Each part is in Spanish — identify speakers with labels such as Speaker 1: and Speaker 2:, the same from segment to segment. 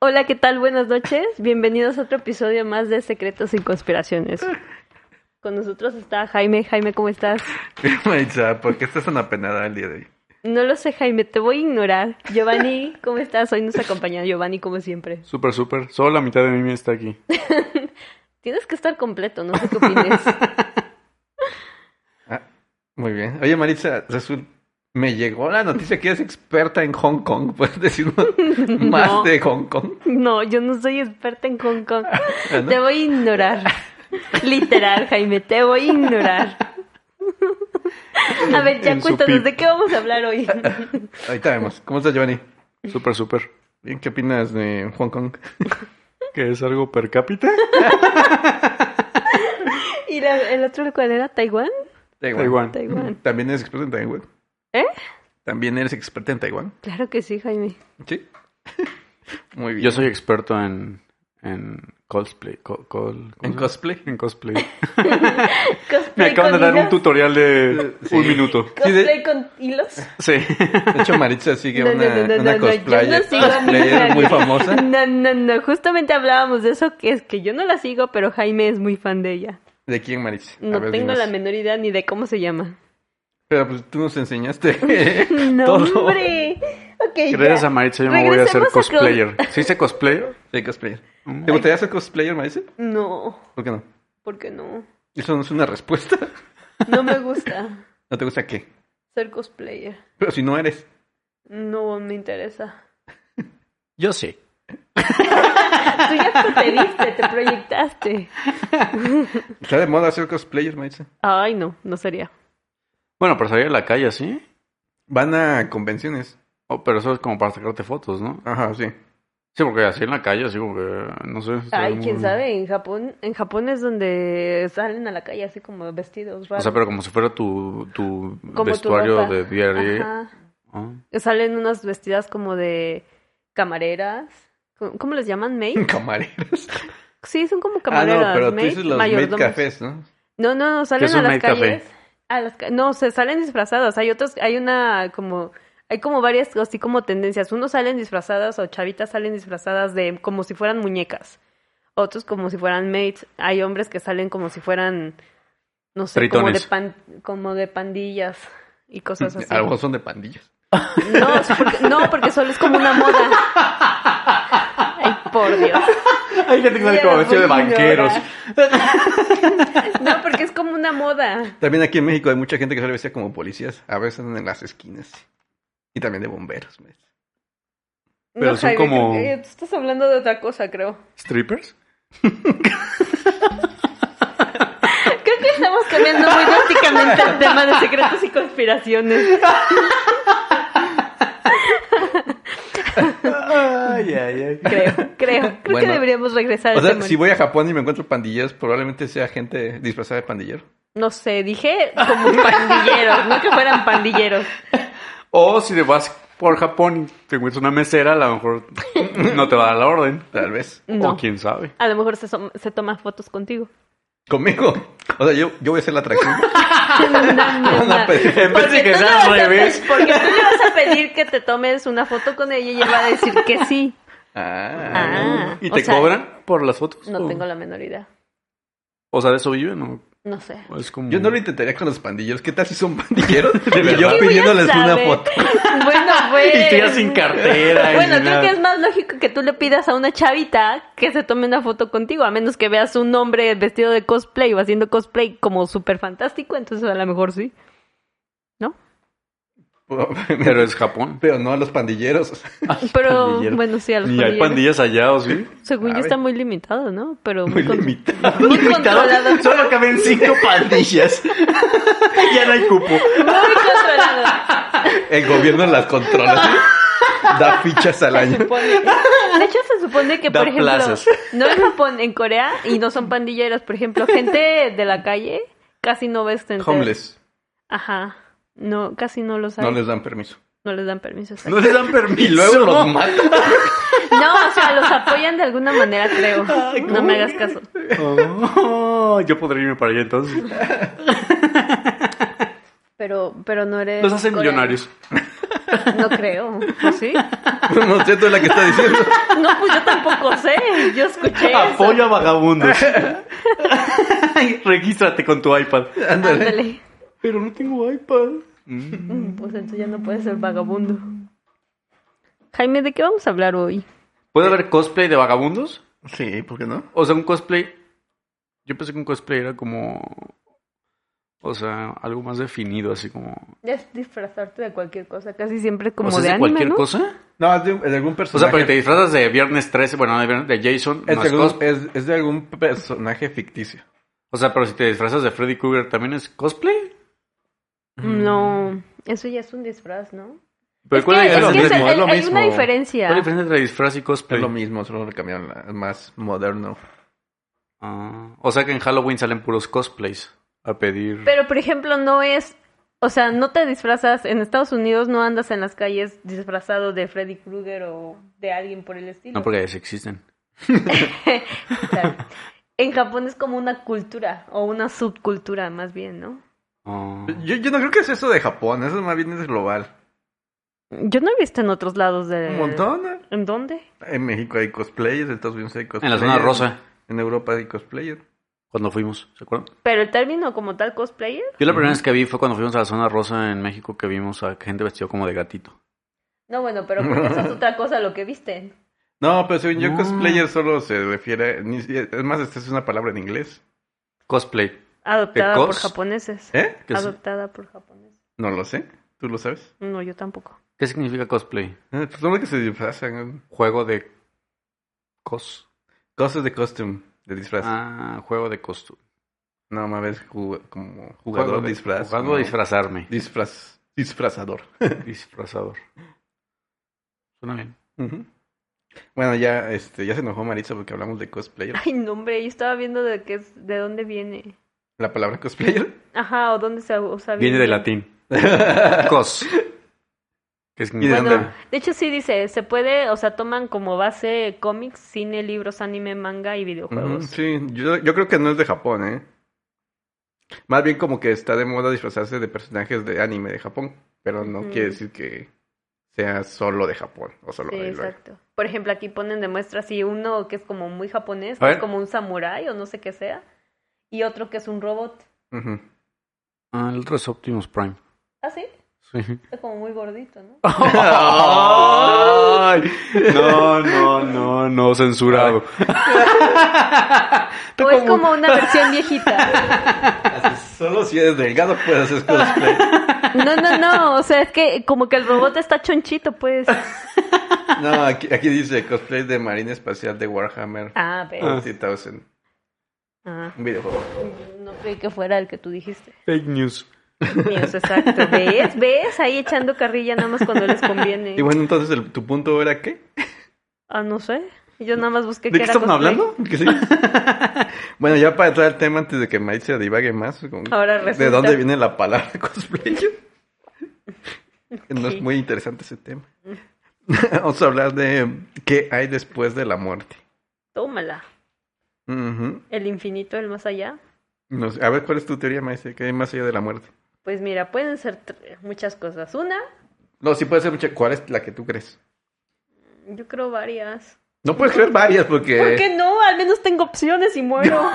Speaker 1: Hola, ¿qué tal? Buenas noches. Bienvenidos a otro episodio más de Secretos y Conspiraciones. Con nosotros está Jaime. Jaime, ¿cómo estás?
Speaker 2: Maritza, ¿por qué estás tan apenada el día de hoy?
Speaker 1: No lo sé, Jaime, te voy a ignorar. Giovanni, ¿cómo estás? Hoy nos acompaña Giovanni, como siempre.
Speaker 3: Súper, súper. Solo la mitad de mí está aquí.
Speaker 1: Tienes que estar completo, no sé qué opines.
Speaker 2: Ah, muy bien. Oye, Maritza, resul- me llegó la noticia que eres experta en Hong Kong. ¿Puedes decirnos más
Speaker 1: No.
Speaker 2: de Hong Kong?
Speaker 1: No, yo no soy experta en Hong Kong.
Speaker 2: Ah, ¿no?
Speaker 1: Te voy a ignorar. Literal, Jaime, te voy a ignorar. A ver, ya
Speaker 3: En su
Speaker 1: cuéntanos,
Speaker 3: pip.
Speaker 1: ¿de qué vamos a hablar hoy?
Speaker 2: Ahorita vemos. ¿Cómo estás, Giovanni?
Speaker 3: Súper, súper.
Speaker 2: Bien, ¿Qué opinas de Hong Kong?
Speaker 3: ¿Que es algo per cápita?
Speaker 1: ¿Y la- el otro cuál era? ¿Taiwán?
Speaker 3: Taiwán.
Speaker 1: Taiwán.
Speaker 2: ¿También eres experta en Taiwán?
Speaker 1: ¿Eh?
Speaker 2: ¿También eres experta en Taiwán?
Speaker 1: Claro que sí, Jaime.
Speaker 2: Sí. Muy bien.
Speaker 3: Yo soy experto en, en cosplay. co- col- ¿cómo
Speaker 2: ¿En
Speaker 3: se llama?
Speaker 2: cosplay?
Speaker 3: En cosplay. Me
Speaker 1: Cosplay
Speaker 3: acaban de
Speaker 1: con
Speaker 3: dar un
Speaker 1: hilos.
Speaker 3: tutorial de
Speaker 2: Sí.
Speaker 3: un minuto.
Speaker 2: Sí, de-
Speaker 1: ¿Cosplay con hilos?
Speaker 3: Sí.
Speaker 2: De hecho, Maritza sigue
Speaker 1: No, no,
Speaker 2: una,
Speaker 1: no, no,
Speaker 2: una
Speaker 1: no, no, yo no
Speaker 2: cosplayer,
Speaker 1: sigo a mi
Speaker 2: cosplayer
Speaker 1: hija.
Speaker 2: muy famosa.
Speaker 1: No, no, no. Justamente hablábamos de eso, que es que yo no la sigo, pero Jaime es muy fan de ella.
Speaker 2: ¿De quién, Maritza? A
Speaker 1: No
Speaker 2: ver,
Speaker 1: tengo
Speaker 2: dinos.
Speaker 1: la menor idea ni de cómo se llama.
Speaker 2: Pero pues tú nos enseñaste
Speaker 1: ¡No,
Speaker 2: todo
Speaker 1: hombre! Ok, ya.
Speaker 3: Gracias a Maritza, yo me voy a hacer
Speaker 1: Regresemos a
Speaker 3: cosplayer. ¿Sí hice cosplayer?
Speaker 2: de cosplayer.
Speaker 3: Mm.
Speaker 2: ¿Te gustaría ser cosplayer, Maritza?
Speaker 1: No,
Speaker 2: ¿Por qué no?
Speaker 1: ¿por qué no?
Speaker 2: Eso no es una respuesta.
Speaker 1: No me gusta
Speaker 2: ¿No te gusta qué?
Speaker 1: ser cosplayer.
Speaker 2: Pero si no eres.
Speaker 1: No me interesa.
Speaker 3: Yo sí.
Speaker 1: Tú ya te viste, te proyectaste.
Speaker 2: Está de moda ser cosplayer, Maritza.
Speaker 1: Ay, no, no sería.
Speaker 3: Bueno, pero salir a la calle, ¿sí?
Speaker 2: Van a convenciones.
Speaker 3: Oh, pero eso es como para sacarte fotos, ¿no?
Speaker 2: Ajá, sí.
Speaker 3: Sí, porque así en la calle, así como que, no sé. está
Speaker 1: Ay,
Speaker 3: Pues, muy-
Speaker 1: quién sabe, en Japón, en Japón es donde salen a la calle así como vestidos
Speaker 3: O
Speaker 1: raros.
Speaker 3: sea, pero como si fuera tu, tu
Speaker 1: tu
Speaker 3: vestuario
Speaker 1: ropa.
Speaker 3: de diario.
Speaker 1: Ajá.
Speaker 3: Ah.
Speaker 1: Salen unas vestidas como de camareras. ¿Cómo cómo les llaman? ¿Maid?
Speaker 2: Camareros.
Speaker 1: Sí, son como
Speaker 2: Ah,
Speaker 1: camareras.
Speaker 2: no, pero tú
Speaker 1: maid,
Speaker 2: dices los maid
Speaker 1: mayordomas.
Speaker 2: cafés, ¿no?
Speaker 1: No, no, no, salen
Speaker 3: es
Speaker 1: a
Speaker 3: un
Speaker 1: las
Speaker 3: maid café?
Speaker 1: calles. A las ca- no, se salen disfrazadas. Hay otros, hay una como... Hay como varias, así como tendencias. Unos salen disfrazadas o chavitas salen disfrazadas de como si fueran muñecas. Otros como si fueran maids. Hay hombres que salen como si fueran, no sé, como de,
Speaker 3: Tritones.
Speaker 1: pan, como de pandillas y cosas así.
Speaker 2: A lo mejor son de pandillas.
Speaker 1: No, es porque, no, porque solo es como una moda. Ay, por Dios.
Speaker 3: Hay gente que sale como vestido de banqueros.
Speaker 1: No, porque es como una moda.
Speaker 2: También aquí en México hay mucha gente que sale vestida como policías. A veces en las esquinas. Y también de bomberos, Maritza.
Speaker 3: Pero
Speaker 1: no,
Speaker 3: son
Speaker 1: Jaime,
Speaker 3: como-
Speaker 1: creo que eh, tú estás hablando de otra cosa, creo.
Speaker 3: ¿Strippers?
Speaker 1: Creo que estamos cambiando muy drásticamente el tema de secretos y conspiraciones.
Speaker 3: Ay, ay, ay.
Speaker 1: Creo, creo. Creo que
Speaker 2: Bueno.
Speaker 1: deberíamos regresar
Speaker 2: O
Speaker 1: al
Speaker 2: sea,
Speaker 1: tema.
Speaker 2: si voy a Japón y me encuentro pandilleros, probablemente sea gente disfrazada de pandillero.
Speaker 1: No sé, dije como pandilleros, no que fueran pandilleros.
Speaker 3: O si te vas por Japón y te encuentras una mesera, a lo mejor no te va a dar la orden.
Speaker 2: Tal vez.
Speaker 1: No.
Speaker 3: O quién sabe.
Speaker 1: A lo mejor se, som- se toman fotos contigo.
Speaker 2: Conmigo. O sea, yo, yo voy a ser la atracción.
Speaker 1: No,
Speaker 2: Van a pedir-
Speaker 3: En vez de que
Speaker 1: tú le
Speaker 3: sea
Speaker 1: vas
Speaker 3: al
Speaker 1: a pe-
Speaker 3: revés.
Speaker 1: Porque tú le vas a pedir que te tomes una foto con ella y ella va a decir que sí.
Speaker 2: Ah.
Speaker 1: Ah.
Speaker 3: ¿Y
Speaker 1: o
Speaker 3: te
Speaker 1: sea,
Speaker 3: cobran por las fotos?
Speaker 1: No
Speaker 3: ¿O-
Speaker 1: tengo la menor idea.
Speaker 3: O sea, ¿de eso viven o-
Speaker 1: No sé.
Speaker 3: o es como...
Speaker 2: Yo no lo intentaría con los pandilleros. ¿Qué tal si son pandilleros? y yo
Speaker 3: verdad.
Speaker 1: ¿Quién voy a
Speaker 2: pidiéndoles una
Speaker 1: saber?
Speaker 2: foto.
Speaker 1: Bueno, pues.
Speaker 3: Y tú ya sin cartera. y
Speaker 1: Bueno,
Speaker 3: sin
Speaker 1: creo
Speaker 3: nada.
Speaker 1: que es más lógico que tú le pidas a una chavita que se tome una foto contigo, a menos que veas un hombre vestido de cosplay o haciendo cosplay como súper fantástico, entonces a lo mejor sí. ¿No?
Speaker 3: Pero es Japón.
Speaker 2: Pero no a los pandilleros.
Speaker 1: Pero
Speaker 3: Ah, pandillero.
Speaker 1: bueno, sí, a los
Speaker 3: Y hay
Speaker 1: pandilleros.
Speaker 3: pandillas allá, ¿o sí?
Speaker 1: Según yo
Speaker 2: Ay.
Speaker 1: está muy limitado, ¿no? Pero
Speaker 2: Muy
Speaker 1: con-
Speaker 2: limitado.
Speaker 1: muy controlado.
Speaker 3: Solo caben cinco pandillas. ya no hay cupo.
Speaker 1: Muy controlado.
Speaker 2: El gobierno las controla. da fichas al año.
Speaker 1: De hecho, se supone que,
Speaker 3: Da
Speaker 1: por ejemplo,
Speaker 3: plazas.
Speaker 1: no en Japón, en Corea, y no son pandilleros, por ejemplo, gente de la calle casi no ves gente.
Speaker 2: Homeless.
Speaker 1: Ajá. No, casi no los hay.
Speaker 2: No les dan permiso.
Speaker 1: dan permiso. exacto.
Speaker 3: No les dan permiso.
Speaker 2: Y luego los matan.
Speaker 1: No, o sea, los apoyan de alguna manera, creo.
Speaker 3: Ay,
Speaker 1: No me hagas caso.
Speaker 3: Oh, yo podría irme para allá entonces.
Speaker 1: Pero, pero no eres.
Speaker 3: Los hacen
Speaker 1: coreano.
Speaker 3: millonarios.
Speaker 1: No creo. ¿O ¿Sí?
Speaker 2: No sé tú la que está diciendo.
Speaker 1: No, pues yo tampoco sé. Yo escuché eso.
Speaker 3: Apoyo a vagabundos. Regístrate con tu iPad.
Speaker 2: Ándale.
Speaker 1: Ándale.
Speaker 3: Pero no tengo iPad.
Speaker 1: Mm, Pues entonces ya no puedes ser vagabundo. Jaime, ¿de qué vamos a hablar hoy?
Speaker 3: ¿Puede haber cosplay de vagabundos?
Speaker 2: Sí, ¿por qué no?
Speaker 3: O sea, un cosplay. Yo pensé que un cosplay era como. O sea, algo más definido, así como.
Speaker 1: Es disfrazarte de cualquier cosa, casi siempre como
Speaker 3: o sea,
Speaker 1: de anime,
Speaker 3: Pues ¿es cualquier
Speaker 1: ¿no?
Speaker 3: cosa?
Speaker 2: No, es de, un- de algún
Speaker 3: O
Speaker 2: personaje.
Speaker 3: sea, pero te disfrazas de Viernes 13, bueno, de, Viernes- de Jason.
Speaker 2: es,
Speaker 3: no
Speaker 2: de
Speaker 3: Este es
Speaker 2: algún,
Speaker 3: cosplay.
Speaker 2: es- es de algún personaje ficticio.
Speaker 3: O sea, pero si te disfrazas de Freddy Krueger, ¿también es cosplay?
Speaker 1: No, eso ya es un disfraz, ¿no?
Speaker 3: Pero
Speaker 1: es que,
Speaker 3: ¿cuál es la
Speaker 1: es que
Speaker 3: diferencia?
Speaker 1: es el-
Speaker 2: mismo, es lo
Speaker 1: hay
Speaker 2: mismo.
Speaker 1: una diferencia.
Speaker 3: ¿Cuál es la diferencia entre disfraz y
Speaker 2: Es
Speaker 3: cosplay?
Speaker 2: lo mismo, solo lo cambiaron la- es más moderno.
Speaker 3: Ah, o sea que en Halloween salen puros cosplays a pedir.
Speaker 1: Pero, por ejemplo, no es... O sea, no te disfrazas... En Estados Unidos no andas en las calles disfrazado de Freddy Krueger o de alguien por el estilo.
Speaker 3: No, porque existen.
Speaker 1: Claro. En Japón es como una cultura o una subcultura, más bien, ¿no?
Speaker 3: Ah.
Speaker 2: Yo, yo no creo que es eso de Japón, eso más bien es global.
Speaker 1: Yo no he visto en otros lados de...
Speaker 2: Un montón. ¿eh?
Speaker 1: ¿En dónde?
Speaker 2: En México hay cosplayers, en Estados Unidos hay
Speaker 3: En
Speaker 2: cosplayers.
Speaker 3: la zona rosa,
Speaker 2: En Europa hay cosplayers.
Speaker 3: cuando fuimos, ¿se acuerdan?
Speaker 1: Pero el término como tal cosplayer,
Speaker 3: Yo la primera vez que vi fue cuando fuimos a la zona rosa en México que vimos a gente vestida como de gatito.
Speaker 1: no bueno, pero porque eso es otra cosa lo que viste.
Speaker 2: No, pero según yo,
Speaker 3: No.
Speaker 2: cosplayer solo se refiere. ni si- Es más, esta es una palabra en inglés.
Speaker 3: Cosplay.
Speaker 1: Adoptada
Speaker 3: ¿De
Speaker 1: por
Speaker 3: cos?
Speaker 1: japoneses.
Speaker 2: ¿Eh?
Speaker 3: ¿Qué, es-
Speaker 1: Adoptada por japoneses.
Speaker 2: No lo sé. ¿Tú lo sabes?
Speaker 1: No, yo tampoco.
Speaker 3: qué significa cosplay?
Speaker 2: Eh, Pues solo que se disfrazan. ¿eh?
Speaker 3: Juego de cos.
Speaker 2: Cosas de costume, de disfraz.
Speaker 3: Ah, juego de costume.
Speaker 2: No, mames, ju- como
Speaker 3: Juego
Speaker 2: jugador
Speaker 3: de-
Speaker 2: disfraz.
Speaker 3: Jugando
Speaker 2: como
Speaker 3: a disfrazarme.
Speaker 2: Disfraz. Disfrazador.
Speaker 3: Disfrazador. Suena bien.
Speaker 2: Ujú. Bueno, ya, este, ya se enojó Maritza porque hablamos de cosplayer.
Speaker 1: Ay, no, hombre, yo estaba viendo de qué es, de dónde viene.
Speaker 2: La palabra cosplayer.
Speaker 1: Ajá, o dónde se usa.
Speaker 3: Viene de
Speaker 1: bien.
Speaker 3: latín. Cos. ¿Qué significa?
Speaker 2: ¿Y de
Speaker 1: Bueno, de hecho sí dice, se puede, o sea, toman como base cómics, cine, libros, anime, manga y
Speaker 2: Ujú,
Speaker 1: videojuegos.
Speaker 2: Mm, Sí, yo, yo creo que no es de Japón, ¿eh? Más bien como que está de moda disfrazarse de personajes de anime de Japón, pero no
Speaker 1: Ujú.
Speaker 2: quiere decir que sea solo de Japón o solo
Speaker 1: Sí,
Speaker 2: de Lore.
Speaker 1: exacto. Por ejemplo, aquí ponen de muestra así uno que es como muy japonés,
Speaker 3: A
Speaker 1: que es
Speaker 3: ver.
Speaker 1: como un samurái o no sé qué sea, y otro que es un robot.
Speaker 2: Ujú.
Speaker 3: Ah, el otro es Optimus Prime.
Speaker 1: Ah, sí,
Speaker 3: Sí.
Speaker 1: está como muy gordito, ¿no?
Speaker 3: Ay, no, no, no, no, censurado.
Speaker 1: O es como una versión viejita.
Speaker 2: Solo si eres delgado puedes hacer cosplay.
Speaker 1: No, no, no, o sea, es que como que el robot está chonchito, pues.
Speaker 2: No, aquí, aquí dice cosplay de Marina Espacial de Warhammer
Speaker 1: Ah, pero...
Speaker 2: 40,000,
Speaker 1: Ah,
Speaker 2: un videojuego.
Speaker 1: no creí que fuera el que tú dijiste.
Speaker 3: Fake news.
Speaker 1: Míos, exacto. ¿Ves? ¿Ves? Ahí echando carrilla nada más cuando les conviene.
Speaker 2: Y bueno, entonces, el- ¿tu punto era qué?
Speaker 1: Ah, no sé. Yo nada más busqué
Speaker 2: ¿De
Speaker 1: que
Speaker 2: qué
Speaker 1: era
Speaker 2: estamos
Speaker 1: cosplay.
Speaker 2: hablando? ¿Qué sí? bueno, ya para entrar al tema antes de que Maritza divague más, como-
Speaker 1: Ahora
Speaker 2: ¿de
Speaker 1: resulta.
Speaker 2: dónde viene la palabra cosplay? No
Speaker 1: Sí.
Speaker 2: es muy interesante ese tema. Vamos a hablar de qué hay después de la muerte.
Speaker 1: Tómala.
Speaker 2: Ujú.
Speaker 1: El infinito, el más allá.
Speaker 2: No sé, a ver, ¿cuál es tu teoría, Maestro? ¿Qué hay más allá de la muerte?
Speaker 1: Pues mira, pueden ser tr- muchas cosas. Una,
Speaker 2: No, sí puede ser mucha. ¿Cuál es la que tú crees?
Speaker 1: yo creo varias.
Speaker 2: No puedes creer varias porque...
Speaker 1: ¿Por qué no? Al menos tengo opciones y muero.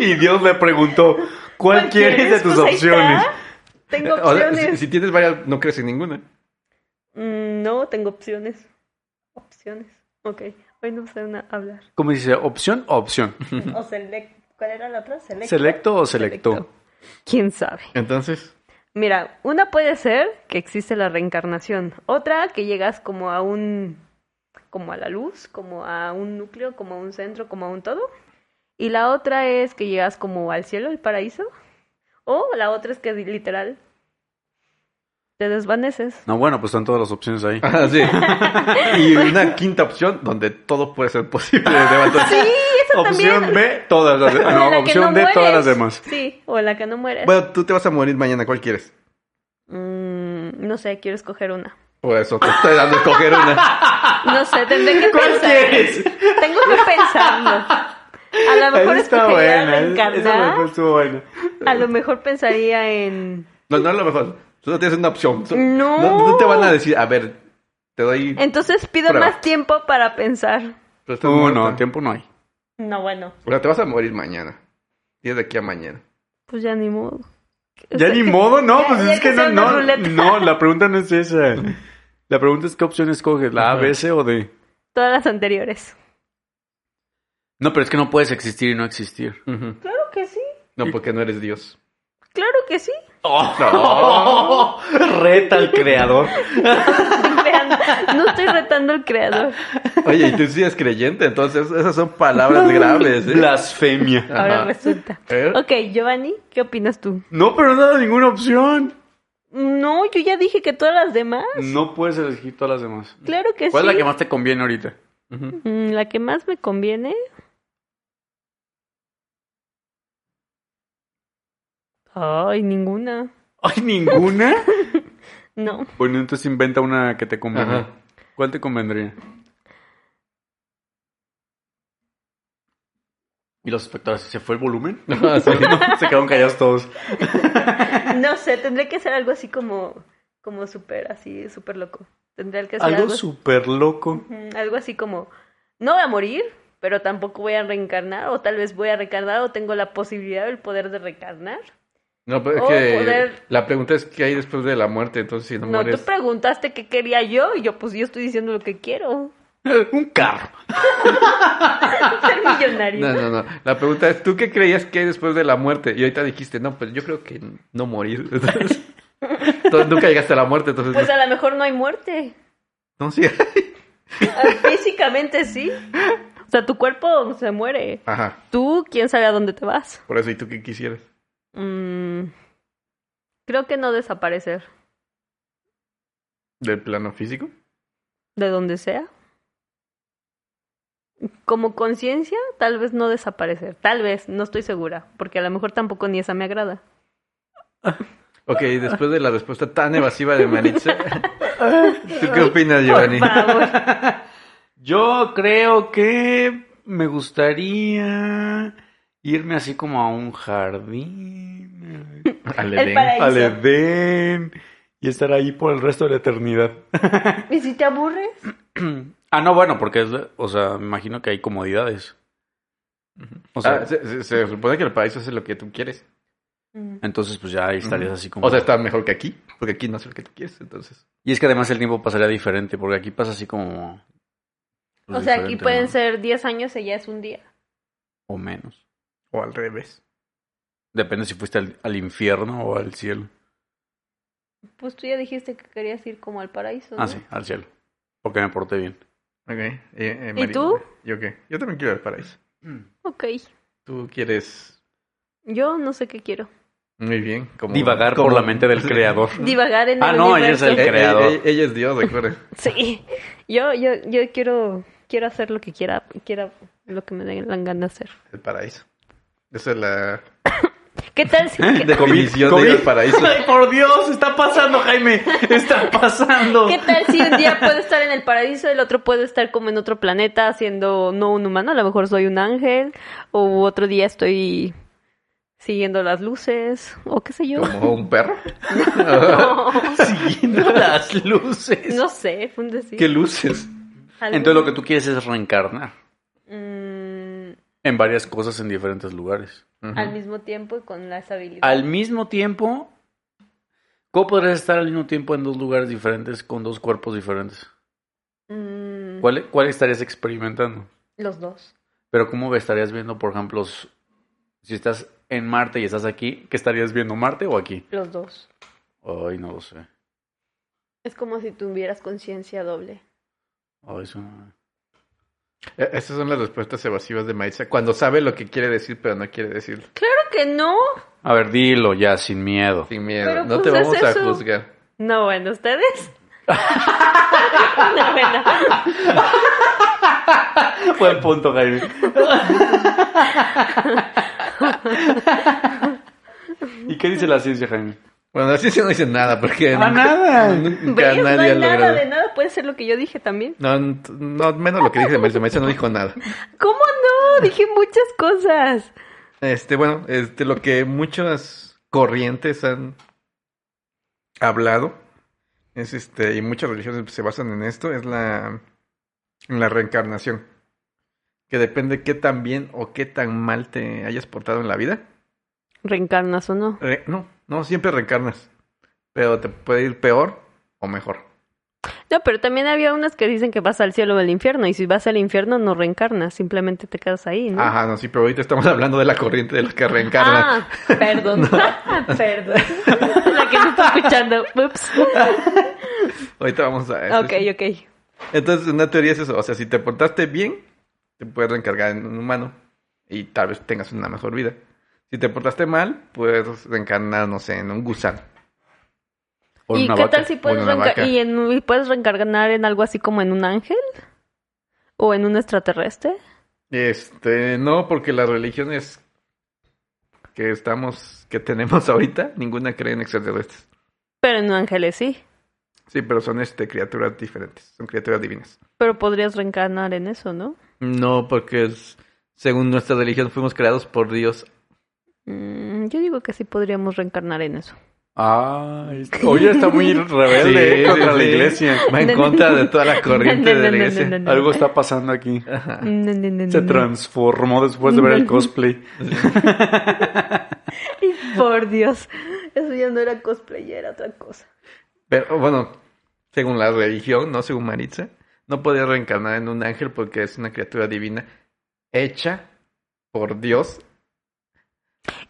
Speaker 3: Y Dios le preguntó, ¿cuál quieres de tus
Speaker 1: Pues ahí está.
Speaker 3: opciones?
Speaker 1: Tengo
Speaker 2: O sea,
Speaker 1: opciones.
Speaker 2: si, si tienes varias, no crees en ninguna.
Speaker 1: Mm, no, tengo opciones. Opciones. Ok. Hoy no sé una hablar.
Speaker 3: ¿Cómo dice? ¿Opción o opción?
Speaker 1: O select. ¿Cuál era la otra? Select.
Speaker 3: ¿Selecto o selecto?
Speaker 1: ¿Quién sabe?
Speaker 2: Entonces,
Speaker 1: Mira, una puede ser que existe la reencarnación, otra que llegas como a un, como a la luz, como a un núcleo, como a un centro, como a un todo, y la otra es que llegas como al cielo, el paraíso, o la otra es que literal te desvaneces.
Speaker 3: No, bueno, pues están todas las opciones ahí.
Speaker 2: ah, sí. y una quinta opción donde todo puede ser posible. Levantar-
Speaker 1: Sí, esa
Speaker 3: Opción
Speaker 1: también.
Speaker 3: B, todas las demás.
Speaker 1: O en la
Speaker 3: No,
Speaker 1: que
Speaker 3: opción
Speaker 1: no
Speaker 3: D, todas las
Speaker 1: mueres.
Speaker 3: demás.
Speaker 1: Sí, o en la que no mueres.
Speaker 2: Bueno, tú te vas a morir mañana, ¿cuál quieres?
Speaker 1: Mm, no sé, quiero escoger una.
Speaker 2: Por eso te estoy dando a escoger una.
Speaker 1: No sé, tendré que
Speaker 3: ¿Cuál
Speaker 1: pensar.
Speaker 3: quieres?
Speaker 1: Tengo que pensarlo. A lo mejor escogería reencarnar.
Speaker 3: estuvo buena.
Speaker 1: A lo mejor pensaría en.
Speaker 2: No, no a lo mejor. Tú no tienes una opción. Tú-
Speaker 1: No.
Speaker 2: no. no te van a decir, a ver, te doy...
Speaker 1: Entonces pido
Speaker 2: Prueba.
Speaker 1: más tiempo para pensar.
Speaker 2: pero estás
Speaker 3: No,
Speaker 2: muerta.
Speaker 3: no, tiempo no hay.
Speaker 1: No, bueno.
Speaker 2: Bueno, te vas a morir mañana. Y es de aquí a mañana.
Speaker 1: Pues ya ni modo.
Speaker 3: Ya ni modo, no, pues
Speaker 1: ya
Speaker 3: es que
Speaker 1: que sea
Speaker 3: no,
Speaker 1: una
Speaker 3: no,
Speaker 1: ruleta.
Speaker 3: no, la pregunta no es esa. La pregunta es qué opción escoges, la A, B, C o D.
Speaker 1: Todas las anteriores.
Speaker 3: No, pero es que no puedes existir y no existir.
Speaker 1: Claro que sí.
Speaker 2: No, porque no eres Dios.
Speaker 1: Claro que sí.
Speaker 2: No.
Speaker 3: Reta al creador.
Speaker 1: Vean, no estoy retando al creador.
Speaker 2: Oye, y tú sí eres creyente, entonces esas son palabras graves. ¿eh?
Speaker 3: Blasfemia.
Speaker 1: Ahora
Speaker 2: Ajá.
Speaker 1: resulta.
Speaker 2: ¿Eh?
Speaker 1: Ok, Giovanni, ¿qué opinas tú?
Speaker 3: No, pero no da ninguna opción.
Speaker 1: No, yo ya dije que todas las demás.
Speaker 3: No puedes elegir todas las demás.
Speaker 1: Claro que
Speaker 3: ¿Cuál
Speaker 1: sí.
Speaker 3: es la que más te conviene ahorita?
Speaker 2: Ujú.
Speaker 1: Mm, la que más me conviene. Ay, ninguna.
Speaker 3: Ay, ninguna.
Speaker 1: No.
Speaker 3: Bueno, entonces inventa una que te convenga.
Speaker 2: Ajá.
Speaker 3: ¿Cuál te convendría? Y los espectadores, ¿se fue el volumen?
Speaker 2: Ajá, sí.
Speaker 3: No, se quedaron callados todos.
Speaker 1: No sé, tendré que hacer algo así como, como súper, así, súper loco. Tendré que hacer algo,
Speaker 3: Algo súper loco.
Speaker 1: Ujú, algo así como, no voy a morir, pero tampoco voy a reencarnar, o tal vez voy a reencarnar, o tengo la posibilidad o el poder de reencarnar.
Speaker 2: No, pero es
Speaker 1: O
Speaker 2: que
Speaker 1: Oh, poder-
Speaker 2: la pregunta es qué hay después de la muerte, entonces si no,
Speaker 1: No,
Speaker 2: mueres...
Speaker 1: tú preguntaste qué quería yo, y yo, pues yo estoy diciendo lo que quiero.
Speaker 3: Un carro.
Speaker 1: Ser millonario.
Speaker 2: No, no, no. La pregunta es, ¿tú qué creías que hay después de la muerte? Y ahorita dijiste, no, pues yo creo que no morir. Entonces, entonces nunca llegaste a la muerte, entonces...
Speaker 1: Pues a lo mejor no hay muerte.
Speaker 2: No, sí.
Speaker 1: Ah, Físicamente sí. O sea, tu cuerpo se muere.
Speaker 2: Ajá.
Speaker 1: Tú, quién sabe a dónde te vas.
Speaker 2: Por eso, ¿y tú qué quisieras?
Speaker 1: Mm, creo que no desaparecer.
Speaker 2: ¿Del plano físico?
Speaker 1: De donde sea. Como conciencia, tal vez no desaparecer. Tal vez, no estoy segura. Porque a lo mejor tampoco ni esa me agrada.
Speaker 2: Ok, después de la respuesta tan evasiva de Maritza, ¿tú qué opinas, Giovanni?
Speaker 1: Por favor.
Speaker 3: Yo creo que me gustaría irme así como a un jardín.
Speaker 2: Al
Speaker 1: El paraíso.
Speaker 3: al Edén y estar ahí por el resto de la eternidad.
Speaker 1: ¿Y si te aburres?
Speaker 3: ah, no, bueno, porque es, o sea, me imagino que hay comodidades. O sea,
Speaker 2: Ah, se, se- se supone que el paraíso es lo que tú quieres.
Speaker 1: Mm.
Speaker 3: entonces pues ya ahí estarías así como...
Speaker 2: O sea, está mejor que aquí, porque aquí no es lo que tú quieres, entonces...
Speaker 3: y es que además el tiempo pasaría diferente, porque aquí pasa así como... pues,
Speaker 1: O sea, aquí
Speaker 3: diferente,
Speaker 1: pueden
Speaker 3: ¿no?
Speaker 1: ser 10 años y ya es un día.
Speaker 3: O menos.
Speaker 2: O al revés.
Speaker 3: Depende si fuiste al, al infierno o al cielo.
Speaker 1: Pues tú ya dijiste que querías ir como al paraíso.
Speaker 3: Ah,
Speaker 1: ¿no?
Speaker 3: sí, al cielo. Porque me porté bien.
Speaker 2: Ok. eh, eh,
Speaker 1: ¿Y
Speaker 2: Maritza,
Speaker 1: tú?
Speaker 2: ¿Yo qué? Yo también quiero el paraíso.
Speaker 1: Ok.
Speaker 2: Tú quieres...
Speaker 1: Yo no sé qué quiero.
Speaker 2: Muy bien. Como,
Speaker 3: Divagar por
Speaker 2: como-
Speaker 3: la mente del creador.
Speaker 1: Divagar en
Speaker 3: Ah,
Speaker 1: el
Speaker 3: no, ella es
Speaker 1: universo.
Speaker 3: el
Speaker 2: Eh, eh,
Speaker 3: creador.
Speaker 2: eh, ella es Dios, recuerda.
Speaker 1: Sí. Yo, yo, yo quiero, quiero hacer lo que quiera, quiera lo que me den la gana de hacer.
Speaker 2: El paraíso. Esa es la
Speaker 1: ¿Qué tal si qué,
Speaker 3: De COVID,
Speaker 2: definición de ir
Speaker 3: COVID.
Speaker 2: al paraíso.
Speaker 3: Ay, por Dios, está pasando, Jaime. Está pasando.
Speaker 1: qué tal si un día puedo estar en el paraíso, el otro puede estar como en otro planeta, siendo no un humano, a lo mejor soy un ángel, o otro día estoy siguiendo las luces, o qué sé yo.
Speaker 2: Como un perro.
Speaker 3: Siguiendo las luces.
Speaker 1: No sé, fue un decir.
Speaker 2: ¿Qué luces?
Speaker 1: Algo-
Speaker 3: Entonces lo que tú quieres es reencarnar
Speaker 1: Mm,
Speaker 3: en varias cosas en diferentes lugares.
Speaker 2: Ujú.
Speaker 1: al mismo tiempo y con la estabilidad.
Speaker 3: Al mismo tiempo, ¿cómo podrías estar al mismo tiempo en dos lugares diferentes con dos cuerpos diferentes?
Speaker 1: Mm,
Speaker 3: ¿Cuál, cuál estarías experimentando?
Speaker 1: Los dos.
Speaker 3: Pero ¿cómo estarías viendo, por ejemplo, s- si estás en Marte y estás aquí, ¿qué estarías viendo, Marte o aquí?
Speaker 1: Los dos.
Speaker 3: Ay, no lo sé.
Speaker 1: Es como si tuvieras conciencia doble.
Speaker 3: Ay, eso no-
Speaker 2: Eh, Esas son las respuestas evasivas de Maritza. Cuando sabe lo que quiere decir, pero no quiere decirlo.
Speaker 1: Claro que no.
Speaker 3: A ver, dilo ya, sin miedo.
Speaker 2: Sin miedo.
Speaker 1: Pero,
Speaker 2: no
Speaker 1: pues,
Speaker 2: te
Speaker 1: es
Speaker 2: vamos a
Speaker 1: eso.
Speaker 2: juzgar.
Speaker 1: No, bueno, ¿ustedes? no, bueno.
Speaker 3: Buen punto, Jaime. ¿Y qué dice la ciencia, Jaime?
Speaker 2: Bueno, así se no dice nada, porque nunca-
Speaker 3: Ah, nada.
Speaker 2: nunca
Speaker 1: Bellas, Ah, no
Speaker 2: nadie
Speaker 1: hay nada
Speaker 2: ha logrado.
Speaker 1: de nada, puede ser lo que yo dije también.
Speaker 2: No, n- no, menos lo que dije de Maritza. Maritza no dijo nada.
Speaker 1: ¿Cómo no? Dije muchas cosas.
Speaker 2: Este, bueno, este, lo que muchas corrientes han hablado, es este, y muchas religiones se basan en esto, es la, en la reencarnación. Que depende qué tan bien o qué tan mal te hayas portado en la vida.
Speaker 1: ¿Reencarnas o no?
Speaker 2: Re- no, no, siempre reencarnas. Pero te puede ir peor o mejor.
Speaker 1: No, pero también había unas que dicen que vas al cielo o al infierno, y si vas al infierno no reencarnas, simplemente te quedas ahí, ¿no?
Speaker 2: Ajá, no, sí, pero ahorita estamos hablando de la corriente de los que reencarnan.
Speaker 1: Ah, perdón, perdón. La que no está escuchando. Ups.
Speaker 2: Ahorita vamos a este, eso.
Speaker 1: Ok, ok.
Speaker 2: Entonces, una teoría es eso. O sea, si te portaste bien, te puedes reencargar en un humano y tal vez tengas una mejor vida. Si te portaste mal, puedes reencarnar, no sé, en un gusano.
Speaker 3: O
Speaker 1: ¿Y
Speaker 3: una
Speaker 1: qué
Speaker 3: vaca.
Speaker 1: tal si puedes,
Speaker 2: o en una
Speaker 1: reenca-
Speaker 2: vaca.
Speaker 1: y en- y puedes reencarnar en algo así como en un ángel? ¿O en un extraterrestre?
Speaker 2: Este, no, porque las religiones que estamos, que tenemos ahorita, ninguna cree en extraterrestres.
Speaker 1: Pero en ángeles sí.
Speaker 2: Sí, pero son este criaturas diferentes, son criaturas divinas.
Speaker 1: Pero podrías reencarnar en eso, ¿no?
Speaker 2: No, porque es- según nuestra religión fuimos creados por Dios.
Speaker 1: Mm, yo digo que sí podríamos reencarnar en eso.
Speaker 3: Ah,
Speaker 2: Oye, está muy
Speaker 3: rebelde, eh, contra la iglesia.
Speaker 2: Va en contra de toda la corriente de la iglesia.
Speaker 1: No, no,
Speaker 3: algo
Speaker 1: no.
Speaker 3: está pasando aquí.
Speaker 2: Ajá.
Speaker 1: No, no, no,
Speaker 3: Se
Speaker 1: no.
Speaker 3: transformó después de ver el cosplay.
Speaker 1: Por Dios. Eso ya no era cosplay, ya era otra cosa.
Speaker 2: Pero bueno, según la religión, no según Maritza, no podía reencarnar en un ángel porque es una criatura divina hecha por Dios.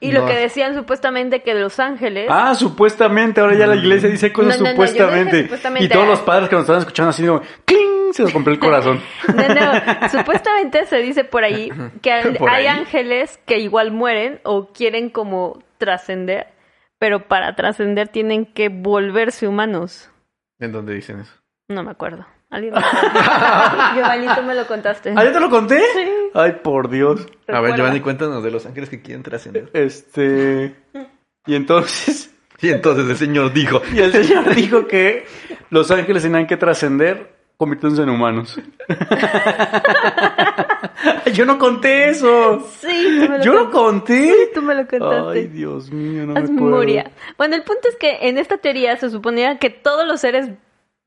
Speaker 1: Y
Speaker 2: No.
Speaker 1: lo que decían supuestamente que los ángeles.
Speaker 3: Ah, supuestamente. Ahora ya la iglesia dice cosas
Speaker 1: No, no, no, yo no dije
Speaker 3: supuestamente.
Speaker 1: supuestamente.
Speaker 3: Y todos los padres que nos estaban escuchando así, digo, ¡cling! Se nos rompió el corazón.
Speaker 1: No, no, supuestamente se dice por ahí que al-
Speaker 2: Por
Speaker 1: hay
Speaker 2: ahí.
Speaker 1: ángeles que igual mueren o quieren como trascender, pero para trascender tienen que volverse humanos.
Speaker 2: ¿En dónde dicen eso?
Speaker 1: No me acuerdo. Alguien me lo contó. Giovanni, tú me lo contaste.
Speaker 3: ¿Ah, ya te lo conté?
Speaker 1: Sí.
Speaker 3: Ay, por Dios.
Speaker 2: A ver,
Speaker 1: Recuerda.
Speaker 2: Giovanni, cuéntanos de los ángeles que quieren trascender.
Speaker 3: Este. Y entonces.
Speaker 2: Y entonces el Señor dijo,
Speaker 3: Y el Señor dijo que los ángeles tenían que trascender convirtiéndose en humanos. Yo no conté eso.
Speaker 1: Sí, tú me lo
Speaker 3: Yo lo
Speaker 1: contaste.
Speaker 3: conté.
Speaker 1: Tú me lo contaste.
Speaker 3: Ay, Dios mío, no me
Speaker 1: Haz
Speaker 3: acuerdo.
Speaker 1: memoria. Bueno, el punto es que en esta teoría se suponía que todos los seres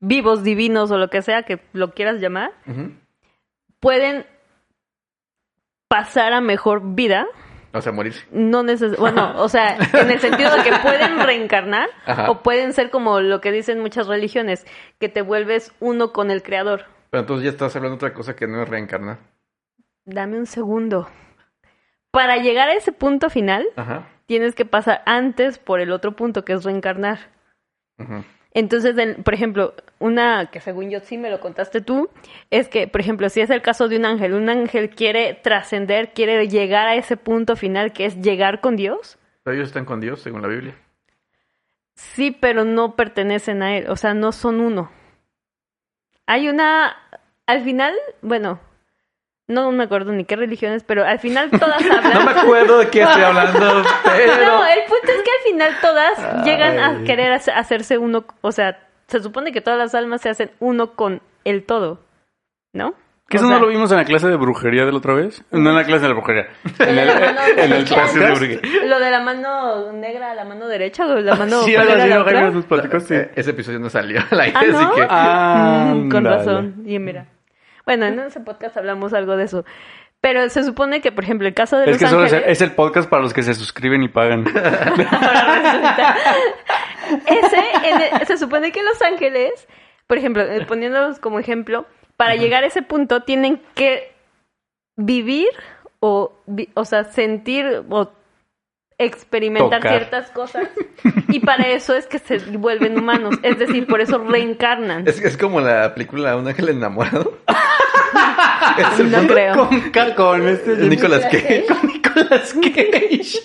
Speaker 1: vivos, divinos o lo que sea que lo quieras llamar,
Speaker 2: ujú,
Speaker 1: pueden pasar a mejor vida.
Speaker 2: o sea, morirse.
Speaker 1: No neces bueno, o sea, en el sentido de que pueden reencarnar
Speaker 2: Ajá.
Speaker 1: o pueden ser como lo que dicen muchas religiones, que te vuelves uno con el creador.
Speaker 2: Pero entonces ya estás hablando de otra cosa que no es reencarnar.
Speaker 1: Dame un segundo. Para llegar a ese punto final,
Speaker 2: Ajá.
Speaker 1: tienes que pasar antes por el otro punto que es reencarnar.
Speaker 2: ujú.
Speaker 1: Entonces, en- por ejemplo, una que según yo sí me lo contaste tú, es que, por ejemplo, si es el caso de un ángel, un ángel quiere trascender, quiere llegar a ese punto final que es llegar con Dios,
Speaker 2: Pero ellos están con Dios, según la Biblia.
Speaker 1: sí, pero no pertenecen a él, o sea, no son uno. Hay una, al final, bueno, no me acuerdo ni qué religiones, pero al final todas
Speaker 2: No me
Speaker 1: hablan.
Speaker 2: acuerdo de qué estoy hablando, pero...
Speaker 1: No, el punto es que al final todas llegan a
Speaker 3: Ay.
Speaker 1: querer hace- hacerse uno, o sea, se supone que todas las almas se hacen uno con el todo, ¿no?
Speaker 3: ¿Que
Speaker 1: O
Speaker 3: eso
Speaker 1: sea,
Speaker 3: no lo vimos en la clase de brujería de la otra vez? No en la clase de la brujería. En el,
Speaker 1: No, no, no,
Speaker 3: en el
Speaker 1: no,
Speaker 3: podcast.
Speaker 1: no, Lo de la mano negra a la mano derecha, o la mano
Speaker 3: Sí,
Speaker 1: cuál
Speaker 3: algo
Speaker 1: era
Speaker 3: así,
Speaker 1: la
Speaker 3: lo que
Speaker 1: otra?
Speaker 3: nos platicaste.
Speaker 2: Eh, Ese episodio no salió al aire,
Speaker 1: Ah, ¿no?
Speaker 2: así que...
Speaker 1: Mm, con
Speaker 3: Ándale.
Speaker 1: razón. Y mira. Bueno, en ese podcast hablamos algo de eso. Pero se supone que, por ejemplo, el caso de
Speaker 3: Es
Speaker 1: Los
Speaker 3: que solo es,
Speaker 1: Ángeles...
Speaker 3: el- es el podcast para los que se suscriben y pagan.
Speaker 1: Ese, en el- se supone que en Los Ángeles, por ejemplo, eh, poniéndolos como ejemplo, para llegar a ese punto tienen que vivir o, vi- o sea, sentir o experimentar
Speaker 3: Tocar.
Speaker 1: ciertas cosas. Y para eso es que se vuelven humanos. Es decir, por eso reencarnan.
Speaker 2: Es, es como la película Un ángel enamorado. es el
Speaker 1: No
Speaker 2: punto-
Speaker 1: creo.
Speaker 3: Con, ca- con este
Speaker 2: Nicolas Cage.
Speaker 3: Con Nicolas Cage.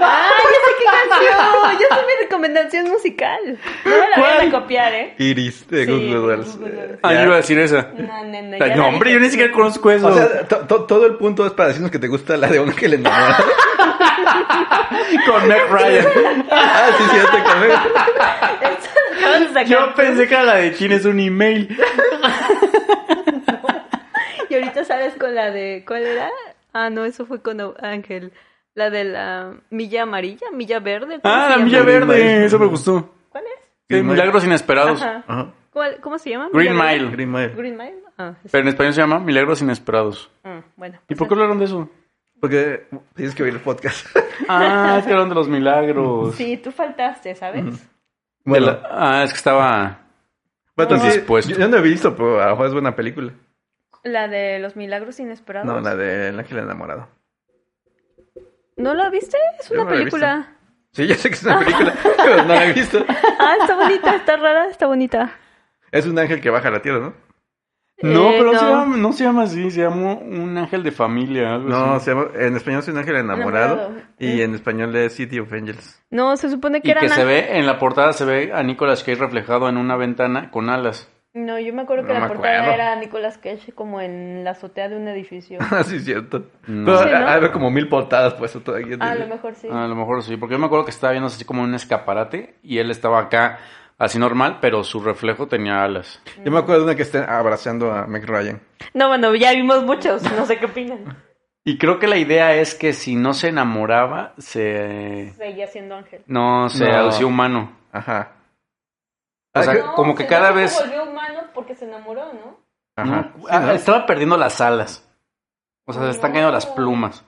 Speaker 1: ¡Ah, ya sé qué canción! Ya sé mi recomendación musical. No me la vayan a
Speaker 3: ¿Cuál?
Speaker 1: copiar, ¿eh?
Speaker 2: Iris de
Speaker 1: Sí,
Speaker 2: Good Girls.
Speaker 1: Good Girls.
Speaker 3: Ah, yo iba a decir esa.
Speaker 1: No, no, no. ya
Speaker 3: No,
Speaker 1: la
Speaker 3: hombre,
Speaker 1: dije.
Speaker 3: yo ni siquiera conozco eso.
Speaker 2: O sea, to- to- todo el punto es para decirnos que te gusta la de un ángel enamorado.
Speaker 3: con Meg Ryan.
Speaker 2: ah, sí, sí, ya te acordé.
Speaker 1: Acabas de sacar.
Speaker 3: Yo pensé que era la de quién es un email.
Speaker 1: Y ahorita sales con la de. ¿Cuál era? Ah, no, eso fue con Ángel. La de la milla amarilla, milla verde. ¿cómo
Speaker 3: Ah,
Speaker 1: se
Speaker 3: la
Speaker 1: llama?
Speaker 3: milla
Speaker 2: Un
Speaker 3: verde.
Speaker 2: email.
Speaker 3: Eso me gustó.
Speaker 1: ¿Cuál es?
Speaker 3: Sí,
Speaker 2: Green Mile.
Speaker 3: milagros inesperados.
Speaker 1: Ajá.
Speaker 2: Ajá.
Speaker 1: ¿Cuál- ¿Cómo se llama?
Speaker 3: Green
Speaker 1: ¿Milagro?
Speaker 3: Mile.
Speaker 2: Green Mile.
Speaker 1: Green Mile. Ah, es-
Speaker 3: Pero en español se llama Milagros inesperados.
Speaker 1: ah, bueno.
Speaker 3: ¿Y por qué hablaron de eso?
Speaker 2: Porque tienes que oír el podcast.
Speaker 3: Ah, es que hablaron de los milagros.
Speaker 1: Sí, tú faltaste, ¿sabes?
Speaker 3: De
Speaker 2: bueno,
Speaker 3: la- Ah, es que estaba.
Speaker 2: vato,
Speaker 1: No.
Speaker 2: sí,
Speaker 3: Dispuesto.
Speaker 2: Yo, yo no he visto, pero a lo mejor es buena película.
Speaker 1: La de los milagros inesperados.
Speaker 2: No, la de El Ángel Enamorado.
Speaker 1: ¿No la viste? Es
Speaker 2: Yo
Speaker 1: una
Speaker 2: no la he
Speaker 1: película.
Speaker 2: Sí, ya sé que es una película, pero no la he visto.
Speaker 1: Ah, está bonita, está rara, está bonita.
Speaker 2: Es un ángel que baja a la tierra, ¿no?
Speaker 3: No,
Speaker 1: Eh,
Speaker 3: pero no. Se
Speaker 1: no.
Speaker 3: llama, no se llama así, se llama un ángel de familia, algo
Speaker 2: No,
Speaker 3: así.
Speaker 2: se llama- en español es un ángel enamorado,
Speaker 1: Enamorado.
Speaker 2: y
Speaker 1: Mm.
Speaker 2: en español es City of Angels.
Speaker 1: No, se supone que
Speaker 3: Y
Speaker 1: era
Speaker 3: que se ve, en la portada se ve a Nicolas Cage reflejado en una ventana con alas.
Speaker 1: No, yo me acuerdo que
Speaker 2: No
Speaker 1: la
Speaker 2: me
Speaker 1: portada
Speaker 2: acuerdo.
Speaker 1: era Nicolas Cage como en la azotea de un edificio.
Speaker 2: Ah, sí, es cierto.
Speaker 3: No.
Speaker 2: Pero
Speaker 1: Sí, ¿no?
Speaker 2: ha- ha habido como mil portadas puesto todavía. en
Speaker 1: Ah, a
Speaker 2: el-
Speaker 1: lo mejor sí.
Speaker 3: A lo mejor sí, porque yo me acuerdo que estaba viendo así como un escaparate y él estaba acá así normal, pero su reflejo tenía alas.
Speaker 2: Yo me acuerdo de una que está abrazando a Meg Ryan.
Speaker 1: No, bueno, ya vimos muchos, no sé qué opinan.
Speaker 3: Y creo que la idea es que si no se enamoraba, se...
Speaker 1: Seguía siendo ángel.
Speaker 3: No, se
Speaker 2: No.
Speaker 3: hacía humano.
Speaker 2: Ajá.
Speaker 3: O
Speaker 2: Ah,
Speaker 3: sea,
Speaker 2: que-
Speaker 3: No, como que se cada ve que vez- se
Speaker 1: volvió humano porque se enamoró, ¿no?
Speaker 2: Ajá.
Speaker 3: No,
Speaker 2: Sí,
Speaker 3: ah,
Speaker 2: ¿no?
Speaker 3: Estaba perdiendo las alas. O sea, se están cayendo las
Speaker 1: No.
Speaker 3: plumas.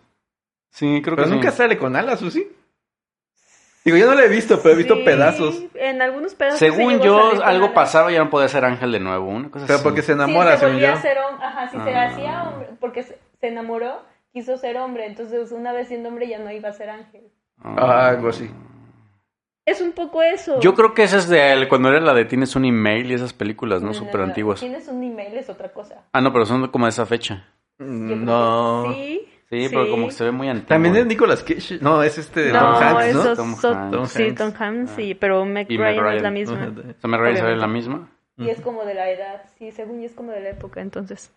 Speaker 3: Sí, creo
Speaker 2: Pero
Speaker 3: que sí.
Speaker 2: nunca sale con alas, ¿o sí? Digo, yo no la he visto, pero he visto pedazos.
Speaker 1: En algunos pedazos.
Speaker 3: Según yo, algo pasaba y ya no podía ser ángel de nuevo. Una cosa
Speaker 2: Pero
Speaker 3: así.
Speaker 2: porque se
Speaker 1: Enamora, sí,
Speaker 2: enamora,
Speaker 1: se
Speaker 2: según
Speaker 1: volvía
Speaker 2: yo.
Speaker 1: a ser hombre. Ajá, sí, se
Speaker 3: Ah.
Speaker 1: hacía hombre. Porque se se enamoró, quiso ser hombre. Entonces, una vez siendo hombre, ya no iba a ser ángel.
Speaker 2: Ah, algo así.
Speaker 1: Es un poco eso.
Speaker 3: Yo creo que esa es de él, cuando era la de Tienes un email y esas películas, ¿no?
Speaker 1: No, no,
Speaker 3: Súper
Speaker 1: no.
Speaker 3: antiguas.
Speaker 1: Tienes un email, es otra cosa.
Speaker 3: Ah, no, pero son como de esa fecha.
Speaker 1: Yo creo
Speaker 2: No.
Speaker 1: que Sí.
Speaker 3: Sí, pero como que se ve muy antiguo.
Speaker 2: También es Nicolas Cage. No, es este
Speaker 1: No,
Speaker 2: Tom Hanks, ¿no?
Speaker 1: eso es
Speaker 3: Tom
Speaker 1: so-
Speaker 3: Hanks. Ah.
Speaker 1: Sí,
Speaker 2: Tom
Speaker 1: Tom Hanks, sí, pero Meg
Speaker 3: Y
Speaker 1: Ryan
Speaker 3: Meg
Speaker 1: es la
Speaker 3: Ryan.
Speaker 1: misma.
Speaker 3: Se me revisa la misma.
Speaker 1: Y es como de la edad, sí, según yo es como de la época, entonces.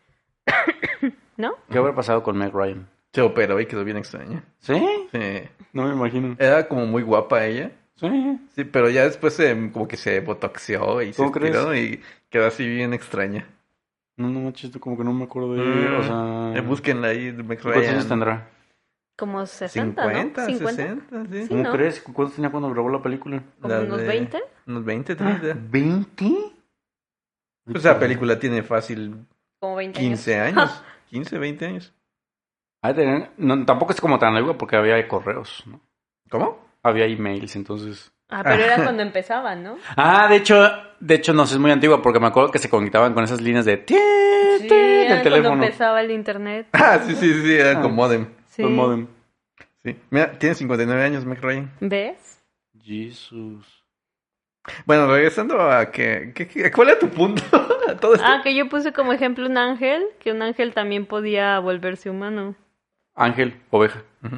Speaker 1: ¿No?
Speaker 3: ¿Qué habrá pasado con Meg Ryan?
Speaker 2: Se operó y quedó bien extraña.
Speaker 3: ¿Sí?
Speaker 2: Sí.
Speaker 3: No me imagino.
Speaker 2: Era como muy guapa ella.
Speaker 3: Sí.
Speaker 2: Sí, pero ya después se- como que se botoxió y se
Speaker 3: ¿Cómo crees?
Speaker 2: estiró y quedó así bien extraña.
Speaker 3: No, no manches, tú como que no me acuerdo de...
Speaker 2: Mm.
Speaker 3: O sea...
Speaker 2: Eh, Búsquenla ahí, Meg
Speaker 3: ¿Cuántos
Speaker 2: Ryan.
Speaker 3: años tendrá?
Speaker 1: Como 60,
Speaker 2: 50,
Speaker 1: ¿no? 50,
Speaker 2: 60, sí.
Speaker 1: Sí.
Speaker 3: ¿Cómo
Speaker 1: ¿no?
Speaker 3: crees? ¿Cuántos tenía cuando grabó la película?
Speaker 1: como
Speaker 2: La
Speaker 1: unos
Speaker 2: de-
Speaker 1: 20.
Speaker 2: Unos
Speaker 1: Ah.
Speaker 2: 20, 30.
Speaker 3: ¿20?
Speaker 2: Pues la película tiene fácil
Speaker 1: Como 20
Speaker 2: 15 años. 15, 20 años.
Speaker 3: Ah, tenían- no, tampoco es como tan largo porque había correos, ¿no?
Speaker 2: ¿Cómo?
Speaker 3: Había emails, entonces...
Speaker 1: Ah, pero era cuando empezaban, ¿no?
Speaker 3: Ah, de hecho, de hecho no sé, es muy antigua porque me acuerdo que se conectaban con esas líneas de ti,
Speaker 1: Sí,
Speaker 3: ti Este, del
Speaker 1: era cuando
Speaker 3: teléfono.
Speaker 1: empezaba el internet.
Speaker 2: Ah, sí, sí, sí, era
Speaker 3: Ah.
Speaker 2: con modem.
Speaker 1: Sí.
Speaker 3: Con modem.
Speaker 2: Sí. Mira, tiene 59 años Meg Ryan.
Speaker 1: ¿Ves?
Speaker 3: Jesus.
Speaker 2: Bueno, regresando a que... que- que- ¿Cuál era tu punto? a Todo esto.
Speaker 1: Ah, que yo puse como ejemplo un ángel, que un ángel también podía volverse humano.
Speaker 3: Ángel, oveja.
Speaker 2: Ujú.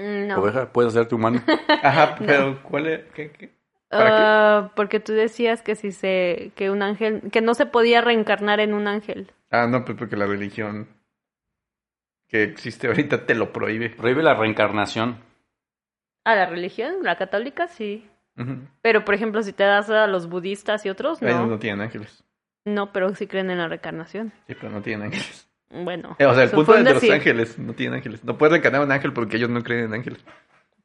Speaker 1: Mm, No.
Speaker 3: Oveja, puedes hacerte humano.
Speaker 2: Ajá, pero ¿cuál es? ¿Qué, qué? ¿Para qué?
Speaker 1: Ah, porque tú decías que si se que un ángel que no se podía reencarnar en un ángel.
Speaker 2: Ah, no, pues porque la religión que existe ahorita te lo prohíbe.
Speaker 3: Prohíbe la reencarnación.
Speaker 1: A la religión, la católica sí.
Speaker 2: Ujú.
Speaker 1: Pero por ejemplo, si te das a los budistas y otros,
Speaker 2: Ellos
Speaker 1: no.
Speaker 2: no tienen ángeles.
Speaker 1: No, pero sí creen en la reencarnación.
Speaker 2: Sí, pero no tienen ángeles.
Speaker 1: Bueno.
Speaker 2: Eh, o sea, el
Speaker 1: eso
Speaker 2: punto
Speaker 1: fue
Speaker 2: es
Speaker 1: un
Speaker 2: de los
Speaker 1: decir,
Speaker 2: ángeles. No tienen ángeles. No puedes reencarnar a un ángel porque ellos no creen en ángeles.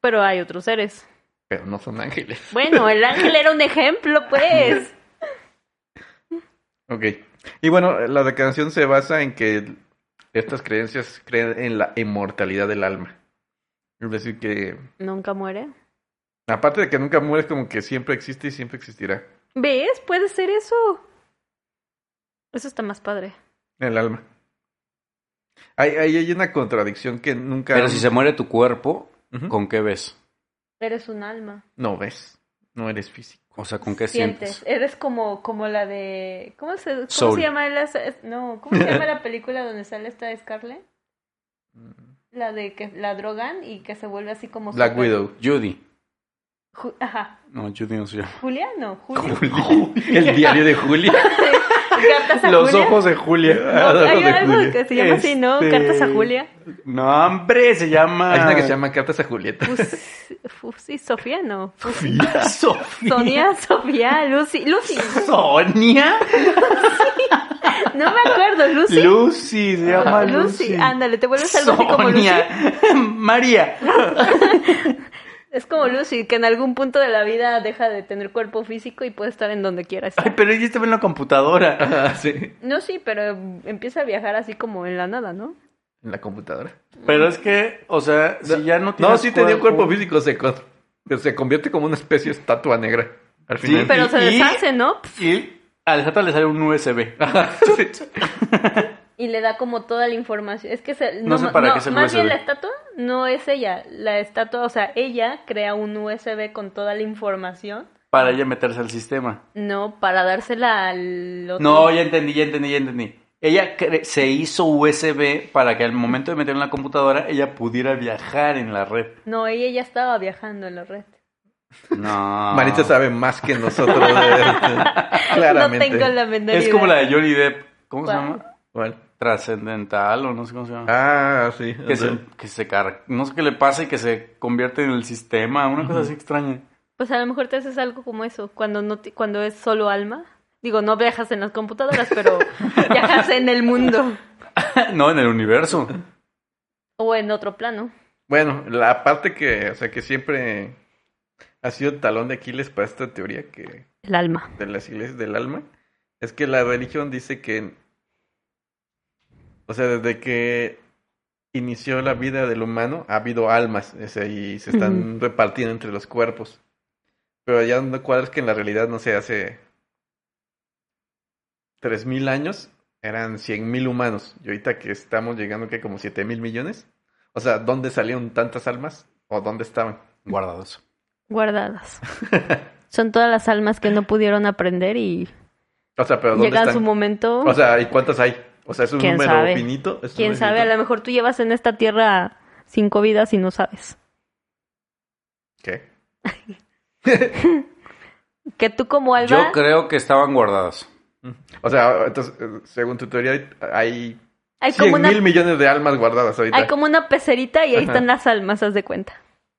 Speaker 1: Pero hay otros seres.
Speaker 2: Pero no son ángeles.
Speaker 1: Bueno, el ángel era un ejemplo, pues.
Speaker 2: Ok. Y bueno, la declaración se basa en que estas creencias creen en la inmortalidad del alma. Es decir, que
Speaker 1: Nunca muere.
Speaker 2: aparte de que nunca mueres, como que siempre existe y siempre existirá
Speaker 1: ¿Ves? Puede ser eso. Eso está más padre.
Speaker 2: el alma. Hay, hay, hay una contradicción que nunca...
Speaker 3: Pero si se muere tu cuerpo,
Speaker 2: Ujú.
Speaker 3: ¿con qué ves?
Speaker 1: Eres un alma.
Speaker 2: No ves, no eres físico.
Speaker 3: O sea, ¿con qué
Speaker 1: sientes.
Speaker 3: sientes?
Speaker 1: Eres como, como la de. ¿Cómo se, cómo
Speaker 3: Soul.
Speaker 1: se llama la, no, ¿cómo se llama la película donde sale esta de Scarlett? La de que la drogan y que se vuelve así como.
Speaker 2: Black
Speaker 1: súper-
Speaker 2: Widow.
Speaker 3: Judy.
Speaker 1: Ju- Ajá.
Speaker 3: No, Judy no se llama.
Speaker 1: Julia, no. Julia.
Speaker 2: El diario de Julia.
Speaker 1: Cartas a Julia.
Speaker 3: de Julia.
Speaker 1: No,
Speaker 2: los
Speaker 1: hay
Speaker 2: ojos de
Speaker 1: algo
Speaker 2: Julia.
Speaker 1: que se llama así, ¿no?
Speaker 3: Este-
Speaker 1: Cartas a Julia.
Speaker 3: No, hombre, se llama...
Speaker 2: Hay una que se llama Cartas a Julieta.
Speaker 1: Fus- Fusi, Pues, Sofía, no. Fus-
Speaker 3: Sofía.
Speaker 1: Sonia, Sofía, Lucy. Lucy.
Speaker 3: ¿Sonia?
Speaker 1: No me acuerdo, Lucy.
Speaker 3: Lucy, se llama Ah, Lucy.
Speaker 1: Lucy, ándale, te vuelves algo así como Lucy.
Speaker 3: Sonia. María.
Speaker 1: Es como Lucy, que en algún punto de la vida deja de tener cuerpo físico y puede estar en donde quiera estar.
Speaker 3: Ay, pero ella estaba en la computadora.
Speaker 2: Ah, sí.
Speaker 1: No, sí, pero empieza a viajar así como en la nada, ¿no?
Speaker 2: En la computadora.
Speaker 4: Pero es que, o sea, si ya no tienes
Speaker 2: No, sí tenía un cuerpo físico, se, con- pero se convierte como una especie de estatua negra. Al
Speaker 3: Sí,
Speaker 2: final.
Speaker 1: Pero se
Speaker 4: Y-
Speaker 1: deshace, ¿no?
Speaker 4: Y al Zata le sale un USB.
Speaker 2: Sí.
Speaker 1: Y le da como toda la información. Es que se,
Speaker 4: No sé para qué es el
Speaker 1: más bien
Speaker 4: USB.
Speaker 1: la estatua no es ella. La estatua, o sea, ella crea un USB con toda la información.
Speaker 4: Para ella meterse al sistema.
Speaker 1: No, para dársela al otro.
Speaker 3: No, ya entendí, ya entendí, ya entendí. Ella cre- se hizo USB para que al momento de meterla en la computadora ella pudiera viajar en la red.
Speaker 1: No, ella ya estaba viajando en la red.
Speaker 3: No.
Speaker 2: Marita Ah. sabe más que nosotros. de esto, Claramente.
Speaker 1: No tengo la menor
Speaker 3: Es como
Speaker 1: idea.
Speaker 3: la de Johnny Depp. ¿Cómo se
Speaker 1: ¿Cuál?
Speaker 3: llama?
Speaker 2: Bueno.
Speaker 3: Trascendental o no sé cómo se llama.
Speaker 2: Ah, sí.
Speaker 3: que, se, que se car- No sé qué le pasa y que se convierte en el sistema. Una cosa así extraña.
Speaker 1: Pues a lo mejor te haces algo como eso, cuando no te- cuando es solo alma. Digo, no viajas en las computadoras, pero viajas en el mundo
Speaker 3: no, en el universo.
Speaker 1: o en otro plano.
Speaker 2: Bueno, la parte que, o sea, que siempre ha sido el talón de Aquiles para esta teoría que
Speaker 1: El alma.
Speaker 2: de las iglesias del alma es que la religión dice que, o sea, desde que inició la vida del humano ha habido almas, o sea, y se están repartiendo entre los cuerpos. Pero ya no cuadras que en la realidad, no sé, hace 3.000 años eran 100.000 humanos y ahorita que estamos llegando que como 7.000 millones, o sea, ¿dónde salieron tantas almas o dónde estaban?
Speaker 3: Guardados.
Speaker 1: Guardadas. Son todas las almas que no pudieron aprender y
Speaker 2: O sea, pero ¿dónde
Speaker 1: llega
Speaker 2: están?
Speaker 1: su momento.
Speaker 2: O sea, ¿y cuántas hay? O sea, es un
Speaker 1: ¿Quién
Speaker 2: número
Speaker 1: sabe?
Speaker 2: finito. ¿Es un
Speaker 1: Quién
Speaker 2: número
Speaker 1: sabe, a
Speaker 2: finito?
Speaker 1: lo mejor tú llevas en esta tierra cinco vidas y no sabes.
Speaker 2: ¿Qué?
Speaker 1: Que tú como alma.
Speaker 3: Yo creo que estaban guardados.
Speaker 2: O sea, entonces, eh, según tu teoría, hay- hay
Speaker 1: hay
Speaker 2: 100
Speaker 1: como una
Speaker 2: mil millones de almas guardadas ahorita.
Speaker 1: hay como una pecerita y ahí
Speaker 2: Ajá.
Speaker 1: están las almas, haz de cuenta.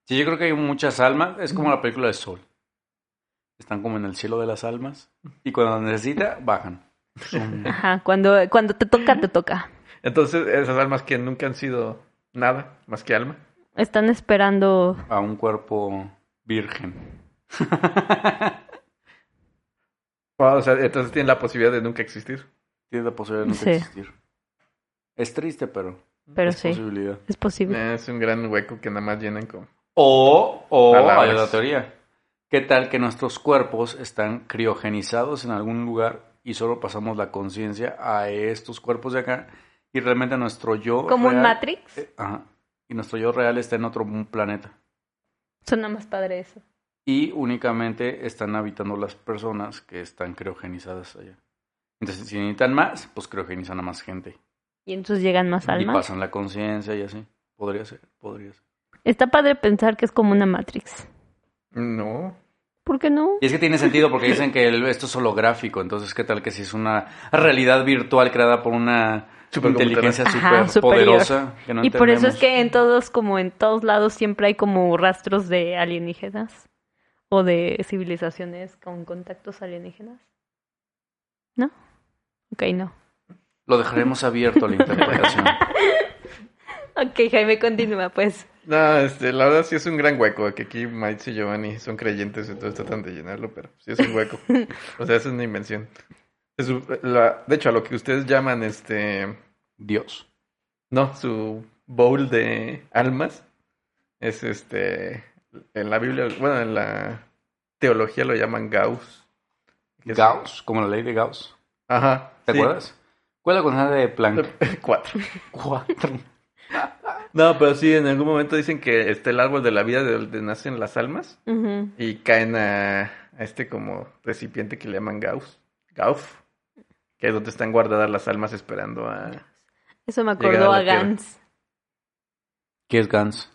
Speaker 3: Sí, yo creo que hay muchas almas. Es como la película de Sol. Están como en el cielo de las almas. Y cuando las necesita, bajan.
Speaker 1: Ajá, cuando cuando te toca te toca.
Speaker 2: Entonces, esas almas que nunca han sido nada más que alma.
Speaker 1: Están esperando
Speaker 3: A un cuerpo virgen.
Speaker 2: O sea, entonces tienen la posibilidad de nunca existir.
Speaker 3: Tiene la posibilidad de nunca
Speaker 1: Sí.
Speaker 3: existir. Es triste, pero
Speaker 1: Pero
Speaker 3: es
Speaker 1: sí,
Speaker 3: posibilidad.
Speaker 1: es posible.
Speaker 2: Eh, Es un gran hueco que nada más llenan con...
Speaker 3: O, o
Speaker 2: Palabras.
Speaker 3: hay otra teoría. ¿Qué tal que nuestros cuerpos están criogenizados en algún lugar y solo pasamos la conciencia a estos cuerpos de acá y realmente nuestro yo
Speaker 1: Como un
Speaker 3: real-
Speaker 1: Matrix.
Speaker 3: eh, ajá, y nuestro yo real está en otro mu- planeta
Speaker 1: Suena más padre eso.
Speaker 3: y únicamente están habitando las personas que están criogenizadas allá. Entonces, si necesitan más, pues criogenizan a más gente
Speaker 1: Y entonces llegan más
Speaker 3: y
Speaker 1: almas.
Speaker 3: pasan la conciencia y así. Podría ser, podría ser.
Speaker 1: Está padre pensar que es como una Matrix.
Speaker 2: No.
Speaker 1: ¿Por qué no?
Speaker 3: Y es que tiene sentido porque dicen que el- esto es holográfico, entonces qué tal que si es una realidad virtual creada por una
Speaker 2: Supercomputadora.
Speaker 3: inteligencia
Speaker 1: Ajá,
Speaker 3: super poderosa que no
Speaker 1: y por eso es
Speaker 3: entendemos?
Speaker 1: que en todos, como en todos lados, siempre hay como rastros de alienígenas o de civilizaciones con contactos alienígenas. ¿No? Ok, no.
Speaker 3: lo dejaremos abierto a la interpretación.
Speaker 1: Ok, Jaime, continúa, pues.
Speaker 2: No, este, la verdad sí es un gran hueco, que aquí Maitz y Giovanni son creyentes, entonces tratan de llenarlo, pero sí es un hueco. O sea, es una invención. Es su- la- de hecho, a lo que ustedes llaman, este,
Speaker 3: Dios.
Speaker 2: No, su bowl de almas es este. En la Biblia, bueno, en la teología lo llaman Gauss. Que es-
Speaker 3: Gauss, como la ley de Gauss.
Speaker 2: Ajá.
Speaker 3: ¿Te
Speaker 2: sí.
Speaker 3: acuerdas? ¿Cuál es la constante de Planck?
Speaker 2: Cuatro.
Speaker 3: Cuatro.
Speaker 2: No, pero sí, en algún momento dicen que está el árbol de la vida de donde nacen las almas
Speaker 1: Ujú.
Speaker 2: y caen a, a este como recipiente que le llaman Gauss. Gauss. Que es donde están guardadas las almas esperando a.
Speaker 1: Eso me
Speaker 2: Llegar a
Speaker 1: acordó
Speaker 2: la
Speaker 1: a
Speaker 2: Tierra.
Speaker 1: Gans,
Speaker 3: ¿Qué es Gans?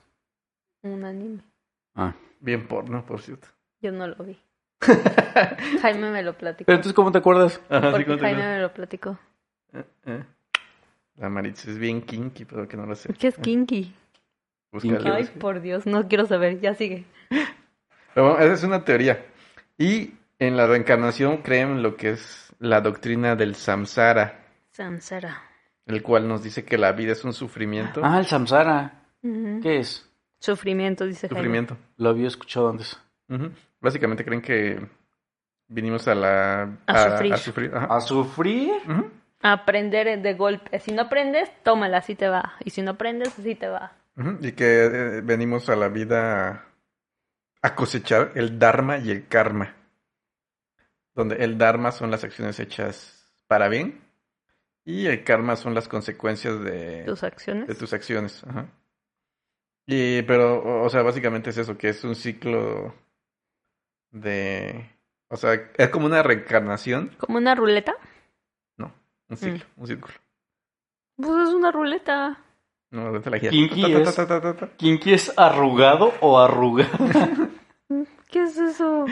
Speaker 1: un anime.
Speaker 3: Ah.
Speaker 2: Bien porno, por cierto.
Speaker 1: Yo no lo vi. Jaime me lo platicó.
Speaker 3: Pero entonces, ¿cómo te acuerdas?
Speaker 2: Ajá, sí,
Speaker 1: Porque
Speaker 2: ¿cómo te
Speaker 1: Jaime me lo platicó.
Speaker 2: Eh, eh. La Maritza es bien kinky, pero que no lo sé.
Speaker 1: ¿Qué
Speaker 3: Ah.
Speaker 1: es kinky?
Speaker 2: Búscala.
Speaker 3: Kinky.
Speaker 1: Ay, por Dios, no quiero saber. Ya sigue.
Speaker 2: Pero bueno, esa es una teoría. Y en la reencarnación creen lo que es la doctrina del samsara,
Speaker 1: Samsara. Ah,
Speaker 2: el cual nos dice que la vida es un sufrimiento.
Speaker 3: Ah, el samsara.
Speaker 1: Ujú.
Speaker 3: ¿Qué es?
Speaker 1: Sufrimiento, dice Jaime.
Speaker 2: Sufrimiento.
Speaker 3: Lo había escuchado antes.
Speaker 2: Ujú. Básicamente creen que vinimos a la...
Speaker 1: A sufrir. Ah.
Speaker 2: ajá.
Speaker 3: ¿A sufrir?
Speaker 2: Ujú.
Speaker 1: Aprender de golpe. Si no aprendes, tómala, así te va. Y si no aprendes, así te va.
Speaker 2: Ujú, Y que eh, venimos a la vida a cosechar el Dharma y el Karma. Donde el Dharma son las acciones hechas para bien y el Karma son las consecuencias de
Speaker 1: Tus
Speaker 2: Eh, de
Speaker 1: acciones.
Speaker 2: tus acciones. Ajá. Y, pero, o- o sea, básicamente es eso, que es un ciclo de... O sea, es como una reencarnación.
Speaker 1: Como una ruleta.
Speaker 3: Mm.
Speaker 2: Un ciclo, un círculo.
Speaker 1: Pues es una ruleta.
Speaker 2: No, vete a la gira.
Speaker 3: Kinky
Speaker 2: Ta, ta,
Speaker 3: es.
Speaker 2: ta, ta, ta, ta.
Speaker 3: ¿Kinky es arrugado o arrugada?
Speaker 1: ¿Qué es eso?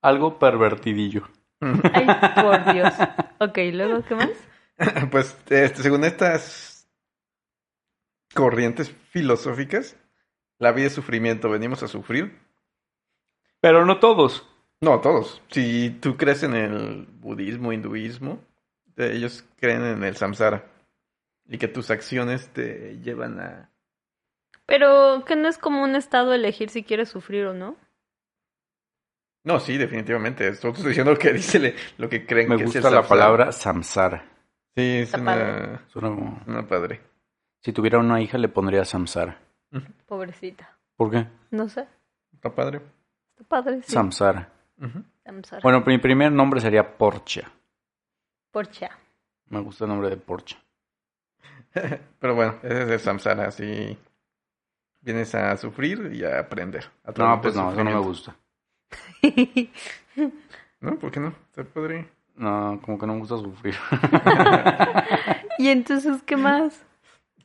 Speaker 3: Algo pervertidillo.
Speaker 1: Ay, por Dios. Ok, luego, ¿qué más?
Speaker 2: Pues este, según estas corrientes filosóficas, la vida es sufrimiento, venimos a sufrir.
Speaker 3: Pero no todos.
Speaker 2: No, todos. Si tú crees en el budismo, hinduismo, eh, ellos creen en el samsara. Y que tus acciones te llevan a...
Speaker 1: Pero que no es como un estado elegir si quieres sufrir o no.
Speaker 2: No, sí, definitivamente. Estoy diciendo lo que dice le- lo que creen
Speaker 3: Me
Speaker 2: que es el
Speaker 3: gusta la
Speaker 2: samsara.
Speaker 3: palabra samsara.
Speaker 2: Sí, es
Speaker 1: Está
Speaker 2: una,
Speaker 3: Suena como-
Speaker 2: una padre.
Speaker 3: Si tuviera una hija le pondría samsara.
Speaker 1: Pobrecita.
Speaker 3: ¿Por qué?
Speaker 1: No sé.
Speaker 2: Está padre.
Speaker 1: Está padre. Sí.
Speaker 3: Samsara.
Speaker 2: Ujú.
Speaker 1: Samsara.
Speaker 3: Bueno, mi primer nombre sería Porcha.
Speaker 1: Porcha.
Speaker 3: Me gusta el nombre de Porcha.
Speaker 2: Pero bueno, ese es el samsara, así vienes a sufrir y a aprender. A través
Speaker 3: No, pues
Speaker 2: del
Speaker 3: no, eso no me
Speaker 2: sufrimiento.
Speaker 3: gusta.
Speaker 2: ¿No? ¿Por qué no? Está padre.
Speaker 3: No, como que no me gusta sufrir.
Speaker 1: y entonces, ¿qué más?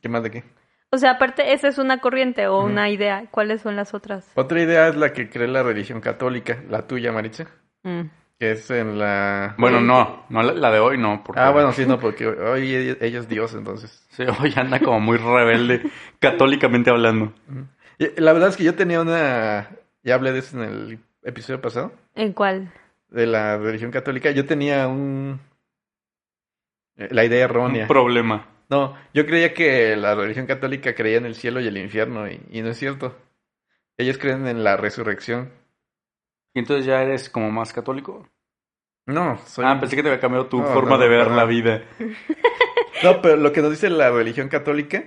Speaker 2: ¿Qué más de qué?
Speaker 1: O sea, aparte, esa es una corriente o
Speaker 2: Ujú.
Speaker 1: una idea. ¿Cuáles son las otras?
Speaker 2: Otra idea es la que cree la religión católica, la tuya, Maritza,
Speaker 1: Mm.
Speaker 2: que es en la...
Speaker 3: Bueno, no, no la, la de hoy no. Porque,
Speaker 2: Ah, bueno, sí, no, porque hoy ella ella es Dios, entonces.
Speaker 3: Sí, hoy anda como muy rebelde, católicamente hablando.
Speaker 2: Y la verdad es que yo tenía una... Ya hablé de eso en el episodio pasado,
Speaker 1: ¿En cuál?
Speaker 2: de la religión católica. Yo tenía un... eh, La idea errónea.
Speaker 3: Un problema.
Speaker 2: No, yo creía que la religión católica creía en el cielo y el infierno, y, y no es cierto. Ellos creen en la resurrección.
Speaker 3: Y entonces ya eres como más católico.
Speaker 2: No, soy...
Speaker 3: Ah, pensé que te había cambiado tu
Speaker 2: No, no,
Speaker 3: forma de ver
Speaker 2: no.
Speaker 3: la vida.
Speaker 2: No, pero lo que nos dice la religión católica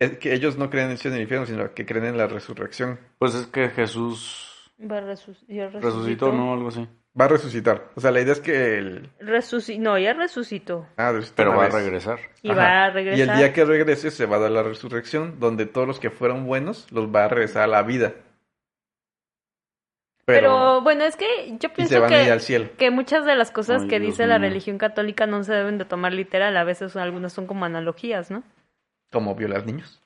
Speaker 2: es que ellos no creen en el cielo y el infierno, sino que creen en la resurrección.
Speaker 3: Pues es que Jesús
Speaker 1: Va, resus- ya
Speaker 3: resucitó, ¿no? Algo así.
Speaker 2: Va a resucitar. O sea, la idea es que el...
Speaker 1: Resuci- no, ya resucitó.
Speaker 2: Ah, resucita
Speaker 3: Pero
Speaker 2: una
Speaker 3: va a
Speaker 2: vez.
Speaker 3: regresar.
Speaker 1: Y
Speaker 2: Ajá.
Speaker 1: va a
Speaker 2: Y el
Speaker 1: regresar.
Speaker 2: día que regrese se va a dar la resurrección, donde todos los que fueron buenos los va a regresar a la vida.
Speaker 1: Pero...
Speaker 2: Pero...
Speaker 1: bueno, es que yo
Speaker 2: Y se
Speaker 1: pienso
Speaker 2: van a ir
Speaker 1: que,
Speaker 2: al cielo.
Speaker 1: que muchas de las cosas
Speaker 3: Ay,
Speaker 1: que
Speaker 3: Dios
Speaker 1: dice la
Speaker 3: mío.
Speaker 1: religión católica no se deben de tomar literal. A veces algunas son como analogías, ¿no?
Speaker 2: Como violar niños.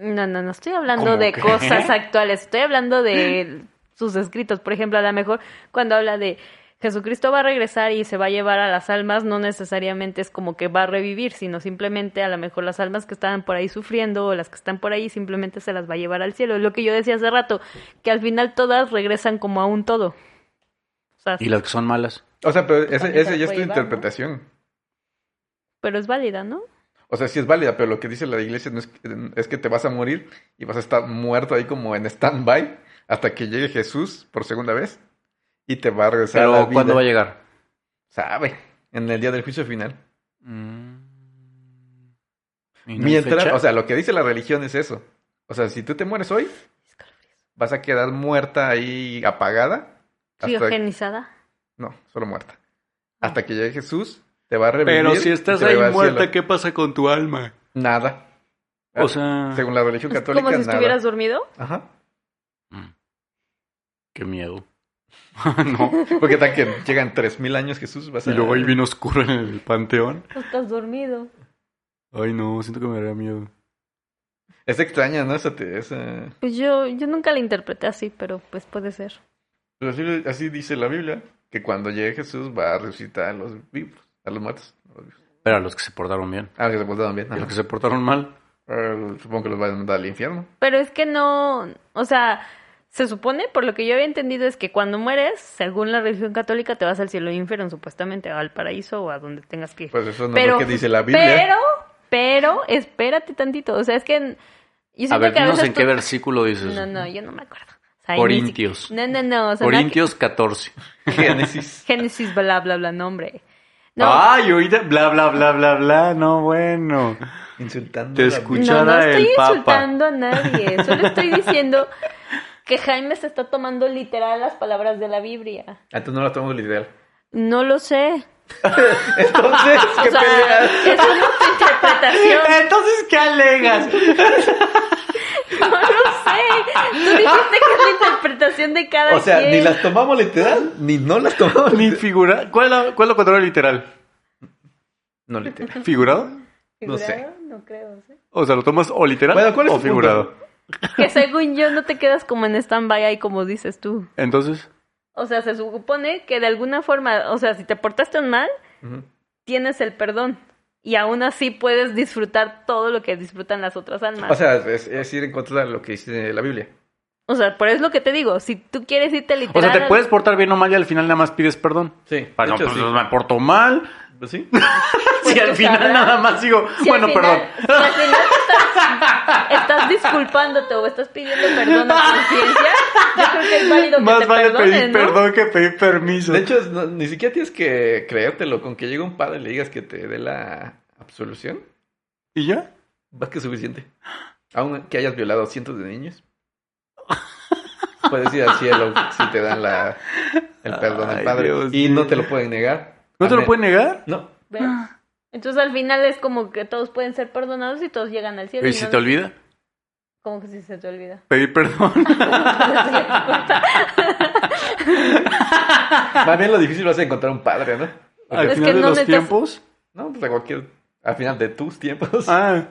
Speaker 1: No, no, no estoy hablando
Speaker 3: ¿Cómo
Speaker 1: de
Speaker 3: qué?
Speaker 1: cosas actuales, estoy hablando de sus escritos. Por ejemplo, a lo mejor cuando habla de Jesucristo va a regresar y se va a llevar a las almas, no necesariamente es como que va a revivir, sino simplemente a lo mejor las almas que estaban por ahí sufriendo o las que están por ahí simplemente se las va a llevar al cielo. Es lo que yo decía hace rato, que al final todas regresan como a un todo. O sea,
Speaker 3: Y las que son malas.
Speaker 2: O sea, pero ese-
Speaker 1: también se
Speaker 2: esa
Speaker 1: la
Speaker 2: ya
Speaker 1: puede
Speaker 2: es
Speaker 1: llevar,
Speaker 2: tu
Speaker 1: ¿no?
Speaker 2: interpretación.
Speaker 1: pero es válida, ¿no?
Speaker 2: O sea, sí es válida, pero lo que dice la iglesia no es, que- es que te vas a morir y vas a estar muerto ahí como en stand-by hasta que llegue Jesús por segunda vez y te va a regresar a la
Speaker 3: Pero
Speaker 2: vida.
Speaker 3: ¿cuándo va a llegar?
Speaker 2: Sabe, en el día del juicio final.
Speaker 3: Mm. ¿Y no hay
Speaker 2: Mientras,
Speaker 3: fecha?
Speaker 2: o sea, lo que dice la religión es eso. O sea, si tú te mueres hoy, vas a quedar muerta ahí apagada. Hasta,
Speaker 1: Criogenizada.
Speaker 2: no, solo muerta. Hasta que llegue Jesús, te va a revivir.
Speaker 3: Pero si
Speaker 2: y
Speaker 3: estás
Speaker 2: te va a
Speaker 3: ahí
Speaker 2: llevar al
Speaker 3: muerta,
Speaker 2: cielo.
Speaker 3: ¿qué pasa con tu alma?
Speaker 2: Nada. Ah,
Speaker 3: O sea,
Speaker 2: Según la religión
Speaker 1: Es
Speaker 2: católica,
Speaker 1: como si
Speaker 2: nada.
Speaker 1: estuvieras dormido.
Speaker 2: Ajá.
Speaker 3: Mm. qué miedo. no.
Speaker 2: Porque tan que llegan 3.000 años Jesús, vas a...
Speaker 3: Y luego ahí bien oscuro en el panteón.
Speaker 1: No estás dormido.
Speaker 3: Ay, no, siento que me daría miedo.
Speaker 2: Es extraña, ¿no? Esa te- esa-
Speaker 1: Pues yo, yo nunca la interpreté así, pero pues puede ser.
Speaker 2: Pero así, así dice la Biblia, que cuando llegue Jesús va a resucitar a los vivos, a los muertos. a los vivos.
Speaker 3: Pero a los que se portaron bien.
Speaker 2: Ah, que se portaron bien.
Speaker 3: Y a los
Speaker 2: ajá.
Speaker 3: que se portaron mal.
Speaker 2: Eh, supongo que los van a mandar al infierno.
Speaker 1: Pero es que no, o sea, se supone, por lo que yo había entendido, es que cuando mueres, según la religión católica, te vas al cielo e infierno, supuestamente, o al paraíso o a donde tengas que ir.
Speaker 2: Pues eso no
Speaker 1: Pero-
Speaker 2: es lo que dice la Biblia.
Speaker 1: Pero, pero, espérate tantito. O sea, es que Yo
Speaker 3: A
Speaker 1: siento
Speaker 3: ver,
Speaker 1: que
Speaker 3: dinos
Speaker 1: veces
Speaker 3: en qué
Speaker 1: tú-
Speaker 3: versículo dices.
Speaker 1: No,
Speaker 3: eso.
Speaker 1: no, yo no me acuerdo. O sea,
Speaker 3: Corintios.
Speaker 1: ni si- No, no, no. O sea, nada que-
Speaker 3: Corintios 14.
Speaker 2: Génesis.
Speaker 1: Génesis, bla, bla, bla, nombre. No,
Speaker 3: Ay, ahorita, bla, bla, bla, bla, bla, no, bueno.
Speaker 2: Insultando.
Speaker 3: Te
Speaker 2: a la-
Speaker 3: escucho.
Speaker 1: no, no
Speaker 3: cuchara
Speaker 1: estoy
Speaker 3: del papa.
Speaker 1: insultando a nadie. Solo estoy diciendo que Jaime se está tomando literal las palabras de la Biblia.
Speaker 2: Antes Ah, no la tomamos literal.
Speaker 1: No lo sé.
Speaker 2: Entonces, ¿qué
Speaker 1: O sea,
Speaker 2: peleas?
Speaker 1: es una tu interpretación.
Speaker 3: Entonces, ¿qué alegas?
Speaker 1: No lo sé. Tú dijiste que es la interpretación de cada
Speaker 2: O sea,
Speaker 1: quien.
Speaker 2: ni las tomamos literal, ni no las tomamos
Speaker 3: Ni
Speaker 2: literal.
Speaker 3: figura. ¿Cuál es la- cuál es lo contrario literal?
Speaker 2: No literal.
Speaker 3: ¿Figurado?
Speaker 2: no sé.
Speaker 1: ¿Figurado? No creo, sí.
Speaker 3: O sea, ¿lo tomas o literal
Speaker 2: Bueno, ¿cuál es
Speaker 3: o
Speaker 2: tu punto?
Speaker 3: figurado?
Speaker 1: Que según yo no te quedas como en stand-by ahí como dices tú.
Speaker 3: Entonces,
Speaker 1: O sea, se supone que de alguna forma, o sea, si te portaste mal,
Speaker 2: Ujú.
Speaker 1: tienes el perdón. Y aún así puedes disfrutar todo lo que disfrutan las otras almas.
Speaker 2: O sea, es, es ir en contra de lo que dice la Biblia.
Speaker 1: O sea, por eso es lo que te digo. Si tú quieres irte
Speaker 3: o
Speaker 1: literal...
Speaker 3: sea, te
Speaker 1: al-
Speaker 3: puedes portar bien o mal y al final nada más pides perdón.
Speaker 2: Sí. de
Speaker 3: Ah, no,
Speaker 2: hecho,
Speaker 3: pues
Speaker 2: sí.
Speaker 3: me porto mal.
Speaker 2: Pues sí.
Speaker 1: Pues
Speaker 3: si al
Speaker 1: tú
Speaker 3: final
Speaker 1: sabrás.
Speaker 3: nada más digo,
Speaker 1: Si al
Speaker 3: bueno,
Speaker 1: final-
Speaker 3: perdón.
Speaker 1: si al final estás, estás disculpándote o estás pidiendo perdón a conciencia, yo creo que es válido que te
Speaker 3: Más vale
Speaker 1: perdonen,
Speaker 3: pedir
Speaker 1: ¿no?
Speaker 3: perdón que pedir permiso.
Speaker 2: De hecho, no- ni siquiera tienes que creértelo. Con que llegue un padre y le digas que te dé la absolución,
Speaker 3: ¿Y ya?
Speaker 2: más que suficiente. Aún que hayas violado a cientos de niños, puedes ir al cielo si te dan la, el perdón
Speaker 3: Ay,
Speaker 2: al padre.
Speaker 3: Dios
Speaker 2: y
Speaker 3: mío.
Speaker 2: no te lo pueden negar.
Speaker 3: ¿No te
Speaker 2: A
Speaker 3: lo
Speaker 2: men-
Speaker 3: pueden negar?
Speaker 2: No.
Speaker 1: ¿Ves? Entonces al final es como que todos pueden ser perdonados y todos llegan al cielo.
Speaker 3: ¿Y
Speaker 1: y
Speaker 3: si
Speaker 1: no-
Speaker 3: te olvida?
Speaker 1: Como que si se te olvida.
Speaker 3: Pedir perdón.
Speaker 2: Más bien lo difícil va a ser encontrar un padre, ¿no?
Speaker 3: Al
Speaker 1: Es
Speaker 3: final
Speaker 1: que
Speaker 3: de
Speaker 1: no
Speaker 3: los
Speaker 1: necesitas-
Speaker 3: tiempos.
Speaker 2: No, pues a cualquier. Al final de tus tiempos.
Speaker 3: Ah.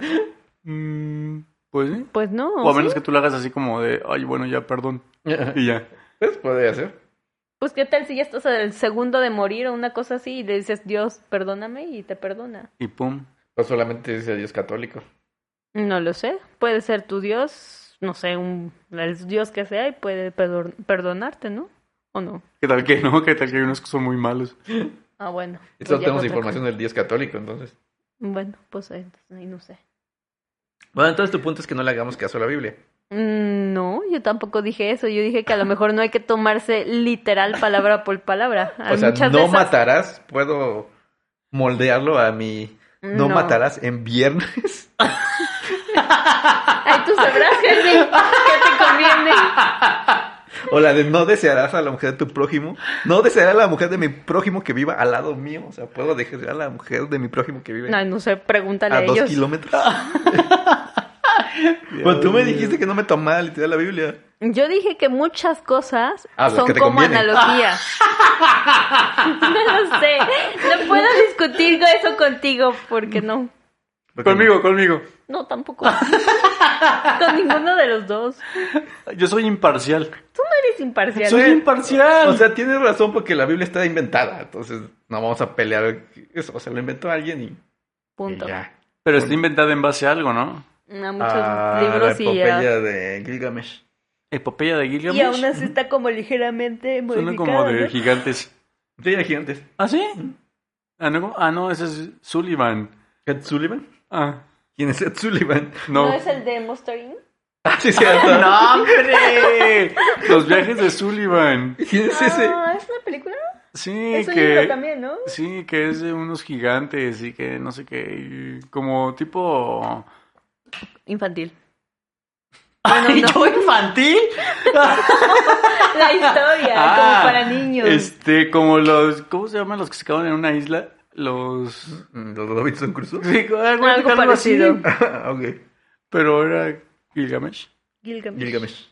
Speaker 3: Mm, pues sí.
Speaker 1: Pues no.
Speaker 3: O a
Speaker 1: ¿sí?
Speaker 3: menos que tú lo hagas así como de, ay, bueno, ya, perdón. Y ya.
Speaker 2: Pues podría ser.
Speaker 1: Pues qué tal si ya estás al segundo de morir o una cosa así y le dices Dios, perdóname y te perdona.
Speaker 3: Y pum.
Speaker 2: O solamente dice Dios católico.
Speaker 1: No lo sé. Puede ser tu Dios, no sé, un, el Dios que sea y puede perdon- perdonarte, ¿no? ¿O no?
Speaker 3: ¿Qué tal que no? ¿Qué tal que hay unos que son muy malos?
Speaker 1: Ah, bueno.
Speaker 2: Y
Speaker 1: pues
Speaker 2: solo
Speaker 1: ya
Speaker 2: tenemos
Speaker 1: es otra
Speaker 2: información del Dios católico, entonces.
Speaker 1: cosa. Bueno, pues ahí ahí no sé.
Speaker 2: Bueno, entonces tu punto es que no le hagamos caso a la Biblia.
Speaker 1: Mm, No, yo tampoco dije eso. Yo dije que a lo mejor no hay que tomarse literal palabra por palabra. Hay
Speaker 2: O sea,
Speaker 1: Ah, muchas
Speaker 2: no
Speaker 1: de esas-
Speaker 2: matarás, puedo moldearlo a mi. No,
Speaker 1: No.
Speaker 2: matarás en viernes.
Speaker 1: Ay, tú sabrás, Henry, qué te conviene.
Speaker 2: O la de no desearás a la mujer de tu prójimo. No desearás a la mujer de mi prójimo que viva al lado mío. O sea, puedo desear a la mujer de mi prójimo que vive
Speaker 1: No, no sé, pregúntale a,
Speaker 2: a dos
Speaker 1: ellos.
Speaker 2: kilómetros. Pero tú me dijiste que no me tomara literal la Biblia.
Speaker 1: Yo dije que muchas cosas
Speaker 2: Ah, las
Speaker 1: son
Speaker 2: que te
Speaker 1: como
Speaker 2: convienen.
Speaker 1: analogía. no lo sé. No puedo discutir eso contigo porque no.
Speaker 2: Porque-
Speaker 3: Conmigo, conmigo.
Speaker 1: No, tampoco. Con ninguno de los dos.
Speaker 3: Yo soy imparcial.
Speaker 1: Eres imparcial.
Speaker 3: Soy
Speaker 2: O
Speaker 3: imparcial.
Speaker 2: sea, tienes razón porque la Biblia está inventada. Entonces, no vamos a pelear eso. O sea, lo inventó alguien y- y,
Speaker 1: Punto.
Speaker 2: ya.
Speaker 3: Pero está inventada en base a algo, ¿no?
Speaker 1: A muchos
Speaker 2: Ah,
Speaker 1: libros
Speaker 2: la
Speaker 1: y a-
Speaker 2: epopeya de Gilgamesh.
Speaker 3: Epopeya de Gilgamesh.
Speaker 1: Y aún así está como ligeramente
Speaker 3: Suena
Speaker 1: modificado.
Speaker 3: como de
Speaker 1: ¿no?
Speaker 3: gigantes.
Speaker 2: Sí, era gigantes.
Speaker 3: ¿Ah, sí? Ah, no, ah, no, ese es Sullivan.
Speaker 2: Ed Sullivan.
Speaker 3: Ah,
Speaker 2: ¿Quién es Ed Sullivan?
Speaker 3: no.
Speaker 1: ¿No es el de Mustering?
Speaker 2: Ah, sí, cierto.
Speaker 3: ¡No, hombre! Los viajes de Sullivan.
Speaker 2: ¿Quién es ese?
Speaker 1: Ah, ¿es una película?
Speaker 3: Sí,
Speaker 1: Es un libro
Speaker 3: que.
Speaker 1: también, ¿no?
Speaker 3: Sí, que es de unos gigantes y que no sé qué. y como tipo.
Speaker 1: Infantil.
Speaker 3: ¡Ay,
Speaker 1: no.
Speaker 3: yo infantil!
Speaker 1: La historia,
Speaker 3: Ah,
Speaker 1: como para niños.
Speaker 3: Este, como los. ¿Cómo se llaman los que se acaban en una isla? Los.
Speaker 2: Mm, ¿Los Robinson Crusoe?
Speaker 3: Sí, algo,
Speaker 1: Algo
Speaker 3: algo así.
Speaker 1: parecido.
Speaker 2: Ah, ok.
Speaker 3: Pero era Gilgamesh.
Speaker 1: Gilgamesh.
Speaker 2: Gilgamesh.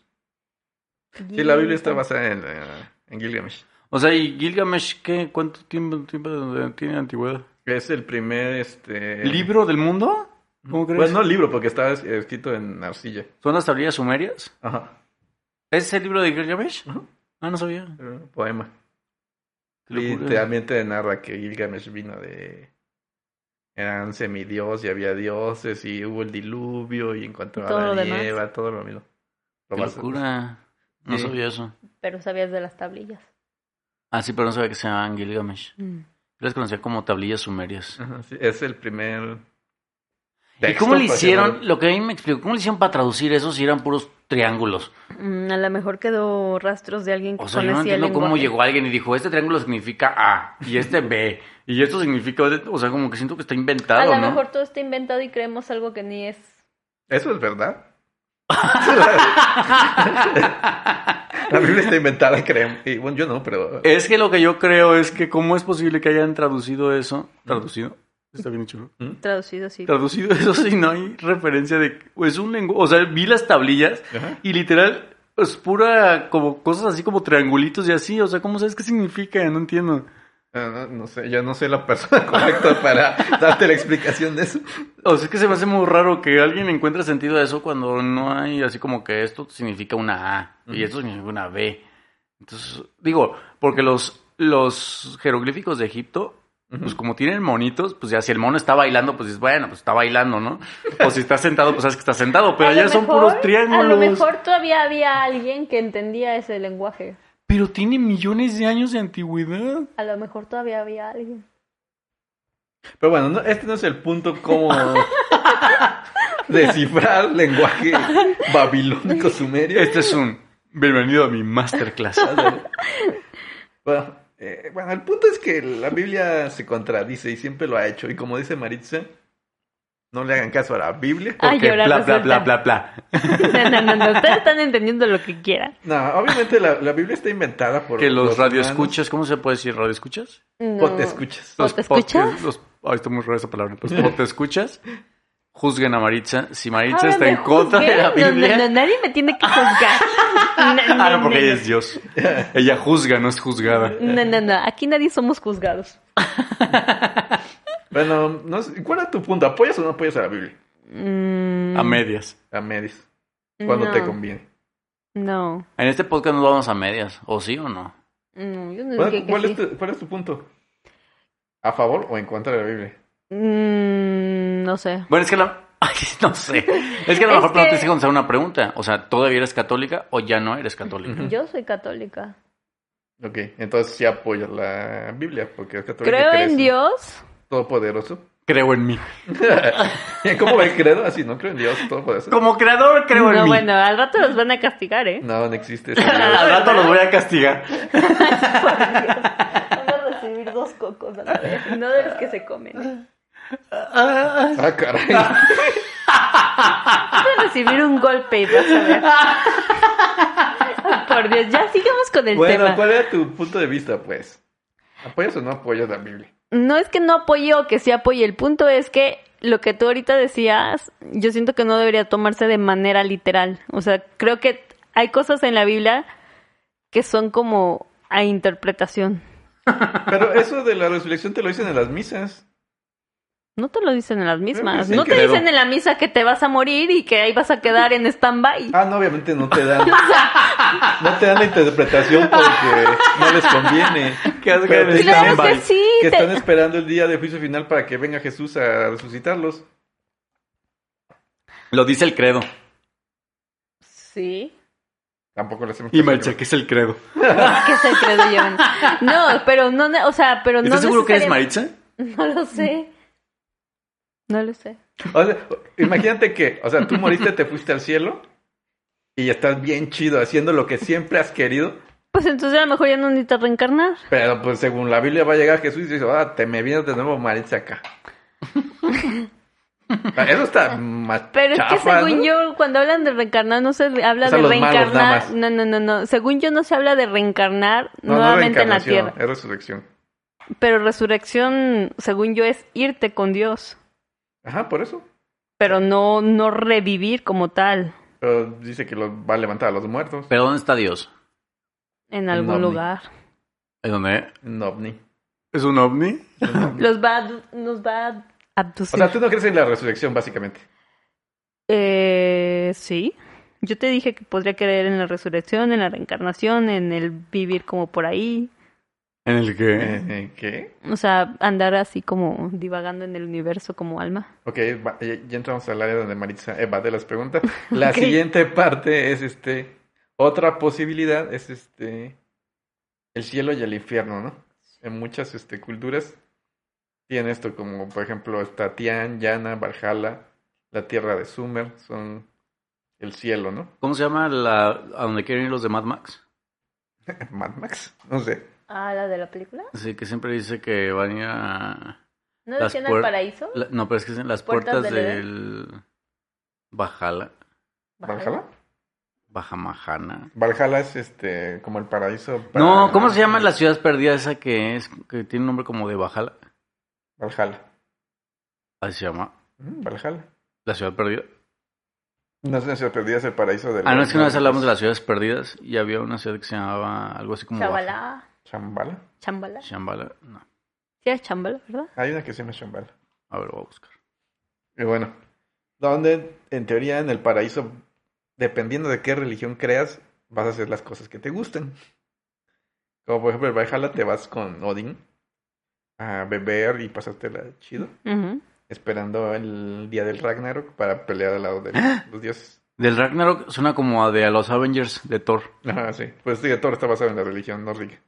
Speaker 2: Sí, la Biblia está basada en, eh, en Gilgamesh.
Speaker 3: O sea, ¿y Gilgamesh qué? ¿Cuánto tiempo, tiempo de- tiene de antigüedad?
Speaker 2: Es el primer, este...
Speaker 3: ¿Libro del mundo? ¿Cómo crees?
Speaker 2: Pues no libro, porque estaba es- escrito en arcilla.
Speaker 3: ¿Son las tablillas sumerias?
Speaker 2: Ajá.
Speaker 3: ¿Ese ¿Es el libro de Gilgamesh?
Speaker 2: Ajá.
Speaker 3: Ah, no sabía.
Speaker 2: Era un Eh, poema.
Speaker 3: Qué
Speaker 2: Y
Speaker 3: locura.
Speaker 2: te- también te narra que Gilgamesh vino de... Eran semidios y había dioses y hubo el diluvio y en cuanto
Speaker 1: Y
Speaker 2: a
Speaker 1: todo lo
Speaker 2: la
Speaker 1: demás.
Speaker 2: nieva, todo lo mismo. Lo
Speaker 3: Qué
Speaker 2: vas-
Speaker 3: locura. No
Speaker 2: Sí.
Speaker 3: sabía eso.
Speaker 1: Pero sabías de las tablillas.
Speaker 3: Ah, sí, pero no sabía que se llamaban Gilgamesh. Yo las conocía como tablillas sumerias.
Speaker 2: Ajá, sí, es el primer...
Speaker 3: ¿Y cómo le hicieron? Lo que a mí me explicó, ¿cómo le hicieron para traducir eso si eran puros triángulos?
Speaker 1: Mm, a lo mejor quedó rastros de alguien que
Speaker 3: O sea, yo no
Speaker 1: conocía el
Speaker 3: entiendo cómo
Speaker 1: lenguaje.
Speaker 3: llegó alguien y dijo, este triángulo significa A y este B y esto significa, o sea, como que siento que está
Speaker 1: A
Speaker 3: inventado,
Speaker 1: lo
Speaker 3: ¿no?
Speaker 1: mejor todo está inventado y creemos algo que ni es.
Speaker 2: Eso es verdad. la Biblia está inventada, creen. Y, bueno, yo no, pero...
Speaker 3: Es que lo que yo creo es que cómo es posible que hayan traducido eso. Traducido. Está bien chulo.
Speaker 1: Traducido, sí.
Speaker 3: Traducido eso si no hay referencia de... Es un lenguaje... O sea, vi las tablillas
Speaker 2: Ajá.
Speaker 3: y literal es pura como cosas así como triangulitos y así. O sea, ¿cómo sabes qué significa? No entiendo.
Speaker 2: Ah, No, no sé, yo no soy la persona correcta para darte la explicación de eso.
Speaker 3: O sea, es que se me hace muy raro que alguien encuentre sentido a eso cuando no hay así como que esto significa una A y
Speaker 2: Ujú.
Speaker 3: esto significa una B. Entonces, digo, porque los, los jeroglíficos de Egipto, pues como tienen monitos, pues ya si el mono está bailando, pues dices, bueno, pues está bailando, ¿no? O si está sentado, pues sabes que está sentado, pero
Speaker 1: A
Speaker 3: ya
Speaker 1: lo
Speaker 3: son
Speaker 1: mejor-
Speaker 3: puros
Speaker 1: A lo
Speaker 3: triángulos.
Speaker 1: mejor todavía había alguien que entendía ese lenguaje.
Speaker 3: Pero tiene millones de años de antigüedad.
Speaker 1: A lo mejor todavía había alguien.
Speaker 2: Pero bueno, no- este no es el punto como descifrar lenguaje babilónico sumerio.
Speaker 3: Este es un bienvenido a mi masterclass.
Speaker 2: Bueno, eh, bueno, el punto es que la Biblia se contradice y siempre lo ha hecho. Y como dice Maritza, no le hagan caso a la Biblia.
Speaker 1: Ay,
Speaker 3: Porque
Speaker 1: ahora
Speaker 3: bla, bla,
Speaker 1: resulta.
Speaker 3: bla, bla, bla.
Speaker 1: No, no, no, no, Ustedes están entendiendo lo que quieran.
Speaker 2: No, obviamente la, la Biblia está inventada por
Speaker 3: Que los
Speaker 2: humanos.
Speaker 3: radioescuchas, ¿cómo se puede decir radioescuchas?
Speaker 1: No.
Speaker 2: O te escuchas.
Speaker 1: ¿O
Speaker 3: Los
Speaker 1: te escuchas?
Speaker 3: podcast- los- ay, está muy rara esa palabra. Los te escuchas, juzguen a Maritza. Si Maritza
Speaker 1: Ahora
Speaker 3: está
Speaker 1: me
Speaker 3: en contra de la
Speaker 1: juzgué. No,
Speaker 3: Biblia.
Speaker 1: no, no, nadie me tiene que juzgar. No,
Speaker 3: Ah,
Speaker 1: no,
Speaker 3: no, porque
Speaker 1: no,
Speaker 3: ella es Dios. Ella juzga, no es juzgada.
Speaker 1: no, no, no, aquí nadie somos juzgados.
Speaker 2: Bueno, no sé, ¿cuál es tu punto? ¿Apoyas o no apoyas a la Biblia?
Speaker 1: Mm,
Speaker 3: A medias.
Speaker 2: A medias. Cuando
Speaker 1: no,
Speaker 2: te conviene.
Speaker 1: No,
Speaker 3: En este podcast no vamos a medias. ¿O sí o no?
Speaker 1: no, Mm, yo no
Speaker 2: ¿Cuál,
Speaker 1: dije que
Speaker 2: cuál
Speaker 1: sí.
Speaker 2: es tu, cuál es tu punto? ¿A favor o en contra de la Biblia?
Speaker 1: Mm, no sé.
Speaker 3: Bueno, es que la. Ay, no sé. Es que a lo
Speaker 1: Es
Speaker 3: mejor no te
Speaker 1: que-
Speaker 3: hice contestar una pregunta. O sea, ¿todavía eres católica o ya no eres católica?
Speaker 2: Ujú.
Speaker 1: Yo soy católica.
Speaker 2: Ok, entonces sí apoyas la Biblia, porque es católico.
Speaker 1: Creo en Dios.
Speaker 2: Todopoderoso.
Speaker 3: Creo en mí.
Speaker 2: ¿Cómo ve el credo? Así, no creo en Dios, todopoderoso.
Speaker 3: Como creador, creo en
Speaker 1: no,
Speaker 3: mí.
Speaker 1: bueno, al rato los van a castigar, ¿eh?
Speaker 2: No, no existe ese Dios.
Speaker 3: Al rato los voy a castigar.
Speaker 1: Van a recibir dos cocos a la vez, no de los que se comen. Van
Speaker 2: Ah,
Speaker 1: Este
Speaker 2: caray.
Speaker 1: a recibir un golpe y vas a ver. Ay, Por Dios, ya sigamos con el
Speaker 2: Bueno,
Speaker 1: tema.
Speaker 2: ¿cuál era tu punto de vista, pues? ¿Apoyas o no apoyas la Biblia?
Speaker 1: No es que no apoye o que sí apoye, el punto es que lo que tú ahorita decías, yo siento que no debería tomarse de manera literal. O sea, creo que hay cosas en la Biblia que son como a interpretación.
Speaker 2: Pero eso de la resurrección te lo dicen en las misas.
Speaker 1: No te lo dicen en las mismas.
Speaker 2: dicen
Speaker 1: No te
Speaker 2: que-
Speaker 1: dicen en la misa que te vas a morir y que ahí vas a quedar en stand-by.
Speaker 2: Ah, no, obviamente no te dan. No te dan la interpretación porque no les conviene.
Speaker 3: Qué asco
Speaker 2: Pero te
Speaker 3: de stand-by.
Speaker 2: están-
Speaker 1: Claro que sí.
Speaker 2: que
Speaker 1: te-
Speaker 2: están esperando el día de juicio final para que venga Jesús a resucitarlos.
Speaker 3: Lo dice el credo.
Speaker 1: Sí.
Speaker 2: Tampoco les hacemos
Speaker 3: Y
Speaker 2: caso.
Speaker 3: Maritza, ¿qué es el credo?
Speaker 1: Pues ¿Qué se credo llevan? No, pero no, ne- o sea, pero no.
Speaker 3: ¿Estás seguro que eres
Speaker 1: necesariamente-
Speaker 3: Maritza?
Speaker 1: No lo sé. No lo sé.
Speaker 2: O sea, imagínate que, o sea, tú moriste, te fuiste al cielo y estás bien chido haciendo lo que siempre has querido,
Speaker 1: Pues entonces a lo mejor ya no necesitas reencarnar.
Speaker 2: pero pues según la Biblia va a llegar Jesús y dice, ah, te me vienes de nuevo Maritza acá. Ah, Eso está más
Speaker 1: Pero es que
Speaker 2: chafa,
Speaker 1: según
Speaker 2: ¿no?
Speaker 1: yo, cuando hablan de reencarnar, no se habla
Speaker 2: O sea,
Speaker 1: de
Speaker 2: los malos nada
Speaker 1: reencarnar.
Speaker 2: más.
Speaker 1: No, no, no, no. Según yo, no se habla de reencarnar
Speaker 2: No, no
Speaker 1: nuevamente en la
Speaker 2: reencarnación,
Speaker 1: tierra.
Speaker 2: Es resurrección.
Speaker 1: Pero resurrección, según yo, es irte con Dios.
Speaker 2: Ajá, por eso.
Speaker 1: Pero no, no revivir como tal
Speaker 2: Pero dice que los va a levantar a los muertos.
Speaker 3: ¿Pero dónde está Dios?
Speaker 1: en algún
Speaker 2: ovni.
Speaker 1: lugar.
Speaker 3: ¿En dónde?
Speaker 2: Un ovni.
Speaker 3: ¿Es un ovni?
Speaker 1: Los va a, abdu- nos va a
Speaker 2: O
Speaker 1: abducir.
Speaker 2: sea, tú no crees en la resurrección, básicamente.
Speaker 1: Eh, sí. Yo te dije que podría creer en la resurrección, en la reencarnación, en el vivir como por ahí.
Speaker 3: ¿En el que?
Speaker 2: Eh, ¿Qué?
Speaker 1: O sea, andar así como divagando en el universo como alma.
Speaker 2: Ok, va- ya, ya entramos al área donde Maritza evade las preguntas. La
Speaker 1: Ok.
Speaker 2: siguiente parte es este. Otra posibilidad es este. El cielo y el infierno, ¿no? En muchas este, culturas tiene esto, como por ejemplo está Tian, Yana, Valhalla, la tierra de Sumer, son el cielo, ¿no?
Speaker 3: ¿Cómo se llama la, a donde quieren ir los de Mad Max?
Speaker 2: Mad Max, no sé.
Speaker 1: Ah, la de la película.
Speaker 3: Así que siempre dice que van a ir a...
Speaker 1: ¿No
Speaker 3: Las
Speaker 1: decían al
Speaker 3: puer-
Speaker 1: paraíso?
Speaker 3: la- no, pero es que es en las
Speaker 1: Puertas
Speaker 3: puertas,
Speaker 1: del
Speaker 3: del... Bajala.
Speaker 2: ¿Valhalla?
Speaker 3: Bajamajana.
Speaker 2: Valhalla es este, como el paraíso. para-
Speaker 3: No, ¿cómo se llama la ciudad perdida esa que es? Que tiene un nombre como de Bajala.
Speaker 2: Valhalla.
Speaker 3: Así se llama.
Speaker 2: Mm, Valhalla.
Speaker 3: La ciudad perdida.
Speaker 2: No sé si otro día es el paraíso del.
Speaker 3: Ah, no, es que una vez hablamos de las ciudades perdidas y había una ciudad que se llamaba algo así como... Baja-
Speaker 1: Chabalá.
Speaker 2: Chambala.
Speaker 1: Chambala. Sí,
Speaker 3: Shambhala. No.
Speaker 1: era Chambala, ¿verdad?
Speaker 2: Hay una que se llama Chambala.
Speaker 3: A ver, voy a buscar.
Speaker 2: Y bueno, donde en teoría en el paraíso, dependiendo de qué religión creas, vas a hacer las cosas que te gusten. Como por ejemplo, el Valhalla te vas con Odín a beber y pasártela chido,
Speaker 1: Ujú.
Speaker 2: esperando el día del Ragnarok para pelear al lado de los dioses.
Speaker 3: Del Ragnarok suena como a de a los Avengers de Thor.
Speaker 2: Ajá, sí. Pues digo, todo está basado en la religión nórdica.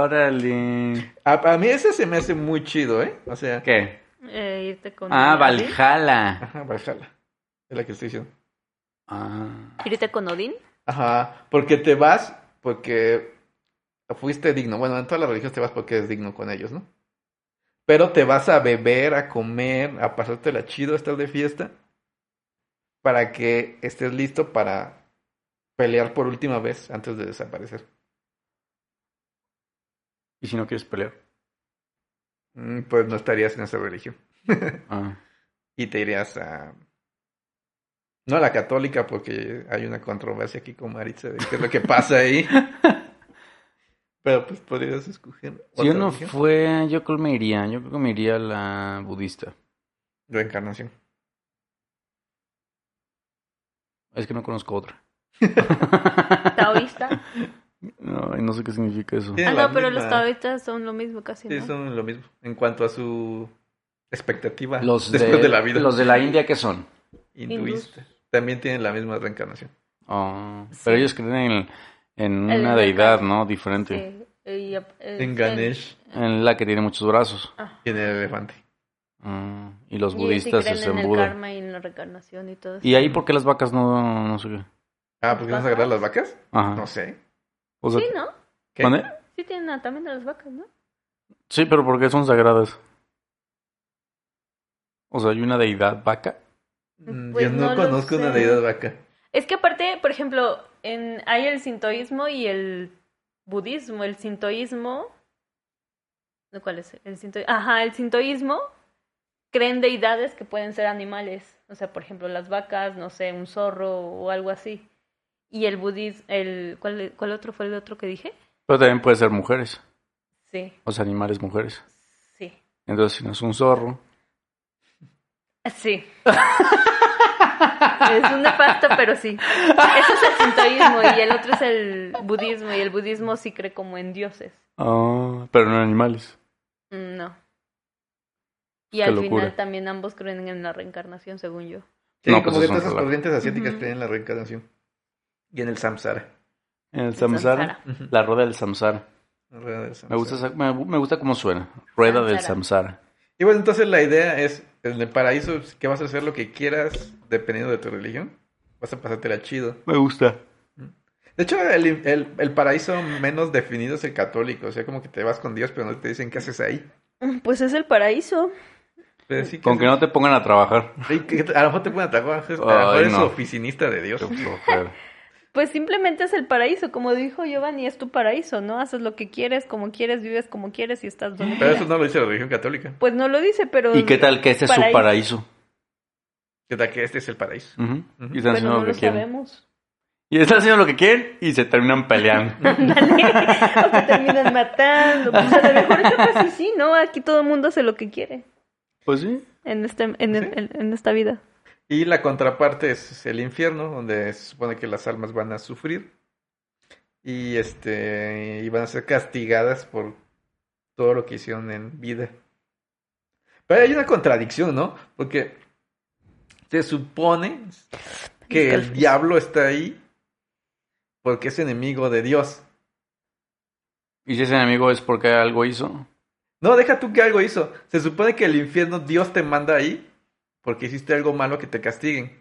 Speaker 3: Órale.
Speaker 2: A, a mí ese se me hace muy chido, ¿eh? O sea,
Speaker 3: ¿Qué?
Speaker 1: Eh, irte con
Speaker 3: Ah,
Speaker 1: Odín.
Speaker 3: Valhalla.
Speaker 2: ajá, Valhalla. Es la que estoy diciendo.
Speaker 3: Ah.
Speaker 1: Irte con Odín.
Speaker 2: Ajá, porque te vas porque fuiste digno. Bueno, en todas las religiones te vas porque eres digno con ellos, ¿no? Pero te vas a beber, a comer, a pasártela chido, a estar de fiesta, para que estés listo para pelear por última vez antes de desaparecer.
Speaker 3: ¿Y si no quieres pelear?
Speaker 2: Mm, Pues no estarías en esa religión.
Speaker 3: Ah.
Speaker 2: Y te irías a... No a la católica, porque hay una controversia aquí con Maritza de qué es lo que pasa ahí. Pero pues podrías escoger
Speaker 3: Si yo
Speaker 2: otra
Speaker 3: no
Speaker 2: religión.
Speaker 3: fue, yo creo que me iría. Yo creo que me iría a la budista.
Speaker 2: Reencarnación.
Speaker 3: Es que no conozco otra.
Speaker 1: Taoísta.
Speaker 3: No, y no sé qué significa eso.
Speaker 2: Sí.
Speaker 1: Ah,
Speaker 2: la
Speaker 1: no, pero los
Speaker 2: misma-
Speaker 1: taoístas son lo mismo casi,
Speaker 2: Sí,
Speaker 1: ¿no?
Speaker 2: son lo mismo. En cuanto a su expectativa
Speaker 3: Los de,
Speaker 2: después de, la vida
Speaker 3: Los de la India, ¿qué son?
Speaker 2: hinduista. También tienen la misma reencarnación.
Speaker 3: Ah,
Speaker 1: Sí.
Speaker 3: Pero ellos creen en, en
Speaker 1: El
Speaker 3: una
Speaker 1: Ganesh.
Speaker 3: deidad, ¿no? Diferente.
Speaker 1: Sí. Y, eh,
Speaker 2: En
Speaker 1: sí.
Speaker 2: Ganesh
Speaker 3: En la que tiene muchos brazos.
Speaker 2: tiene el elefante.
Speaker 3: Ah, y
Speaker 1: Y ellos
Speaker 3: los
Speaker 1: sí
Speaker 3: budistas
Speaker 1: creen
Speaker 3: es
Speaker 1: en
Speaker 3: en
Speaker 1: el
Speaker 3: Buda.
Speaker 1: karma y en la reencarnación y todo eso.
Speaker 3: ¿Y ahí por qué las vacas no, no sé qué?
Speaker 2: Ah, ¿por qué no se agarran las vacas?
Speaker 3: Ajá.
Speaker 2: No sé.
Speaker 3: O sea,
Speaker 1: Sí, ¿no?
Speaker 2: ¿Qué?
Speaker 3: Ah. ¿mande?
Speaker 1: Sí tienen a- también a las vacas, ¿no?
Speaker 3: Sí, pero ¿por qué son sagradas? O sea, hay una deidad vaca.
Speaker 2: Mm,
Speaker 1: Pues
Speaker 2: Yo no,
Speaker 1: no lo
Speaker 2: conozco una
Speaker 1: sé.
Speaker 2: deidad vaca.
Speaker 1: Es que aparte, por ejemplo, en, hay el sintoísmo y el budismo. El sintoísmo... ¿no? ¿Cuál es? El sinto... Ajá, el sintoísmo creen deidades que pueden ser animales. O sea, por ejemplo, las vacas, no sé, un zorro o algo así. Y el budismo... El... ¿Cuál, ¿Cuál otro fue el otro que dije?
Speaker 3: Pero también puede ser mujeres.
Speaker 1: Sí,
Speaker 3: O sea, animales mujeres.
Speaker 1: sí.
Speaker 3: Entonces, si no es un zorro.
Speaker 1: Sí. es un nefasto, pero sí. Ese es el sintoísmo y el otro es el budismo. Y el budismo sí cree como en dioses.
Speaker 3: Ah, pero no en animales.
Speaker 1: Mm, No. Y
Speaker 3: Qué
Speaker 1: al
Speaker 3: locura.
Speaker 1: final también ambos creen en la reencarnación, según yo.
Speaker 2: Sí,
Speaker 3: No, pues
Speaker 2: como que todas
Speaker 3: es un
Speaker 2: esas
Speaker 3: relajo.
Speaker 2: corrientes asiáticas
Speaker 1: Ujú.
Speaker 2: tienen la reencarnación. Y en el samsara.
Speaker 3: En el
Speaker 1: samsara.
Speaker 3: samsara. La rueda del samsara.
Speaker 2: La rueda del
Speaker 3: Me gusta,
Speaker 2: samsara.
Speaker 3: esa- me, me gusta cómo suena. Rueda del samsara.
Speaker 2: Y bueno, entonces la idea es, en el paraíso, que vas a hacer lo que quieras dependiendo de tu religión. Vas a pasártela chido.
Speaker 3: Me gusta.
Speaker 2: De hecho, el, el- el paraíso menos definido es el católico. O sea, como que te vas con Dios, pero no te dicen qué haces ahí.
Speaker 1: Pues es el paraíso.
Speaker 2: Pero sí que
Speaker 3: Con que no te pongan a trabajar.
Speaker 2: sí que- A lo mejor te pueden atacar. A lo mejor
Speaker 3: Ay,
Speaker 2: eres
Speaker 3: no.
Speaker 2: oficinista de Dios.
Speaker 3: Qué flojera.
Speaker 1: Pues simplemente es el paraíso, como dijo Giovanni, es tu paraíso, ¿no? Haces lo que quieres, como quieres, vives como quieres y estás donde
Speaker 2: Pero eso
Speaker 1: quieras.
Speaker 2: no lo dice la religión católica.
Speaker 1: Pues no lo dice, pero...
Speaker 3: ¿Y qué tal que este es su paraíso?
Speaker 2: Que tal que este es el paraíso.
Speaker 3: Ujú.
Speaker 2: Ujú.
Speaker 3: Y están
Speaker 1: Pero
Speaker 3: haciendo
Speaker 1: no
Speaker 3: lo
Speaker 1: lo
Speaker 3: que quieren.
Speaker 1: sabemos.
Speaker 3: Y están haciendo lo que quieren y se terminan peleando.
Speaker 1: Ándale, o te terminan matando. Pues a lo mejor es capaz y sí, ¿no? Aquí todo el mundo hace lo que quiere
Speaker 3: pues sí.
Speaker 1: en, este, en,
Speaker 2: Sí.
Speaker 1: en- en esta vida.
Speaker 2: Y la contraparte es el infierno, donde se supone que las almas van a sufrir. Y este y van a ser castigadas por todo lo que hicieron en vida. Pero hay una contradicción, ¿no? Porque se supone que el diablo está ahí porque es enemigo de Dios.
Speaker 3: Y si ese enemigo es porque algo hizo.
Speaker 2: No, deja tú que algo hizo. Se supone que el infierno Dios te manda ahí porque hiciste algo malo que te castiguen.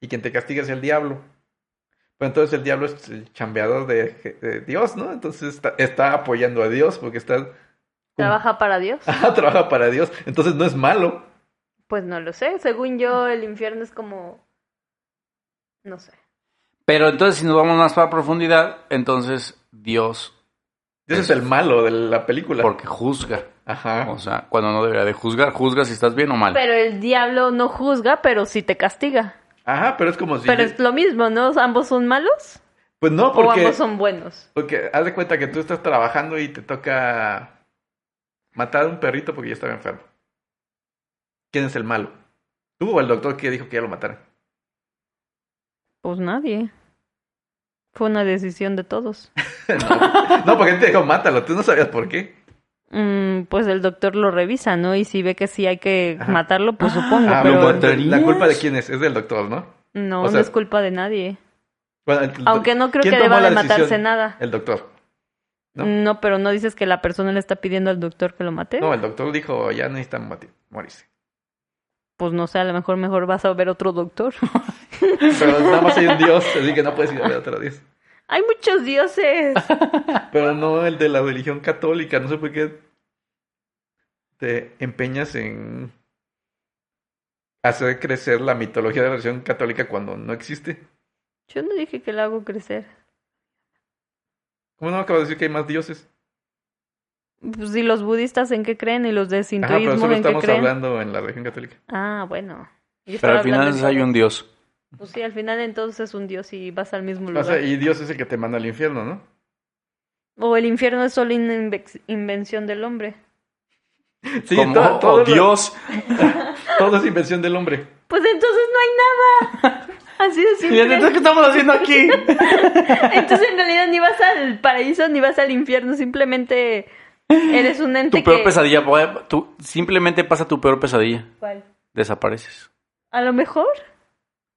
Speaker 2: Y quien te castiga es el diablo. Pero entonces el diablo es el chambeador de, de Dios, ¿no? Entonces está, está apoyando a Dios porque está...
Speaker 1: ¿Trabaja para Dios?
Speaker 2: Ajá, trabaja para Dios. Entonces no es malo.
Speaker 1: Pues no lo sé. Según
Speaker 2: Mm.
Speaker 1: yo, el infierno es como... No sé.
Speaker 3: Pero entonces, si nos vamos más para profundidad, entonces Dios,
Speaker 2: Dios es el malo de la película.
Speaker 3: porque juzga.
Speaker 2: Ajá.
Speaker 3: O sea, cuando no debería de juzgar, juzga si estás bien o mal.
Speaker 1: Pero el diablo no juzga, pero sí te castiga.
Speaker 2: Ajá, pero es como si...
Speaker 1: Pero es lo mismo, ¿no? ¿Ambos son malos?
Speaker 2: Pues no,
Speaker 1: ¿O
Speaker 2: porque...
Speaker 1: ambos son buenos?
Speaker 2: Porque haz de cuenta que tú estás trabajando y te toca matar a un perrito porque ya estaba enfermo. ¿Quién es el malo? ¿Tú o el doctor que dijo que ya lo mataran?
Speaker 1: Pues nadie. Fue una decisión de todos.
Speaker 2: No, porque él te dijo, mátalo. Tú no sabías por qué.
Speaker 1: Mm, pues el doctor lo revisa, ¿no? Y si ve que sí hay que
Speaker 2: Ajá.
Speaker 1: matarlo, pues supongo,
Speaker 2: Ah,
Speaker 1: pero
Speaker 2: pero ¿La culpa de quién es? Es del doctor, ¿no?
Speaker 1: no,
Speaker 2: o sea-
Speaker 1: no es culpa de nadie.
Speaker 2: Bueno, el-
Speaker 1: Aunque no creo
Speaker 2: ¿quién
Speaker 1: que
Speaker 2: tomó
Speaker 1: deba
Speaker 2: la
Speaker 1: de matarse
Speaker 2: decisión?
Speaker 1: nada.
Speaker 2: El doctor. ¿no?
Speaker 1: ¿no? pero no dices que la persona le está pidiendo al doctor que lo mate.
Speaker 2: No, el doctor dijo, ya necesitan mati- morirse.
Speaker 1: Pues no sé, a lo mejor mejor vas a ver otro doctor.
Speaker 2: Pero nada más hay un dios, así que no puedes ir a ver otro dios.
Speaker 1: Hay muchos dioses.
Speaker 2: Pero no el de la religión católica, no sé por qué te empeñas en hacer crecer la mitología de la religión católica cuando no existe.
Speaker 1: Yo no dije que la hago crecer.
Speaker 2: ¿Cómo no acabas de decir que hay más dioses?
Speaker 1: Pues, ¿Y los budistas en qué creen? ¿Y los de
Speaker 2: Ajá, pero
Speaker 1: sintoísmo
Speaker 2: solo
Speaker 1: en qué
Speaker 2: estamos
Speaker 1: creen?
Speaker 2: hablando en la religión católica.
Speaker 1: Ah, bueno. Yo
Speaker 3: Pero
Speaker 1: estaba
Speaker 3: al final
Speaker 1: hablando en-
Speaker 3: hay un Dios.
Speaker 1: Pues sí, al final entonces es un dios y vas al mismo
Speaker 2: O
Speaker 1: lugar.
Speaker 2: sea, y Dios es el que te manda al infierno, ¿no?
Speaker 1: O el infierno es solo una invex- invención del hombre.
Speaker 2: Sí,
Speaker 3: Como
Speaker 2: to-
Speaker 3: oh,
Speaker 2: todo, es la-
Speaker 3: Dios.
Speaker 2: todo es invención del hombre.
Speaker 1: Pues entonces no hay nada. Así de
Speaker 3: Y entonces,
Speaker 1: simple.
Speaker 3: ¿Qué estamos haciendo aquí?
Speaker 1: Entonces en realidad ni vas al paraíso ni vas al infierno, simplemente eres un ente
Speaker 3: Tu peor
Speaker 1: que...
Speaker 3: pesadilla, boy, tú simplemente pasa tu peor pesadilla.
Speaker 1: ¿Cuál?
Speaker 3: Desapareces.
Speaker 1: A lo mejor,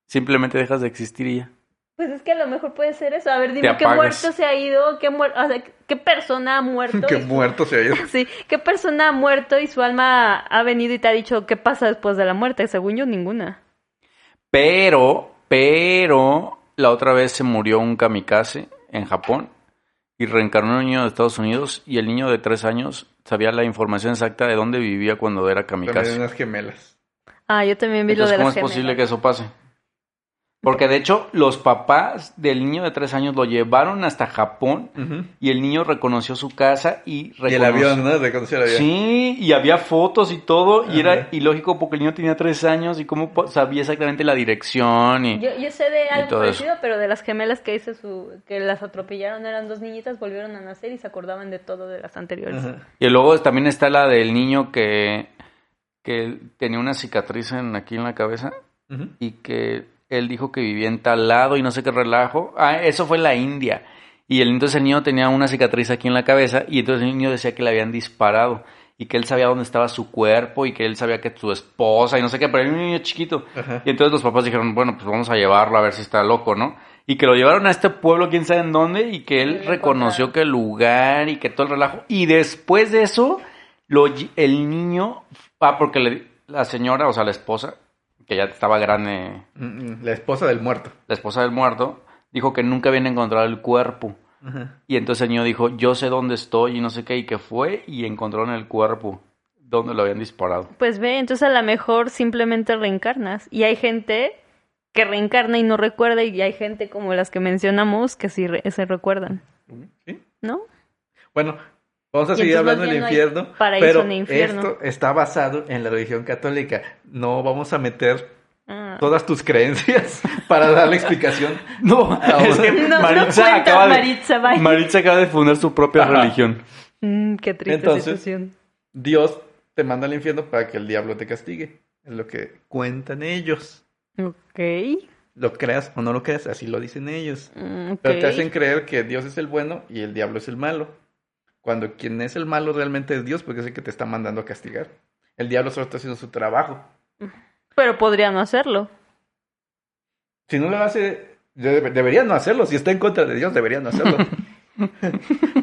Speaker 3: Simplemente dejas de existir y ya.
Speaker 1: pues es que a lo mejor puede ser eso. A ver,
Speaker 3: Te
Speaker 1: dime qué
Speaker 3: apagas.
Speaker 1: muerto se ha ido, qué muer- o sea, qué persona ha muerto.
Speaker 2: que
Speaker 1: y su-
Speaker 2: muerto se ha ido.
Speaker 1: Sí, qué persona ha muerto y su alma ha venido y te ha dicho qué pasa después de la muerte. Según yo, ninguna.
Speaker 3: Pero, pero, la otra vez se murió un kamikaze en Japón y reencarnó un niño de Estados Unidos y el niño de tres años sabía la información exacta de dónde vivía cuando era
Speaker 2: También
Speaker 3: kamikaze.
Speaker 2: unas gemelas.
Speaker 1: Ah, yo también vi
Speaker 3: Entonces,
Speaker 1: lo de
Speaker 3: ¿cómo
Speaker 1: la
Speaker 3: es posible que eso pase? Porque de hecho, los papás del niño de tres años lo llevaron hasta Japón
Speaker 2: Ujú.
Speaker 3: y el niño reconoció su casa
Speaker 2: Y
Speaker 3: y
Speaker 2: el
Speaker 3: reconoció-
Speaker 2: avión, ¿no? Reconoció el avión.
Speaker 3: Sí, y había fotos y todo, y
Speaker 2: Ajá.
Speaker 3: era ilógico porque el niño tenía tres años y cómo po- sabía exactamente la dirección y...
Speaker 1: Yo, yo sé de algo
Speaker 3: todo eso.
Speaker 1: parecido, pero de las gemelas que hice su, que las atropellaron, eran dos niñitas, volvieron a nacer y se acordaban de todo de las anteriores.
Speaker 2: Ajá.
Speaker 3: Y luego también está la del niño que, que tenía una cicatriz en, aquí en la cabeza
Speaker 2: Ujú.
Speaker 3: y que él dijo que vivía en tal lado y no sé qué relajo. Ah, eso fue en la India. Y el, entonces el niño tenía una cicatriz aquí en la cabeza y entonces el niño decía que le habían disparado y que él sabía dónde estaba su cuerpo y que él sabía que su esposa y no sé qué, pero era un niño chiquito.
Speaker 2: Ajá.
Speaker 3: Y entonces los papás dijeron, bueno, pues vamos a llevarlo a ver si está loco, ¿no? Y que lo llevaron a este pueblo, quién sabe en dónde, y que
Speaker 1: Y
Speaker 3: él
Speaker 1: lo
Speaker 3: reconoció
Speaker 1: encontraron.
Speaker 3: que el lugar y que todo el relajo. Y después de eso, lo ll- el niño, ah, porque le- la señora, o sea, la esposa, que ya estaba grande,
Speaker 2: Mm, mm, La esposa del muerto.
Speaker 3: la esposa del muerto, dijo que nunca habían encontrado el cuerpo.
Speaker 2: Ajá.
Speaker 3: Y entonces el niño dijo, yo sé dónde estoy y no sé qué, y que fue, y encontraron el cuerpo, donde lo habían disparado.
Speaker 1: Pues ve, entonces a lo mejor simplemente reencarnas. Y hay gente que reencarna y no recuerda, y hay gente como las que mencionamos que sí re- se recuerdan,
Speaker 2: ¿Sí?
Speaker 1: ¿no?
Speaker 2: Bueno, vamos a
Speaker 1: Y
Speaker 2: seguir
Speaker 1: entonces
Speaker 2: hablando
Speaker 1: más
Speaker 2: del
Speaker 1: bien no hay
Speaker 2: infierno,
Speaker 1: paraíso
Speaker 2: pero
Speaker 1: ni infierno.
Speaker 2: esto está basado en la religión católica. No vamos a meter
Speaker 1: Ah.
Speaker 2: todas tus creencias para dar la explicación.
Speaker 3: No, es que
Speaker 1: No, no
Speaker 3: Maritza,
Speaker 1: cuenta,
Speaker 3: acaba de,
Speaker 1: Maritza, bye.
Speaker 3: Maritza acaba de fundar su propia
Speaker 2: Ajá.
Speaker 3: religión.
Speaker 1: Mm, qué triste
Speaker 2: Entonces-
Speaker 1: situación.
Speaker 2: Dios te manda al infierno para que el diablo te castigue. Es lo que cuentan ellos.
Speaker 1: Ok.
Speaker 2: Lo creas o no lo creas, así lo dicen ellos.
Speaker 1: mm,
Speaker 2: Pero
Speaker 1: ok.
Speaker 2: te hacen creer que Dios es el bueno y el diablo es el malo. Cuando quien es el malo realmente es Dios, porque es el que te está mandando a castigar. El diablo solo está haciendo su trabajo.
Speaker 1: Pero podría no hacerlo.
Speaker 2: Si no lo hace, de- debería no hacerlo. Si está en contra de Dios, debería no hacerlo.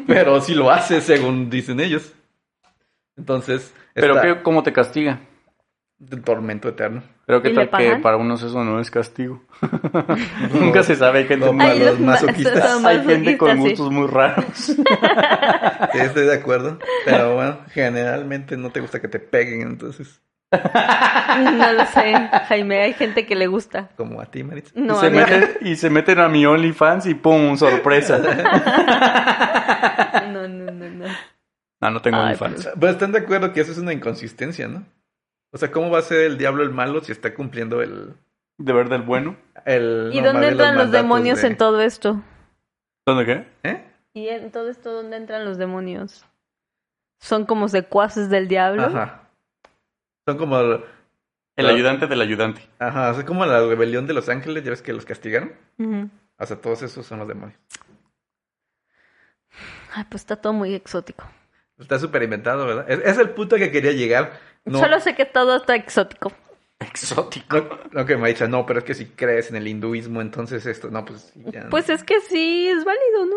Speaker 2: Pero si lo hace, según dicen ellos. Entonces,
Speaker 3: Pero
Speaker 2: está
Speaker 3: que, ¿cómo te castiga?
Speaker 2: el tormento eterno.
Speaker 3: Pero qué
Speaker 1: ¿Y le
Speaker 3: tal que
Speaker 1: pagan?
Speaker 3: para unos eso no es castigo. Nunca se sabe hay gente
Speaker 2: No,
Speaker 3: muy-
Speaker 2: Para
Speaker 1: Ay,
Speaker 2: los
Speaker 1: ma-
Speaker 2: masoquistas.
Speaker 1: son
Speaker 3: hay gente con
Speaker 1: masoquistas, sí.
Speaker 3: gustos muy raros.
Speaker 2: Sí, estoy de acuerdo. Pero bueno, generalmente no te gusta que te peguen, entonces,
Speaker 1: No lo sé, Jaime, hay gente que le gusta.
Speaker 2: como a ti, Maritza.
Speaker 1: No,
Speaker 3: y, se
Speaker 1: a mí no.
Speaker 3: meten, y se meten a mi OnlyFans y ¡pum! ¡Sorpresa!
Speaker 1: no, no, no, no.
Speaker 3: No, no tengo
Speaker 1: Ay, pues.
Speaker 3: OnlyFans.
Speaker 2: Pero están de acuerdo que eso es una inconsistencia, ¿no? O sea, ¿cómo va a ser el diablo el malo si está cumpliendo el...
Speaker 3: ¿De verdad el bueno?
Speaker 2: el
Speaker 1: ¿Y
Speaker 2: no, más
Speaker 1: dónde
Speaker 2: bien
Speaker 1: entran los
Speaker 2: mandatos
Speaker 1: demonios
Speaker 2: de-
Speaker 1: en todo esto?
Speaker 3: ¿Dónde qué?
Speaker 2: ¿Eh?
Speaker 1: ¿Y en todo esto dónde entran los demonios? ¿Son como secuaces del diablo?
Speaker 2: Ajá. Son como...
Speaker 3: El
Speaker 2: Claro.
Speaker 3: ayudante del ayudante.
Speaker 2: Ajá, es como la rebelión de los ángeles, ya ves que los castigaron.
Speaker 1: Ujú.
Speaker 2: O sea, todos esos son los demonios.
Speaker 1: Ay, pues está todo muy exótico.
Speaker 2: Está súper inventado, ¿verdad? Es, es el punto que quería llegar. No,
Speaker 1: Solo sé que todo está exótico.
Speaker 3: Exótico.
Speaker 2: no, no que me dicha, no, pero es que si crees en el hinduismo, entonces esto, no, pues sí, ya. no.
Speaker 1: Pues es que sí, es válido, ¿no?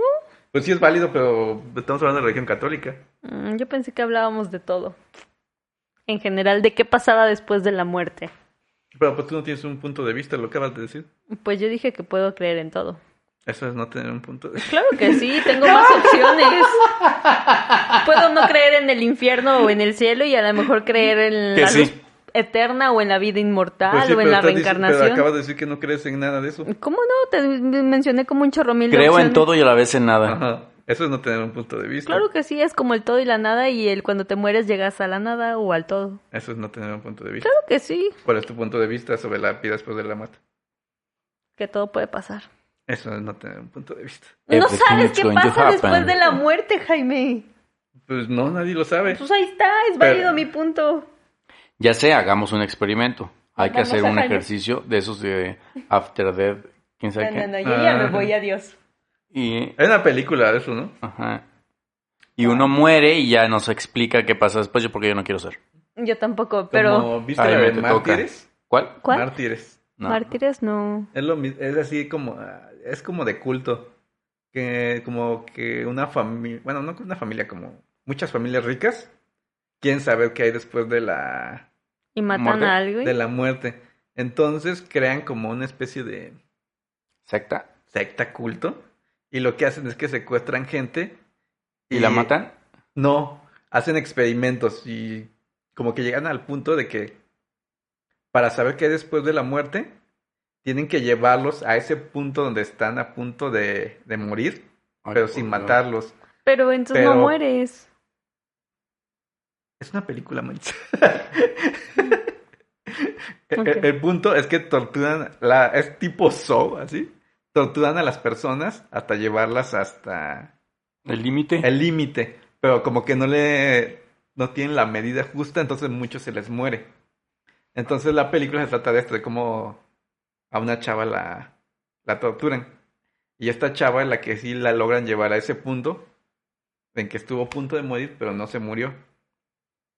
Speaker 2: Pues sí es válido, pero estamos hablando de religión católica.
Speaker 1: Mm, Yo pensé que hablábamos de todo. En general, de qué pasaba después de la muerte.
Speaker 2: Pero pues tú no tienes un punto de vista, lo acabas de decir.
Speaker 1: Pues yo dije que puedo creer en todo.
Speaker 2: Eso es no tener un punto de
Speaker 1: Claro que sí, tengo más opciones. Puedo no creer en el infierno o en el cielo y a lo mejor creer en
Speaker 3: Que
Speaker 1: la
Speaker 3: sí.
Speaker 1: luz eterna o en la vida inmortal
Speaker 2: Pues sí,
Speaker 1: o en
Speaker 2: pero
Speaker 1: Ah, la
Speaker 2: estás dic- Pero
Speaker 1: reencarnación.
Speaker 2: acabas de decir que no crees en nada de eso.
Speaker 1: ¿Cómo no? Te mencioné como un chorro mil de
Speaker 3: Creo en
Speaker 1: opciones.
Speaker 3: todo y a la vez en nada.
Speaker 2: Ajá. Eso es no tener un punto de vista.
Speaker 1: Claro que sí, es como el todo y la nada y el cuando te mueres llegas a la nada o al todo.
Speaker 2: Eso es no tener un punto de vista.
Speaker 1: Claro que sí,
Speaker 2: ¿Cuál es tu punto de vista sobre la vida después de la muerte?
Speaker 1: que todo puede pasar.
Speaker 2: Eso es no tener un punto de vista.
Speaker 1: No
Speaker 3: Everything
Speaker 1: sabes
Speaker 3: is
Speaker 1: qué
Speaker 3: going to
Speaker 1: pasa después
Speaker 3: happen.
Speaker 1: de la muerte, Jaime.
Speaker 2: Pues no, nadie lo sabe.
Speaker 1: Pues ahí está, es
Speaker 2: Pero-
Speaker 1: válido mi punto.
Speaker 3: Ya sea, hagamos un experimento. Hay que
Speaker 1: Vamos
Speaker 3: hacer
Speaker 1: a
Speaker 3: un
Speaker 1: Jaime.
Speaker 3: ejercicio de esos de After Death, quién sabe
Speaker 1: No, no,
Speaker 3: qué.
Speaker 1: no, yo ya me
Speaker 2: Ah.
Speaker 1: voy, adiós.
Speaker 3: Y,
Speaker 2: Hay una película de eso, ¿no?
Speaker 3: ajá. y uno muere y ya nos explica qué pasa después, yo porque yo no quiero ser.
Speaker 1: Yo tampoco, pero...
Speaker 2: Como, ¿Viste
Speaker 3: Ay,
Speaker 2: la
Speaker 3: me
Speaker 2: de
Speaker 3: te
Speaker 2: Mártires?
Speaker 3: ¿Cuál?
Speaker 1: ¿Cuál?
Speaker 2: Mártires.
Speaker 3: No.
Speaker 1: Mártires no.
Speaker 2: Es, lo, mi- es así como... ah, Es como de culto. Que como que una familia... Bueno, no una familia, como muchas familias ricas quieren saber qué hay después de la...
Speaker 1: Y matan
Speaker 3: Muerte
Speaker 1: a alguien.
Speaker 2: de la muerte. Entonces crean como una especie de
Speaker 3: ¿Secta?
Speaker 2: secta culto y lo que hacen es que secuestran gente
Speaker 3: ¿Y la matan?
Speaker 2: No, hacen experimentos y como que llegan al punto de que para saber qué hay después de la muerte tienen que llevarlos a ese punto donde están a punto de, de morir,
Speaker 3: Ay,
Speaker 2: pero
Speaker 3: por
Speaker 2: sin
Speaker 3: Dios.
Speaker 2: matarlos.
Speaker 1: Pero entonces no
Speaker 2: Pero-
Speaker 1: mueres.
Speaker 2: Es una película, mancha.
Speaker 1: Ok.
Speaker 2: El, el punto es que torturan, la, es tipo show, así. Torturan a las personas hasta llevarlas hasta
Speaker 3: ¿El límite?
Speaker 2: el límite, pero como que no le, no tienen la medida justa, entonces muchos se les muere. Entonces la película se trata de esto, de cómo a una chava la, la torturan. Y esta chava es la que sí la logran llevar a ese punto, en que estuvo a punto de morir, pero no se murió.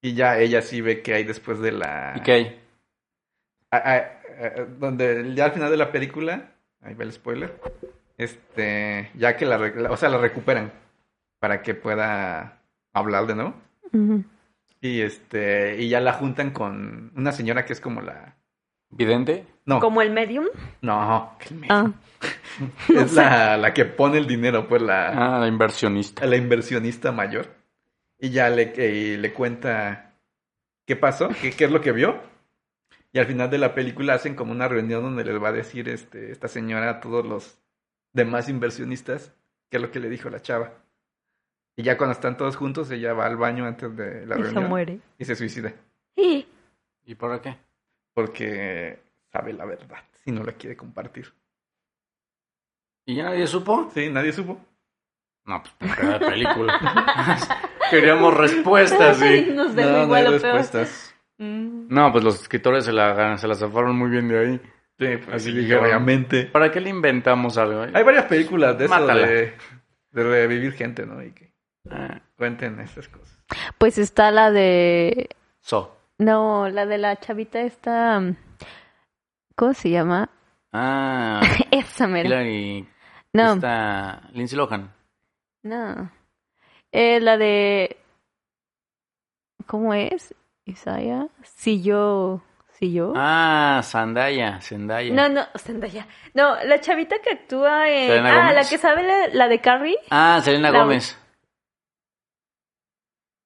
Speaker 2: Y ya ella sí ve que hay después de la...
Speaker 3: ¿Y qué hay?
Speaker 2: Ah, ah, ah, donde ya al final de la película, ahí va el spoiler, este, ya que la, re- la- o sea, la recuperan para que pueda hablar de nuevo.
Speaker 1: Ujú.
Speaker 2: Y este, y ya la juntan con una señora que es como la,
Speaker 3: ¿Vidente?
Speaker 2: no,
Speaker 1: ¿Como el medium?
Speaker 2: no, que me-
Speaker 1: Ah.
Speaker 2: es la, la que pone el dinero, pues la,
Speaker 3: Ah, la inversionista.
Speaker 2: la inversionista mayor. Y ya le, eh, le cuenta qué pasó, qué, qué es lo que vio. Y al final de la película hacen como una reunión donde les va a decir este, esta señora a todos los demás inversionistas qué es lo que le dijo la chava. Y ya cuando están todos juntos, ella va al baño antes de la
Speaker 1: y se
Speaker 2: reunión
Speaker 1: muere.
Speaker 2: y se suicida.
Speaker 1: Y-
Speaker 3: ¿Y para qué?
Speaker 2: Porque sabe la verdad y no la quiere compartir.
Speaker 3: ¿Y ya nadie supo?
Speaker 2: Sí, nadie supo.
Speaker 3: No, pues cada película. Queríamos respuestas, sí.
Speaker 1: Nos
Speaker 2: No,
Speaker 1: dejó
Speaker 2: no
Speaker 1: Pues igual
Speaker 2: hay
Speaker 1: o peor.
Speaker 2: respuestas.
Speaker 1: Mm.
Speaker 3: No, pues los escritores se la, se la zafaron muy bien de ahí.
Speaker 2: Sí, pues,
Speaker 3: Así dijeron.
Speaker 2: obviamente.
Speaker 3: ¿Para qué le inventamos algo? eh?
Speaker 2: Hay varias películas de eso
Speaker 3: Mátala.
Speaker 2: de, de revivir gente, ¿no? Y que
Speaker 3: Ah,
Speaker 2: cuenten esas cosas.
Speaker 1: Pues está la de...
Speaker 3: So.
Speaker 1: No, la de la chavita esta... mm, ¿Cómo se llama?
Speaker 3: Ah,
Speaker 1: Esa mera.
Speaker 3: Hillary.
Speaker 1: No,
Speaker 3: Está Lindsay Lohan.
Speaker 1: no. Eh, la de... ¿Cómo es? Isaiah. Si yo... Si Castillo.
Speaker 3: Ah, Zendaya, Zendaya.
Speaker 1: No, no, Zendaya. No, la chavita que actúa en.
Speaker 3: Selena
Speaker 1: ah,
Speaker 3: Gómez.
Speaker 1: la que sabe la, la de Carrie.
Speaker 3: Ah, Selena
Speaker 1: La-
Speaker 3: Gómez.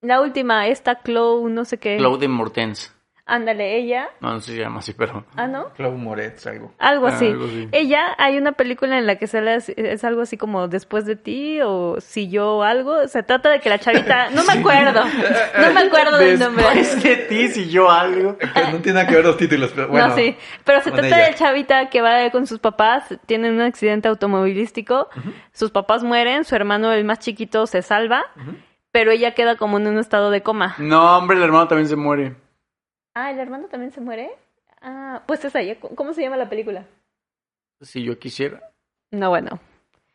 Speaker 1: La última, esta Chloe, no sé qué.
Speaker 3: Claude Mortens.
Speaker 1: Ándale, ella.
Speaker 3: No, no sé si se llama así, pero.
Speaker 1: Ah, ¿no?
Speaker 2: Clau Moretz, algo.
Speaker 1: Algo
Speaker 3: Ah,
Speaker 1: así.
Speaker 3: algo así.
Speaker 1: Ella, hay una película en la que sale, así- es algo así como después de ti o si yo algo. Se trata de que la chavita. No me acuerdo. No me acuerdo del nombre.
Speaker 3: Después de ti, si yo algo.
Speaker 2: Que no tiene nada que ver los títulos, pero bueno.
Speaker 1: no, sí. Pero se
Speaker 2: con
Speaker 1: trata
Speaker 2: ella.
Speaker 1: de chavita que va con sus papás, tienen un accidente automovilístico, sus papás mueren, su hermano, el más chiquito, se salva, pero ella queda como en un estado de coma.
Speaker 3: No, hombre, el hermano también se muere.
Speaker 1: Ah, ¿el hermano también se muere? Ah, pues es ahí. ¿Cómo se llama la película?
Speaker 3: Si yo quisiera.
Speaker 1: No, bueno.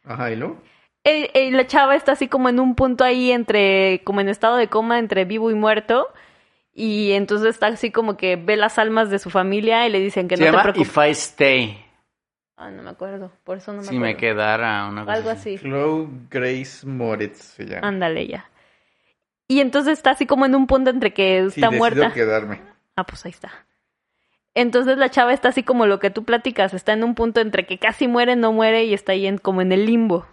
Speaker 2: Ajá, ¿y luego?
Speaker 1: Eh, eh, la chava está así como en un punto ahí entre, como en estado de coma, entre vivo y muerto. Y entonces está así como que ve las almas de su familia y le dicen que
Speaker 3: se
Speaker 1: no te
Speaker 3: llama
Speaker 1: preocupes.
Speaker 3: If I Stay.
Speaker 1: Ah, no me acuerdo, por eso no me
Speaker 3: si
Speaker 1: acuerdo.
Speaker 3: me quedara una cosa
Speaker 1: Algo así.
Speaker 2: Clau Grace Moretz se llama.
Speaker 1: Ándale ya. Y entonces está así como en un punto entre que
Speaker 2: Sí,
Speaker 1: está
Speaker 2: decido
Speaker 1: muerta.
Speaker 2: quedarme.
Speaker 1: Ah, pues ahí está. Entonces la chava está así como lo que tú platicas, está en un punto entre que casi muere, no muere y está ahí en, como en el limbo.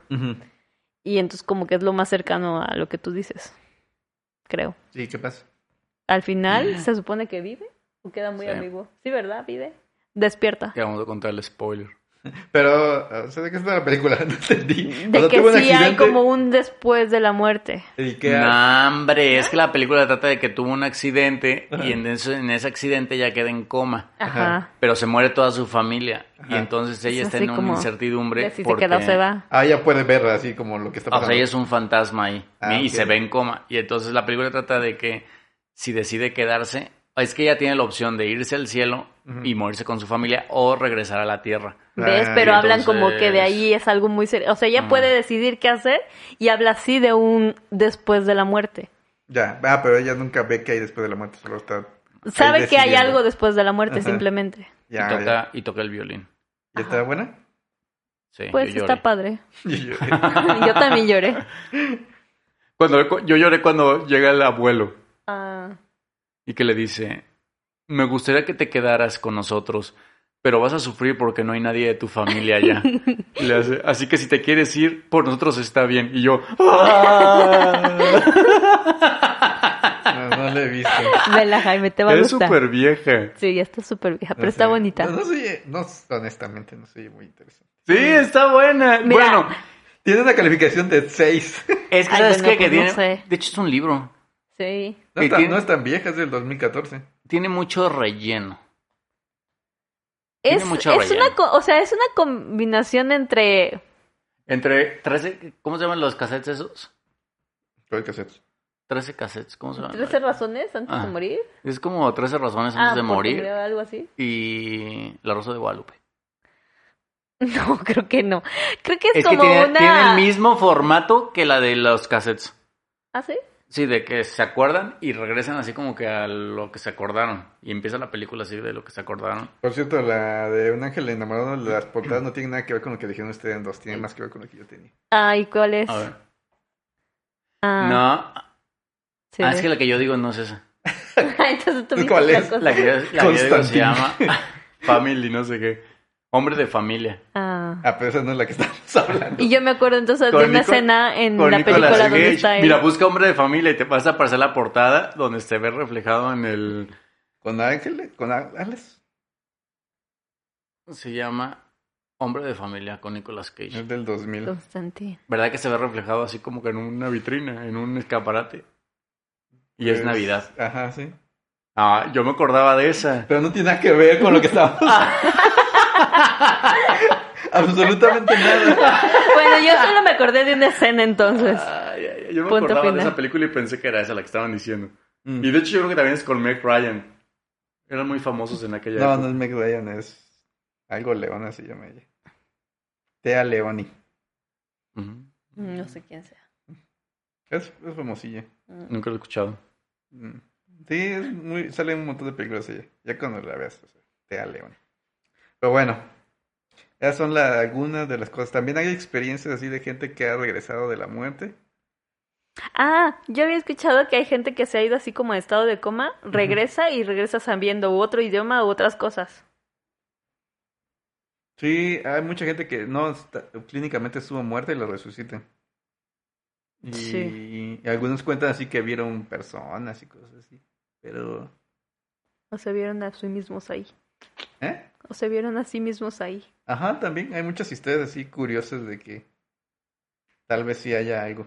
Speaker 1: Y entonces como que es lo más cercano a lo que tú dices, creo.
Speaker 2: Sí, ¿qué pasa?
Speaker 1: Al final se supone que vive o queda muy
Speaker 3: Sí.
Speaker 1: ambiguo. Sí, ¿verdad? Vive. Despierta.
Speaker 3: Que vamos a contar el spoiler.
Speaker 2: Pero, o sea, ¿de qué está la película? No entendí.
Speaker 1: De
Speaker 2: O sea,
Speaker 1: que
Speaker 2: tuvo un
Speaker 1: sí hay
Speaker 2: accidente
Speaker 1: como un después de la muerte.
Speaker 2: ¿Y ah, qué
Speaker 3: No,
Speaker 2: hace?
Speaker 3: hombre, es que la película trata de que tuvo un accidente y en, eso- en ese accidente ya queda en coma.
Speaker 1: Ajá.
Speaker 2: Ajá.
Speaker 3: Pero se muere toda su familia. Y
Speaker 2: Ajá.
Speaker 3: entonces ella
Speaker 1: Es
Speaker 3: está
Speaker 1: así
Speaker 3: en una
Speaker 1: como
Speaker 3: incertidumbre.
Speaker 1: Si se
Speaker 3: porque-
Speaker 1: queda o se va.
Speaker 2: Ah, ya puede ver así como lo que está
Speaker 3: O
Speaker 2: pasando.
Speaker 3: sea, ella es un fantasma ahí
Speaker 2: Ah,
Speaker 3: y
Speaker 2: ok.
Speaker 3: se ve en coma. Y entonces la película trata de que si decide quedarse, es que ella tiene la opción de irse al cielo
Speaker 2: Ujú.
Speaker 3: y morirse con su familia o regresar a la tierra.
Speaker 1: ¿Ves?
Speaker 2: Ah,
Speaker 1: Pero
Speaker 3: y
Speaker 1: hablan como que de
Speaker 3: entonces-
Speaker 1: ahí es algo muy serio. O sea, ella puede decidir qué hacer y habla así de un después de la muerte.
Speaker 2: Ya, ah, pero ella nunca ve que hay después de la muerte, solo está... ahí
Speaker 1: Sabe que hay
Speaker 2: decidiendo.
Speaker 1: algo después de la muerte,
Speaker 2: Ajá.
Speaker 1: simplemente.
Speaker 2: Ya,
Speaker 3: y,
Speaker 2: ya.
Speaker 3: toca, y toca el violín.
Speaker 2: ¿Ya está
Speaker 1: Ajá.
Speaker 2: buena?
Speaker 3: Sí,
Speaker 1: Pues
Speaker 3: yo lloré.
Speaker 1: está padre.
Speaker 2: Y yo-
Speaker 1: Yo también lloré.
Speaker 3: Cuando, yo lloré cuando llega el abuelo
Speaker 1: Ah,
Speaker 3: y que le dice, me gustaría que te quedaras con nosotros, pero vas a sufrir porque no hay nadie de tu familia allá. Y le hace, Así que si te quieres ir, por nosotros está bien. Y yo, "Ah".
Speaker 2: no, no la he visto.
Speaker 1: vela, Jaime, te va a
Speaker 3: Es
Speaker 1: gustar.
Speaker 3: súper vieja.
Speaker 1: Sí, ya está súper vieja, pero
Speaker 2: No
Speaker 1: está
Speaker 2: sé.
Speaker 1: bonita.
Speaker 2: No, no soy, no, honestamente, no soy muy interesante.
Speaker 3: Sí, está buena.
Speaker 1: Mira.
Speaker 3: bueno,
Speaker 2: Tiene una calificación de 6.
Speaker 3: es que
Speaker 1: Ay,
Speaker 3: sabes
Speaker 1: bueno,
Speaker 3: qué? que
Speaker 1: pues no
Speaker 3: tiene.
Speaker 1: sé.
Speaker 3: De hecho, es un libro.
Speaker 1: Sí.
Speaker 2: No,
Speaker 3: ¿Y
Speaker 2: está-
Speaker 3: tiene?
Speaker 2: no es tan vieja, es del 2014.
Speaker 3: Tiene mucho relleno. Tiene
Speaker 1: Es,
Speaker 3: mucho
Speaker 1: es
Speaker 3: relleno.
Speaker 1: una, co- o sea, es una combinación entre...
Speaker 3: Entre 13. ¿Cómo se llaman los cassettes esos?
Speaker 2: ¿Cuál cassettes?
Speaker 3: 13 cassettes. ¿Cómo se llaman?
Speaker 1: 13 razones antes
Speaker 3: Ah,
Speaker 1: de morir.
Speaker 3: Es como 13 razones antes
Speaker 1: Ah,
Speaker 3: de
Speaker 1: porque
Speaker 3: morir.
Speaker 1: murió, algo así.
Speaker 3: Y La Rosa de Guadalupe.
Speaker 1: No, creo que no. Creo que es,
Speaker 3: Es que
Speaker 1: como
Speaker 3: tiene,
Speaker 1: una...
Speaker 3: tiene el mismo formato que la de los cassettes.
Speaker 1: ¿Ah, sí?
Speaker 3: Sí, de que se acuerdan y regresan así como que a lo que se acordaron. Y empieza la película así de lo que se acordaron.
Speaker 2: Por cierto, la de Un Ángel Enamorado, las portadas no tienen nada que ver con lo que dijeron ustedes en dos, tienen más que ver con lo que yo tenía.
Speaker 1: Ay, ¿cuál es?
Speaker 3: A ver.
Speaker 1: Ah,
Speaker 3: No,
Speaker 1: sí.
Speaker 3: ah, es que la que yo digo no es esa.
Speaker 1: Entonces tú viste
Speaker 2: ¿Cuál
Speaker 1: otra
Speaker 2: es?
Speaker 1: cosa.
Speaker 3: La que, yo- la que yo digo se
Speaker 2: Constantine.
Speaker 3: llama Family, no sé qué. Hombre de familia.
Speaker 1: Ah.
Speaker 2: Ah, pero esa no es la que estamos hablando.
Speaker 1: Y yo me acuerdo entonces de
Speaker 3: Con
Speaker 1: una
Speaker 3: Nico-
Speaker 1: escena en
Speaker 3: Con
Speaker 1: Mm, la
Speaker 3: Nicolas
Speaker 1: película donde
Speaker 3: Cage.
Speaker 1: está él.
Speaker 3: Mira, pues, busca hombre de familia y te vas a aparecer la portada donde se ve reflejado en el.
Speaker 2: ¿Con Ángeles? ¿Con Á- Alex?
Speaker 3: Se llama Hombre de familia con Nicolas Cage.
Speaker 2: Es del 2000.
Speaker 1: Constantine.
Speaker 3: ¿Verdad que se ve reflejado así como que en una vitrina, en un escaparate? Y es
Speaker 2: Pues,
Speaker 3: Navidad.
Speaker 2: Ajá, sí.
Speaker 3: Ah, yo me acordaba de esa.
Speaker 2: Pero no tiene nada que ver con lo que estamos. Absolutamente nada.
Speaker 1: Bueno, yo solo me acordé de una escena entonces.
Speaker 3: Ay, ay, ay, yo me
Speaker 1: Pues, Punto
Speaker 3: acordaba de
Speaker 1: final.
Speaker 3: esa película y pensé que era esa la que estaban diciendo.
Speaker 1: Mm.
Speaker 3: Y de hecho yo creo que también es con Meg Ryan. Eran muy famosos en aquella
Speaker 2: No,
Speaker 3: época.
Speaker 2: no es Meg Ryan, es algo Leona se llama ella. Tea Leoni.
Speaker 3: Ujú.
Speaker 1: No sé quién sea.
Speaker 2: Es, es famosilla.
Speaker 3: Nunca lo he escuchado.
Speaker 2: Mm. Sí, es muy, sale en un montón de películas ella. Ya cuando la veas, o sea, Tea Leoni. Pero bueno, esas son la- algunas de las cosas. También hay experiencias así de gente que ha regresado de la muerte.
Speaker 1: Ah, yo había escuchado que hay gente que se ha ido así como a estado de coma, regresa y regresa sabiendo otro idioma u otras cosas.
Speaker 2: Sí, hay mucha gente que no está- clínicamente estuvo muerta y la resucitan. Y,
Speaker 1: Sí.
Speaker 2: y algunos cuentan así que vieron personas y cosas así. Pero,
Speaker 1: O se vieron a sí mismos ahí.
Speaker 2: ¿eh?
Speaker 1: O se vieron a sí mismos ahí.
Speaker 2: Ajá, también hay muchas historias así curiosas de que tal vez sí haya algo.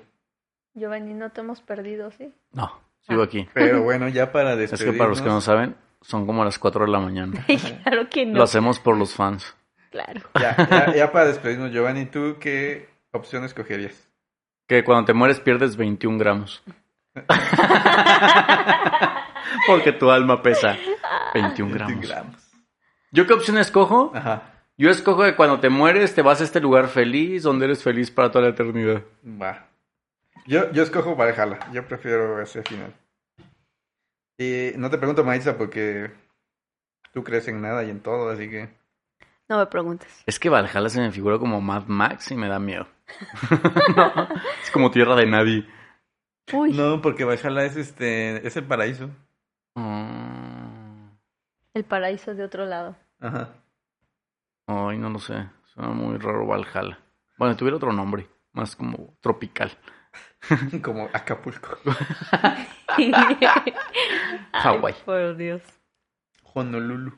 Speaker 1: Giovanni, no te hemos perdido, ¿sí?
Speaker 3: No, sigo aquí.
Speaker 2: Pero bueno, ya para
Speaker 3: Es que para los que no
Speaker 2: despedirnos,
Speaker 3: saben, son como las 4 de la mañana.
Speaker 1: claro que no.
Speaker 3: Lo hacemos por los fans.
Speaker 1: Claro.
Speaker 2: ya, ya- ya para despedirnos, Giovanni, ¿tú qué opción escogerías?
Speaker 3: Que cuando te mueres pierdes 21 gramos. Porque tu alma pesa 21 gramos. ¿Yo qué opción escojo?
Speaker 2: Ajá,
Speaker 3: Yo escojo que cuando te mueres te vas a este lugar feliz donde eres feliz para toda la eternidad.
Speaker 2: va. Yo, yo escojo Valhalla, yo prefiero ese final. Y no te pregunto, Maritza, porque tú crees en nada y en todo, así que...
Speaker 1: No me preguntes.
Speaker 3: Es que Valhalla se me figura como Mad Max y me da miedo. No, es como tierra de nadie.
Speaker 1: Uy,
Speaker 2: No, porque Valhalla es, este, es el paraíso.
Speaker 3: Mm,
Speaker 1: el paraíso de otro lado.
Speaker 2: Ajá.
Speaker 3: Ay, no lo sé. Suena muy raro Valhalla. Bueno, tuviera otro nombre, más como tropical.
Speaker 2: Como Acapulco.
Speaker 1: Ay,
Speaker 3: Hawái.
Speaker 1: Por Dios.
Speaker 2: Honolulu.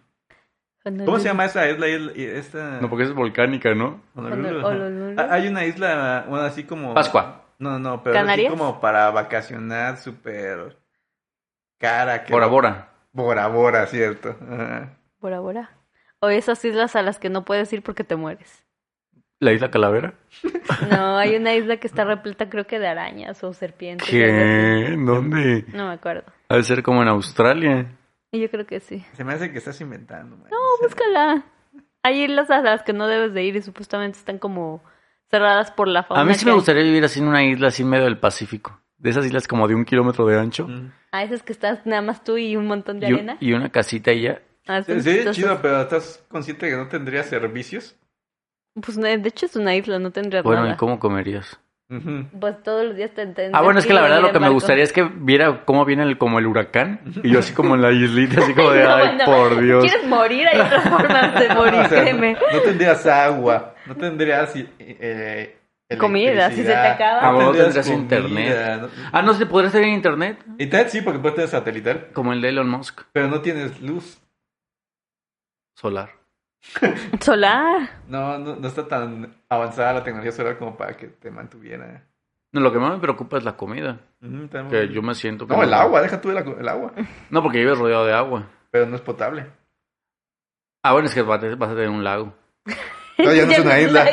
Speaker 2: ¿Cómo se llama esa isla? isla- esta...
Speaker 3: No, porque es volcánica, ¿no?
Speaker 2: Honolulu,
Speaker 1: Honol-
Speaker 2: ajá.
Speaker 1: Honolulu.
Speaker 2: Ah, Hay una isla, bueno, así
Speaker 1: Oh.
Speaker 2: como...
Speaker 3: Pascua.
Speaker 2: No, no, pero así
Speaker 1: ¿Canarias?
Speaker 2: como para vacacionar, súper cara. que-
Speaker 3: Bora Bora.
Speaker 2: Bora Bora, cierto. Ajá.
Speaker 1: Por ahora. O esas islas a las que no puedes ir porque te mueres.
Speaker 3: La isla Calavera.
Speaker 1: No, hay una isla que está repleta creo que de arañas o serpientes. o algo
Speaker 3: ¿Qué? ¿Dónde?
Speaker 1: así. No me acuerdo.
Speaker 3: Ha de ser como en Australia.
Speaker 1: Y Yo creo que sí.
Speaker 2: Se me hace que estás inventando. man.
Speaker 1: pues, Búscala. Hay islas a las que no debes de ir y supuestamente están como cerradas por la fauna.
Speaker 3: A mí sí
Speaker 1: que
Speaker 3: me
Speaker 1: hay.
Speaker 3: gustaría vivir así en una isla así en medio del Pacífico. De esas islas como de un kilómetro de ancho.
Speaker 2: Mm.
Speaker 1: A esas que estás nada más tú y un montón de
Speaker 3: Y,
Speaker 1: arena.
Speaker 3: y una casita y ya.
Speaker 1: Ah,
Speaker 2: Sí,
Speaker 1: están
Speaker 2: sí,
Speaker 1: chistosas.
Speaker 2: chido, pero ¿estás consciente que no tendría servicios?
Speaker 1: Pues no, de hecho es una isla, no tendría
Speaker 3: Bueno, ¿y
Speaker 1: nada.
Speaker 3: cómo comerías?
Speaker 2: Ujú.
Speaker 1: Pues todos los días te
Speaker 3: Ah, bueno, es que la verdad lo que me gustaría
Speaker 1: es
Speaker 3: es que viera cómo viene el, como el huracán. Y yo así como en la islita, así como de,
Speaker 1: No,
Speaker 3: ay,
Speaker 1: no.
Speaker 3: por Dios.
Speaker 1: ¿Quieres morir? Hay otras formas de morir,
Speaker 2: O sea,
Speaker 1: créeme.
Speaker 2: no tendrías agua, no tendrías eh, eh,
Speaker 1: Comida, si se te
Speaker 2: electricidad,
Speaker 1: acaba.
Speaker 3: Ah, bueno, tendrías
Speaker 2: comida,
Speaker 3: internet.
Speaker 2: no-
Speaker 3: Ah, no se podría hacer en internet,
Speaker 2: Internet sí, porque puedes tener satelital,
Speaker 3: como el de Elon Musk,
Speaker 2: pero no tienes luz.
Speaker 3: solar.
Speaker 1: Solar.
Speaker 2: No, no, no está tan avanzada la tecnología solar como para que te mantuviera.
Speaker 3: No, lo que más me preocupa es la comida,
Speaker 2: Ujú, está muy
Speaker 3: que
Speaker 2: bien.
Speaker 3: yo me siento como...
Speaker 2: Ah. No, el agua, deja tú el, agu- el agua.
Speaker 3: No, porque vives rodeado de agua.
Speaker 2: Pero no es potable.
Speaker 3: Ah, bueno, es que vas a vas a tener un lago.
Speaker 2: No, ya no es una isla.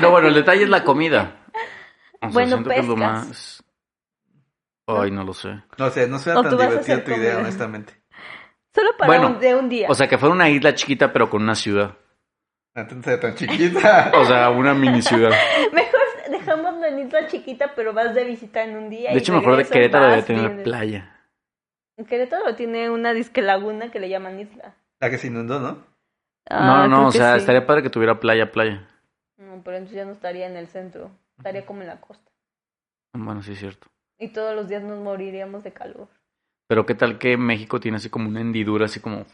Speaker 3: No, bueno, el detalle es la comida. O sea,
Speaker 1: Bueno,
Speaker 3: siento que es lo
Speaker 1: pescas.
Speaker 3: más... Ay, no lo sé.
Speaker 2: No, o sea, no suena
Speaker 1: O
Speaker 2: tan
Speaker 1: tú vas a
Speaker 2: divertida
Speaker 1: hacer
Speaker 2: tu idea,
Speaker 1: comida.
Speaker 2: honestamente.
Speaker 1: Solo para
Speaker 3: Bueno,
Speaker 1: un, de un día.
Speaker 3: O sea, que fuera una isla chiquita, pero con una ciudad.
Speaker 2: Entonces, tan chiquita.
Speaker 3: O sea, una mini ciudad.
Speaker 1: Mejor dejamos la isla chiquita, pero vas de visita en un día.
Speaker 3: De
Speaker 1: y
Speaker 3: hecho, me acuerdo de
Speaker 1: regresas,
Speaker 3: Querétaro
Speaker 1: vas,
Speaker 3: debe tener
Speaker 1: vienes.
Speaker 3: playa.
Speaker 1: Querétaro tiene una disque laguna que le llaman isla.
Speaker 2: La que se inundó, ¿no?
Speaker 1: Ah,
Speaker 3: no, no,
Speaker 1: creo
Speaker 3: o
Speaker 1: que
Speaker 3: sea,
Speaker 1: sí.
Speaker 3: estaría padre que tuviera playa, playa.
Speaker 1: No, pero entonces ya no estaría en el centro. Estaría como en la costa.
Speaker 3: Bueno, sí es cierto.
Speaker 1: Y todos los días nos moriríamos de calor.
Speaker 3: Pero qué tal que México tiene así como una hendidura, así como...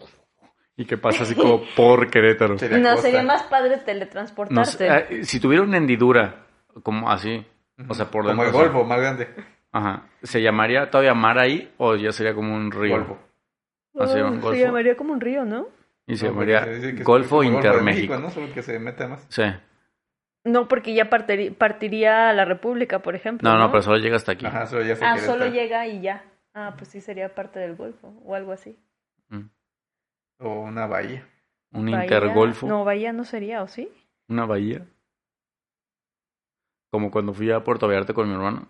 Speaker 3: Y que pasa así como por Querétaro.
Speaker 2: Sería
Speaker 1: No,
Speaker 2: costa.
Speaker 1: sería más padre
Speaker 3: No
Speaker 1: teletransportarte.
Speaker 3: sé, ah, si tuviera una hendidura, como así,
Speaker 2: Ujú.
Speaker 3: o sea, por
Speaker 2: Como
Speaker 3: dentro,
Speaker 2: el
Speaker 3: o sea.
Speaker 2: golfo, más grande.
Speaker 3: ajá, ¿se llamaría todavía mar ahí o ya sería como un río?
Speaker 2: Golfo.
Speaker 3: Ah, sería un
Speaker 1: Oh,
Speaker 3: golfo.
Speaker 1: se llamaría como un río, ¿no?
Speaker 3: Y se
Speaker 2: No, porque
Speaker 3: llamaría
Speaker 2: dice que es
Speaker 3: Golfo
Speaker 2: como el de
Speaker 3: Interméxico.
Speaker 2: México, ¿no? Solo que se meta más.
Speaker 3: Sí.
Speaker 1: No, porque ya parteri- partiría a la República, por ejemplo.
Speaker 3: No, no, pero solo llega hasta aquí.
Speaker 2: Ajá, solo ya se
Speaker 1: Ah,
Speaker 2: quiere
Speaker 1: solo
Speaker 2: estar.
Speaker 1: llega y ya. Ah, pues sí, sería parte del Golfo o algo así.
Speaker 3: Mm.
Speaker 2: O una bahía.
Speaker 3: Un
Speaker 1: Bahía-
Speaker 3: intergolfo,
Speaker 1: No, Bahía no sería, ¿o sí?
Speaker 3: una bahía. Como cuando fui a Puerto Vallarta con mi hermano.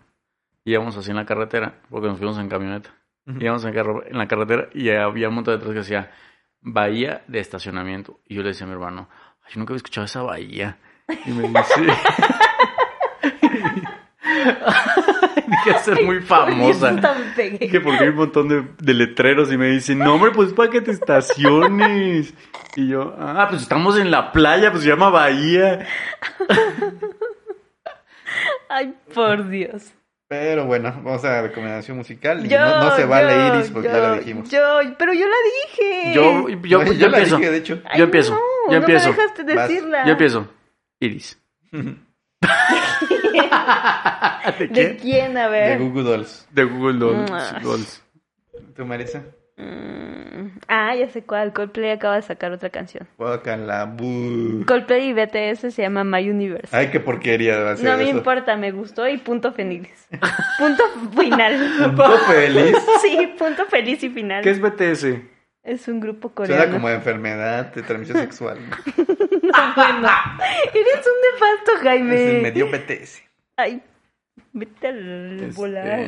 Speaker 3: Íbamos así en la carretera, porque nos fuimos en camioneta.
Speaker 2: Ujú.
Speaker 3: Íbamos en, carro- en la carretera y había un montón de atrás que decía bahía de estacionamiento. Y yo le decía a mi hermano, ay, yo nunca había escuchado esa bahía. Y me dice... Dije, "Ha de ser muy famosa.
Speaker 1: Dios, tan pegué.
Speaker 3: Dije, porque hay un montón de, de letreros y me dicen, no, hombre, pues para que te estaciones. Y yo, ah, pues estamos en la playa, pues se llama Bahía.
Speaker 1: Ay, por Dios.
Speaker 2: Pero bueno, vamos a la recomendación musical. Y
Speaker 1: Yo,
Speaker 2: no, no se vale
Speaker 1: yo,
Speaker 2: Iris porque
Speaker 1: yo,
Speaker 2: ya la dijimos.
Speaker 1: Yo, pero yo la dije.
Speaker 3: Yo, yo, pues, yo,
Speaker 2: No, la
Speaker 3: empiezo.
Speaker 2: dije, de hecho.
Speaker 1: Ay,
Speaker 3: yo empiezo,
Speaker 1: No,
Speaker 3: yo
Speaker 1: no
Speaker 3: empiezo.
Speaker 1: me dejaste
Speaker 2: Vas.
Speaker 1: decirla.
Speaker 3: Yo empiezo. Iris.
Speaker 1: ¿De quién? A
Speaker 2: De
Speaker 1: ver.
Speaker 2: Google Dolls.
Speaker 3: De Google Dolls.
Speaker 1: Ah.
Speaker 3: Dolls.
Speaker 2: ¿Tú, Marisa?
Speaker 1: Mm, ah, ya sé cuál. Coldplay acaba de sacar otra canción.
Speaker 2: Guácala, bu.
Speaker 1: Coldplay y BTS se llama My Universe.
Speaker 2: Ay, qué porquería va a ser
Speaker 1: no me
Speaker 2: Ah, eso.
Speaker 1: importa, me gustó y punto feliz. Punto final.
Speaker 2: Punto feliz.
Speaker 1: sí, punto feliz y final.
Speaker 4: ¿Qué es BTS?
Speaker 1: Es un grupo
Speaker 2: Suena
Speaker 1: coreano.
Speaker 2: como enfermedad de transmisión sexual.
Speaker 1: Bueno, eres un nefasto,
Speaker 2: Es
Speaker 1: Jaime.
Speaker 2: el medio BTS.
Speaker 1: Ay, vete al
Speaker 3: Este,
Speaker 1: volar.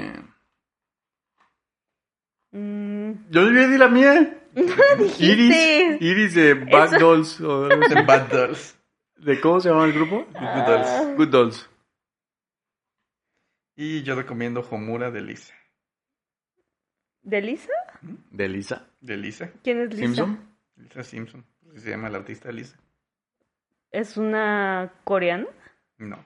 Speaker 1: Mm,
Speaker 4: Yo ya di la mía.
Speaker 1: dijiste.
Speaker 4: Iris, Iris de Bad
Speaker 1: Eso.
Speaker 4: Dolls. o algo así.
Speaker 2: De Bad Dolls.
Speaker 4: ¿De cómo se llama el grupo?
Speaker 1: Ah.
Speaker 2: Google Dolls.
Speaker 4: Good Dolls.
Speaker 2: Y yo recomiendo Homura de Lisa.
Speaker 1: ¿De Lisa?
Speaker 3: De Lisa.
Speaker 2: ¿De Lisa?
Speaker 1: ¿Quién es Lisa?
Speaker 3: Simpson.
Speaker 2: Lisa Simpson. Así se llama la autista Lisa.
Speaker 1: ¿Es una coreana?
Speaker 2: No.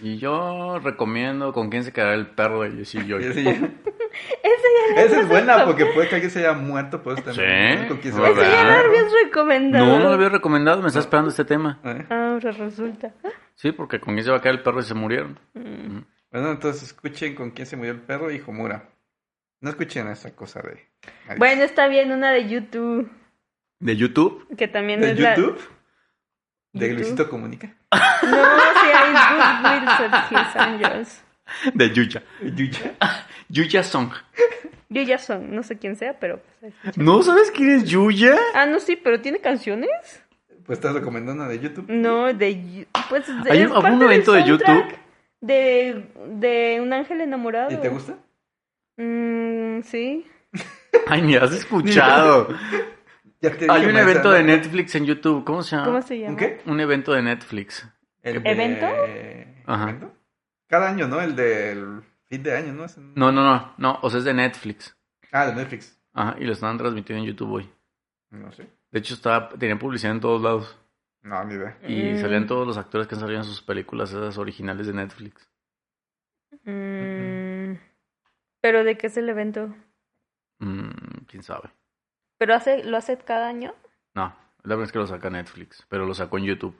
Speaker 3: Y yo recomiendo con quién se quedará el perro de Jesse Joy.
Speaker 2: Ese-
Speaker 1: Esa ya la
Speaker 2: Esa es
Speaker 1: habías
Speaker 2: buena
Speaker 1: reco-
Speaker 2: porque puede que alguien se haya muerto, pues también.
Speaker 3: Sí.
Speaker 2: ¿Con quién se
Speaker 3: No,
Speaker 2: va a
Speaker 1: Esa ya la
Speaker 2: quedar?
Speaker 3: ¿verdad?
Speaker 1: habías recomendado.
Speaker 3: No, no lo había recomendado, me está esperando este tema.
Speaker 2: ¿Eh?
Speaker 1: Ahora resulta.
Speaker 3: Sí, porque con quién se va a quedar el perro y se murieron.
Speaker 1: Mm,
Speaker 2: Bueno, entonces escuchen con quién se murió el perro y Homura. No escuchen esa cosa de.
Speaker 1: Bueno, está bien, una de YouTube.
Speaker 3: De YouTube.
Speaker 1: Que también
Speaker 2: ¿De
Speaker 1: es la.
Speaker 2: YouTube? ¿De
Speaker 1: YouTube.
Speaker 2: Luisito Comunica?
Speaker 1: No, sí hay Good Wilson, His Angels.
Speaker 3: De Yuya.
Speaker 2: ¿Yuya?
Speaker 3: Yuya Song.
Speaker 1: Yo ya son, no sé quién sea, pero. pues, ahí.
Speaker 3: ¿No sabes quién es Yuya?
Speaker 1: Ah, no, sí, pero ¿tiene canciones?
Speaker 2: Pues estás recomendando una de YouTube.
Speaker 1: No, de. Yu- Pues, de-
Speaker 3: ¿Hay
Speaker 1: es
Speaker 3: un- algún
Speaker 1: parte del
Speaker 3: evento de
Speaker 1: soundtrack
Speaker 3: YouTube?
Speaker 1: De, de Un Ángel Enamorado.
Speaker 2: ¿Y te gusta?
Speaker 1: Mm, sí.
Speaker 3: Ay, me has escuchado.
Speaker 2: Ya te
Speaker 3: Hay
Speaker 2: dije,
Speaker 3: un
Speaker 2: maestra,
Speaker 3: evento
Speaker 2: ¿no?
Speaker 3: de Netflix en YouTube. ¿Cómo se llama?
Speaker 1: ¿Cómo se llama?
Speaker 2: ¿Un qué?
Speaker 3: Un evento de Netflix.
Speaker 2: ¿El
Speaker 1: ¿Evento?
Speaker 2: de-
Speaker 3: Ajá.
Speaker 2: ¿Evento? Cada año, ¿no? El del fin de año, ¿no? Es en-
Speaker 3: No, no, no, no. O sea, es de Netflix.
Speaker 2: Ah, de Netflix.
Speaker 3: Ajá, y lo están transmitiendo en YouTube hoy.
Speaker 2: No sé.
Speaker 3: De hecho, estaba, tenían publicidad en todos lados.
Speaker 2: No, ni idea.
Speaker 3: Y
Speaker 1: Mm.
Speaker 3: salían todos los actores que han salido en sus películas, esas originales de Netflix.
Speaker 1: Mm, pero ¿de qué es el evento?
Speaker 3: Mm, ¿Quién sabe?
Speaker 1: ¿Pero hace, lo hace cada año?
Speaker 3: No, la verdad es que lo saca Netflix, pero lo sacó en YouTube.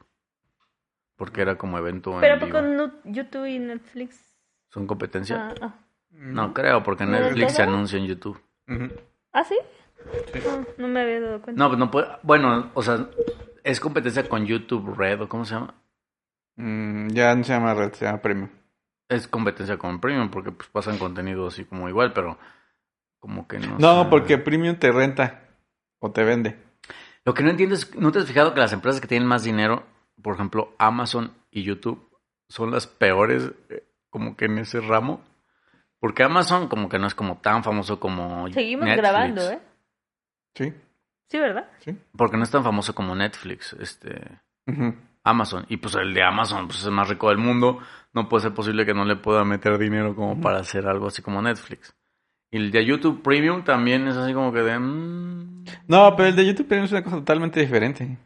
Speaker 3: Porque era como evento en
Speaker 1: Pero
Speaker 3: vivo.
Speaker 1: con Nu- YouTube y Netflix.
Speaker 3: ¿Son competencia?
Speaker 1: Ah, ah.
Speaker 3: No, creo, porque
Speaker 1: ¿No de
Speaker 3: Netflix se
Speaker 1: todo?
Speaker 3: anuncia en YouTube.
Speaker 2: Mm, Ujú.
Speaker 1: ¿Ah, sí?
Speaker 2: Sí.
Speaker 1: Ah, no me había dado cuenta.
Speaker 3: No, pues no puede... Bueno, o sea, es competencia con YouTube Red, o ¿cómo se llama?
Speaker 2: Mm, ya no se llama Red, se llama Premium.
Speaker 3: Es competencia con Premium, porque pues pasan contenido así como igual, pero... Como que no...
Speaker 2: No,
Speaker 3: sé.
Speaker 2: porque Premium te renta o te vende.
Speaker 3: Lo que no entiendo es, ¿no te has fijado que las empresas que tienen más dinero, por ejemplo, Amazon y YouTube, son las peores eh, como que en ese ramo? Porque Amazon como que no es como tan famoso como
Speaker 1: Seguimos
Speaker 3: Netflix.
Speaker 1: grabando, ¿eh?
Speaker 2: Sí,
Speaker 1: Sí, ¿verdad?
Speaker 2: sí.
Speaker 3: Porque no es tan famoso como Netflix, este
Speaker 2: Ujú.
Speaker 3: Amazon. Y pues el de Amazon pues es el más rico del mundo. No puede ser posible que no le pueda meter dinero como para hacer algo así como Netflix. Y el de YouTube Premium también es así como que de... mm,
Speaker 2: No, pero el de YouTube Premium es una cosa totalmente diferente.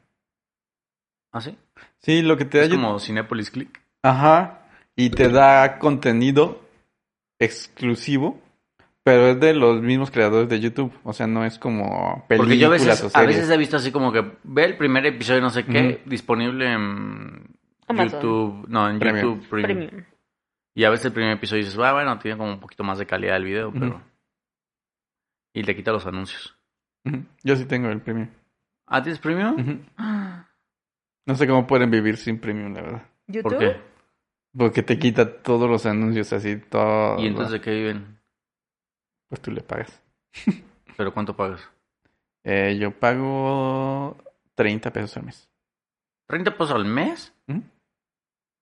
Speaker 3: ¿Ah, sí?
Speaker 2: Sí, lo que te da
Speaker 3: Es
Speaker 2: YouTube.
Speaker 3: como Cinepolis Click.
Speaker 2: Ajá. Y te da contenido exclusivo, pero es de los mismos creadores de YouTube. O sea, no es como películas
Speaker 3: Porque yo a veces,
Speaker 2: o
Speaker 3: a
Speaker 2: series.
Speaker 3: veces he visto así como que ve el primer episodio, no sé qué, disponible en
Speaker 1: Amazon.
Speaker 3: YouTube. No, en
Speaker 2: Premium.
Speaker 3: YouTube Premium.
Speaker 1: Premium.
Speaker 3: Y a veces el primer episodio dices, ah, bueno, tiene como un poquito más de calidad el video, pero.
Speaker 2: Ujú.
Speaker 3: Y le quita los anuncios.
Speaker 2: Ujú. Yo sí tengo el premium.
Speaker 3: ¿Ah, tienes Premium?
Speaker 2: Ujú. No sé cómo pueden vivir sin premium, la verdad.
Speaker 1: ¿YouTube?
Speaker 3: ¿Por qué?
Speaker 2: Porque te quita todos los anuncios así, todo.
Speaker 3: ¿Y entonces de qué viven?
Speaker 2: Pues tú le pagas.
Speaker 3: ¿Pero cuánto pagas?
Speaker 2: Eh, yo pago 30 pesos al mes.
Speaker 3: ¿30 pesos al mes?
Speaker 2: ¿Mm?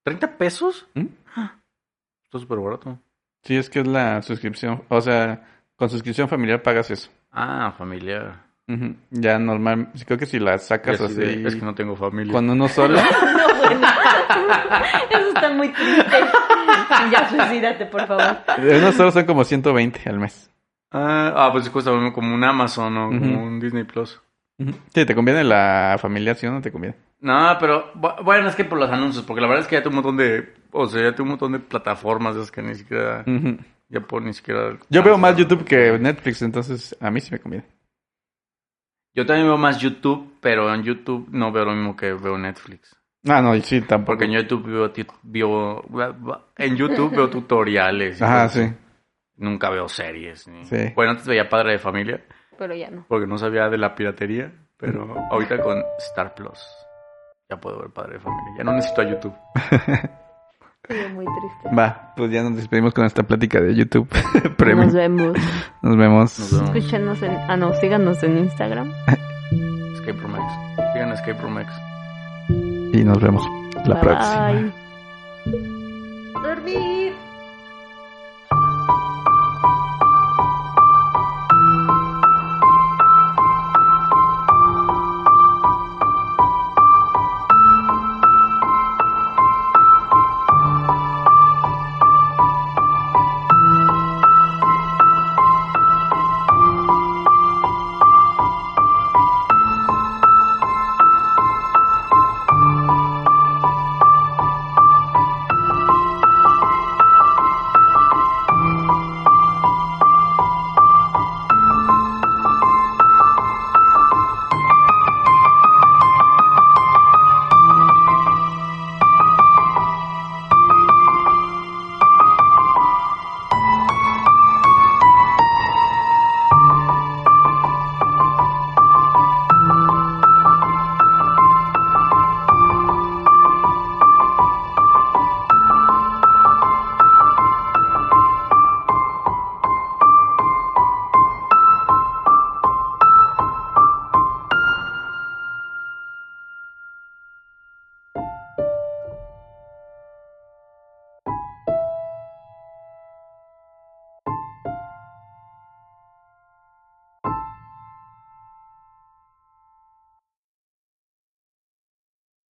Speaker 3: ¿30 pesos?
Speaker 2: ¿Mm?
Speaker 3: Esto es súper barato.
Speaker 2: Sí, es que es la suscripción. O sea, con suscripción familiar pagas eso.
Speaker 3: Ah, familiar.
Speaker 2: Ujú. Ya normal. Creo que si la
Speaker 3: Y
Speaker 2: sacas
Speaker 3: así
Speaker 2: así,
Speaker 3: de, Es que no tengo familia.
Speaker 2: con uno solo.
Speaker 1: No, bueno. Eso está muy triste. Ya suicídate, por favor.
Speaker 2: De uno solo Eh, son como 120 al mes.
Speaker 3: Ah, ah, pues cuesta lo mismo como un Amazon o
Speaker 2: Ujú.
Speaker 3: como un Disney Plus.
Speaker 2: Ujú. Sí, te conviene la familia, si no, no te conviene.
Speaker 3: No, pero bu- bueno, es que por los anuncios, porque la verdad es que ya tengo un montón de o sea, ya tiene un montón de plataformas esas que ni siquiera
Speaker 2: Ujú. Ah,
Speaker 3: Japón ni siquiera.
Speaker 2: Yo veo más YouTube que Netflix, entonces a mí sí me conviene.
Speaker 3: Yo también veo más YouTube, pero en YouTube no veo lo mismo que veo en Netflix.
Speaker 2: Ah, no, sí, tampoco.
Speaker 3: Porque en YouTube veo, ti- veo- en YouTube veo tutoriales. y
Speaker 2: Ajá,
Speaker 3: cosas
Speaker 2: sí.
Speaker 3: así. Nunca veo series. ni-
Speaker 2: Sí.
Speaker 3: Bueno, antes veía Padre de Familia
Speaker 1: pero ya no.
Speaker 3: porque no sabía de la piratería, pero ahorita con Star Plus ya puedo ver Padre de Familia. Ya no necesito a YouTube.
Speaker 1: Estoy muy triste.
Speaker 2: Va, pues ya nos despedimos con esta plática de YouTube Premium.
Speaker 1: Nos vemos.
Speaker 2: Nos vemos.
Speaker 3: Nos vemos.
Speaker 1: Escúchenos en. Ah, no, síganos en Instagram.
Speaker 3: Escape Room X. Digan Escape Room X.
Speaker 2: Y nos vemos la próxima.
Speaker 1: Dormir.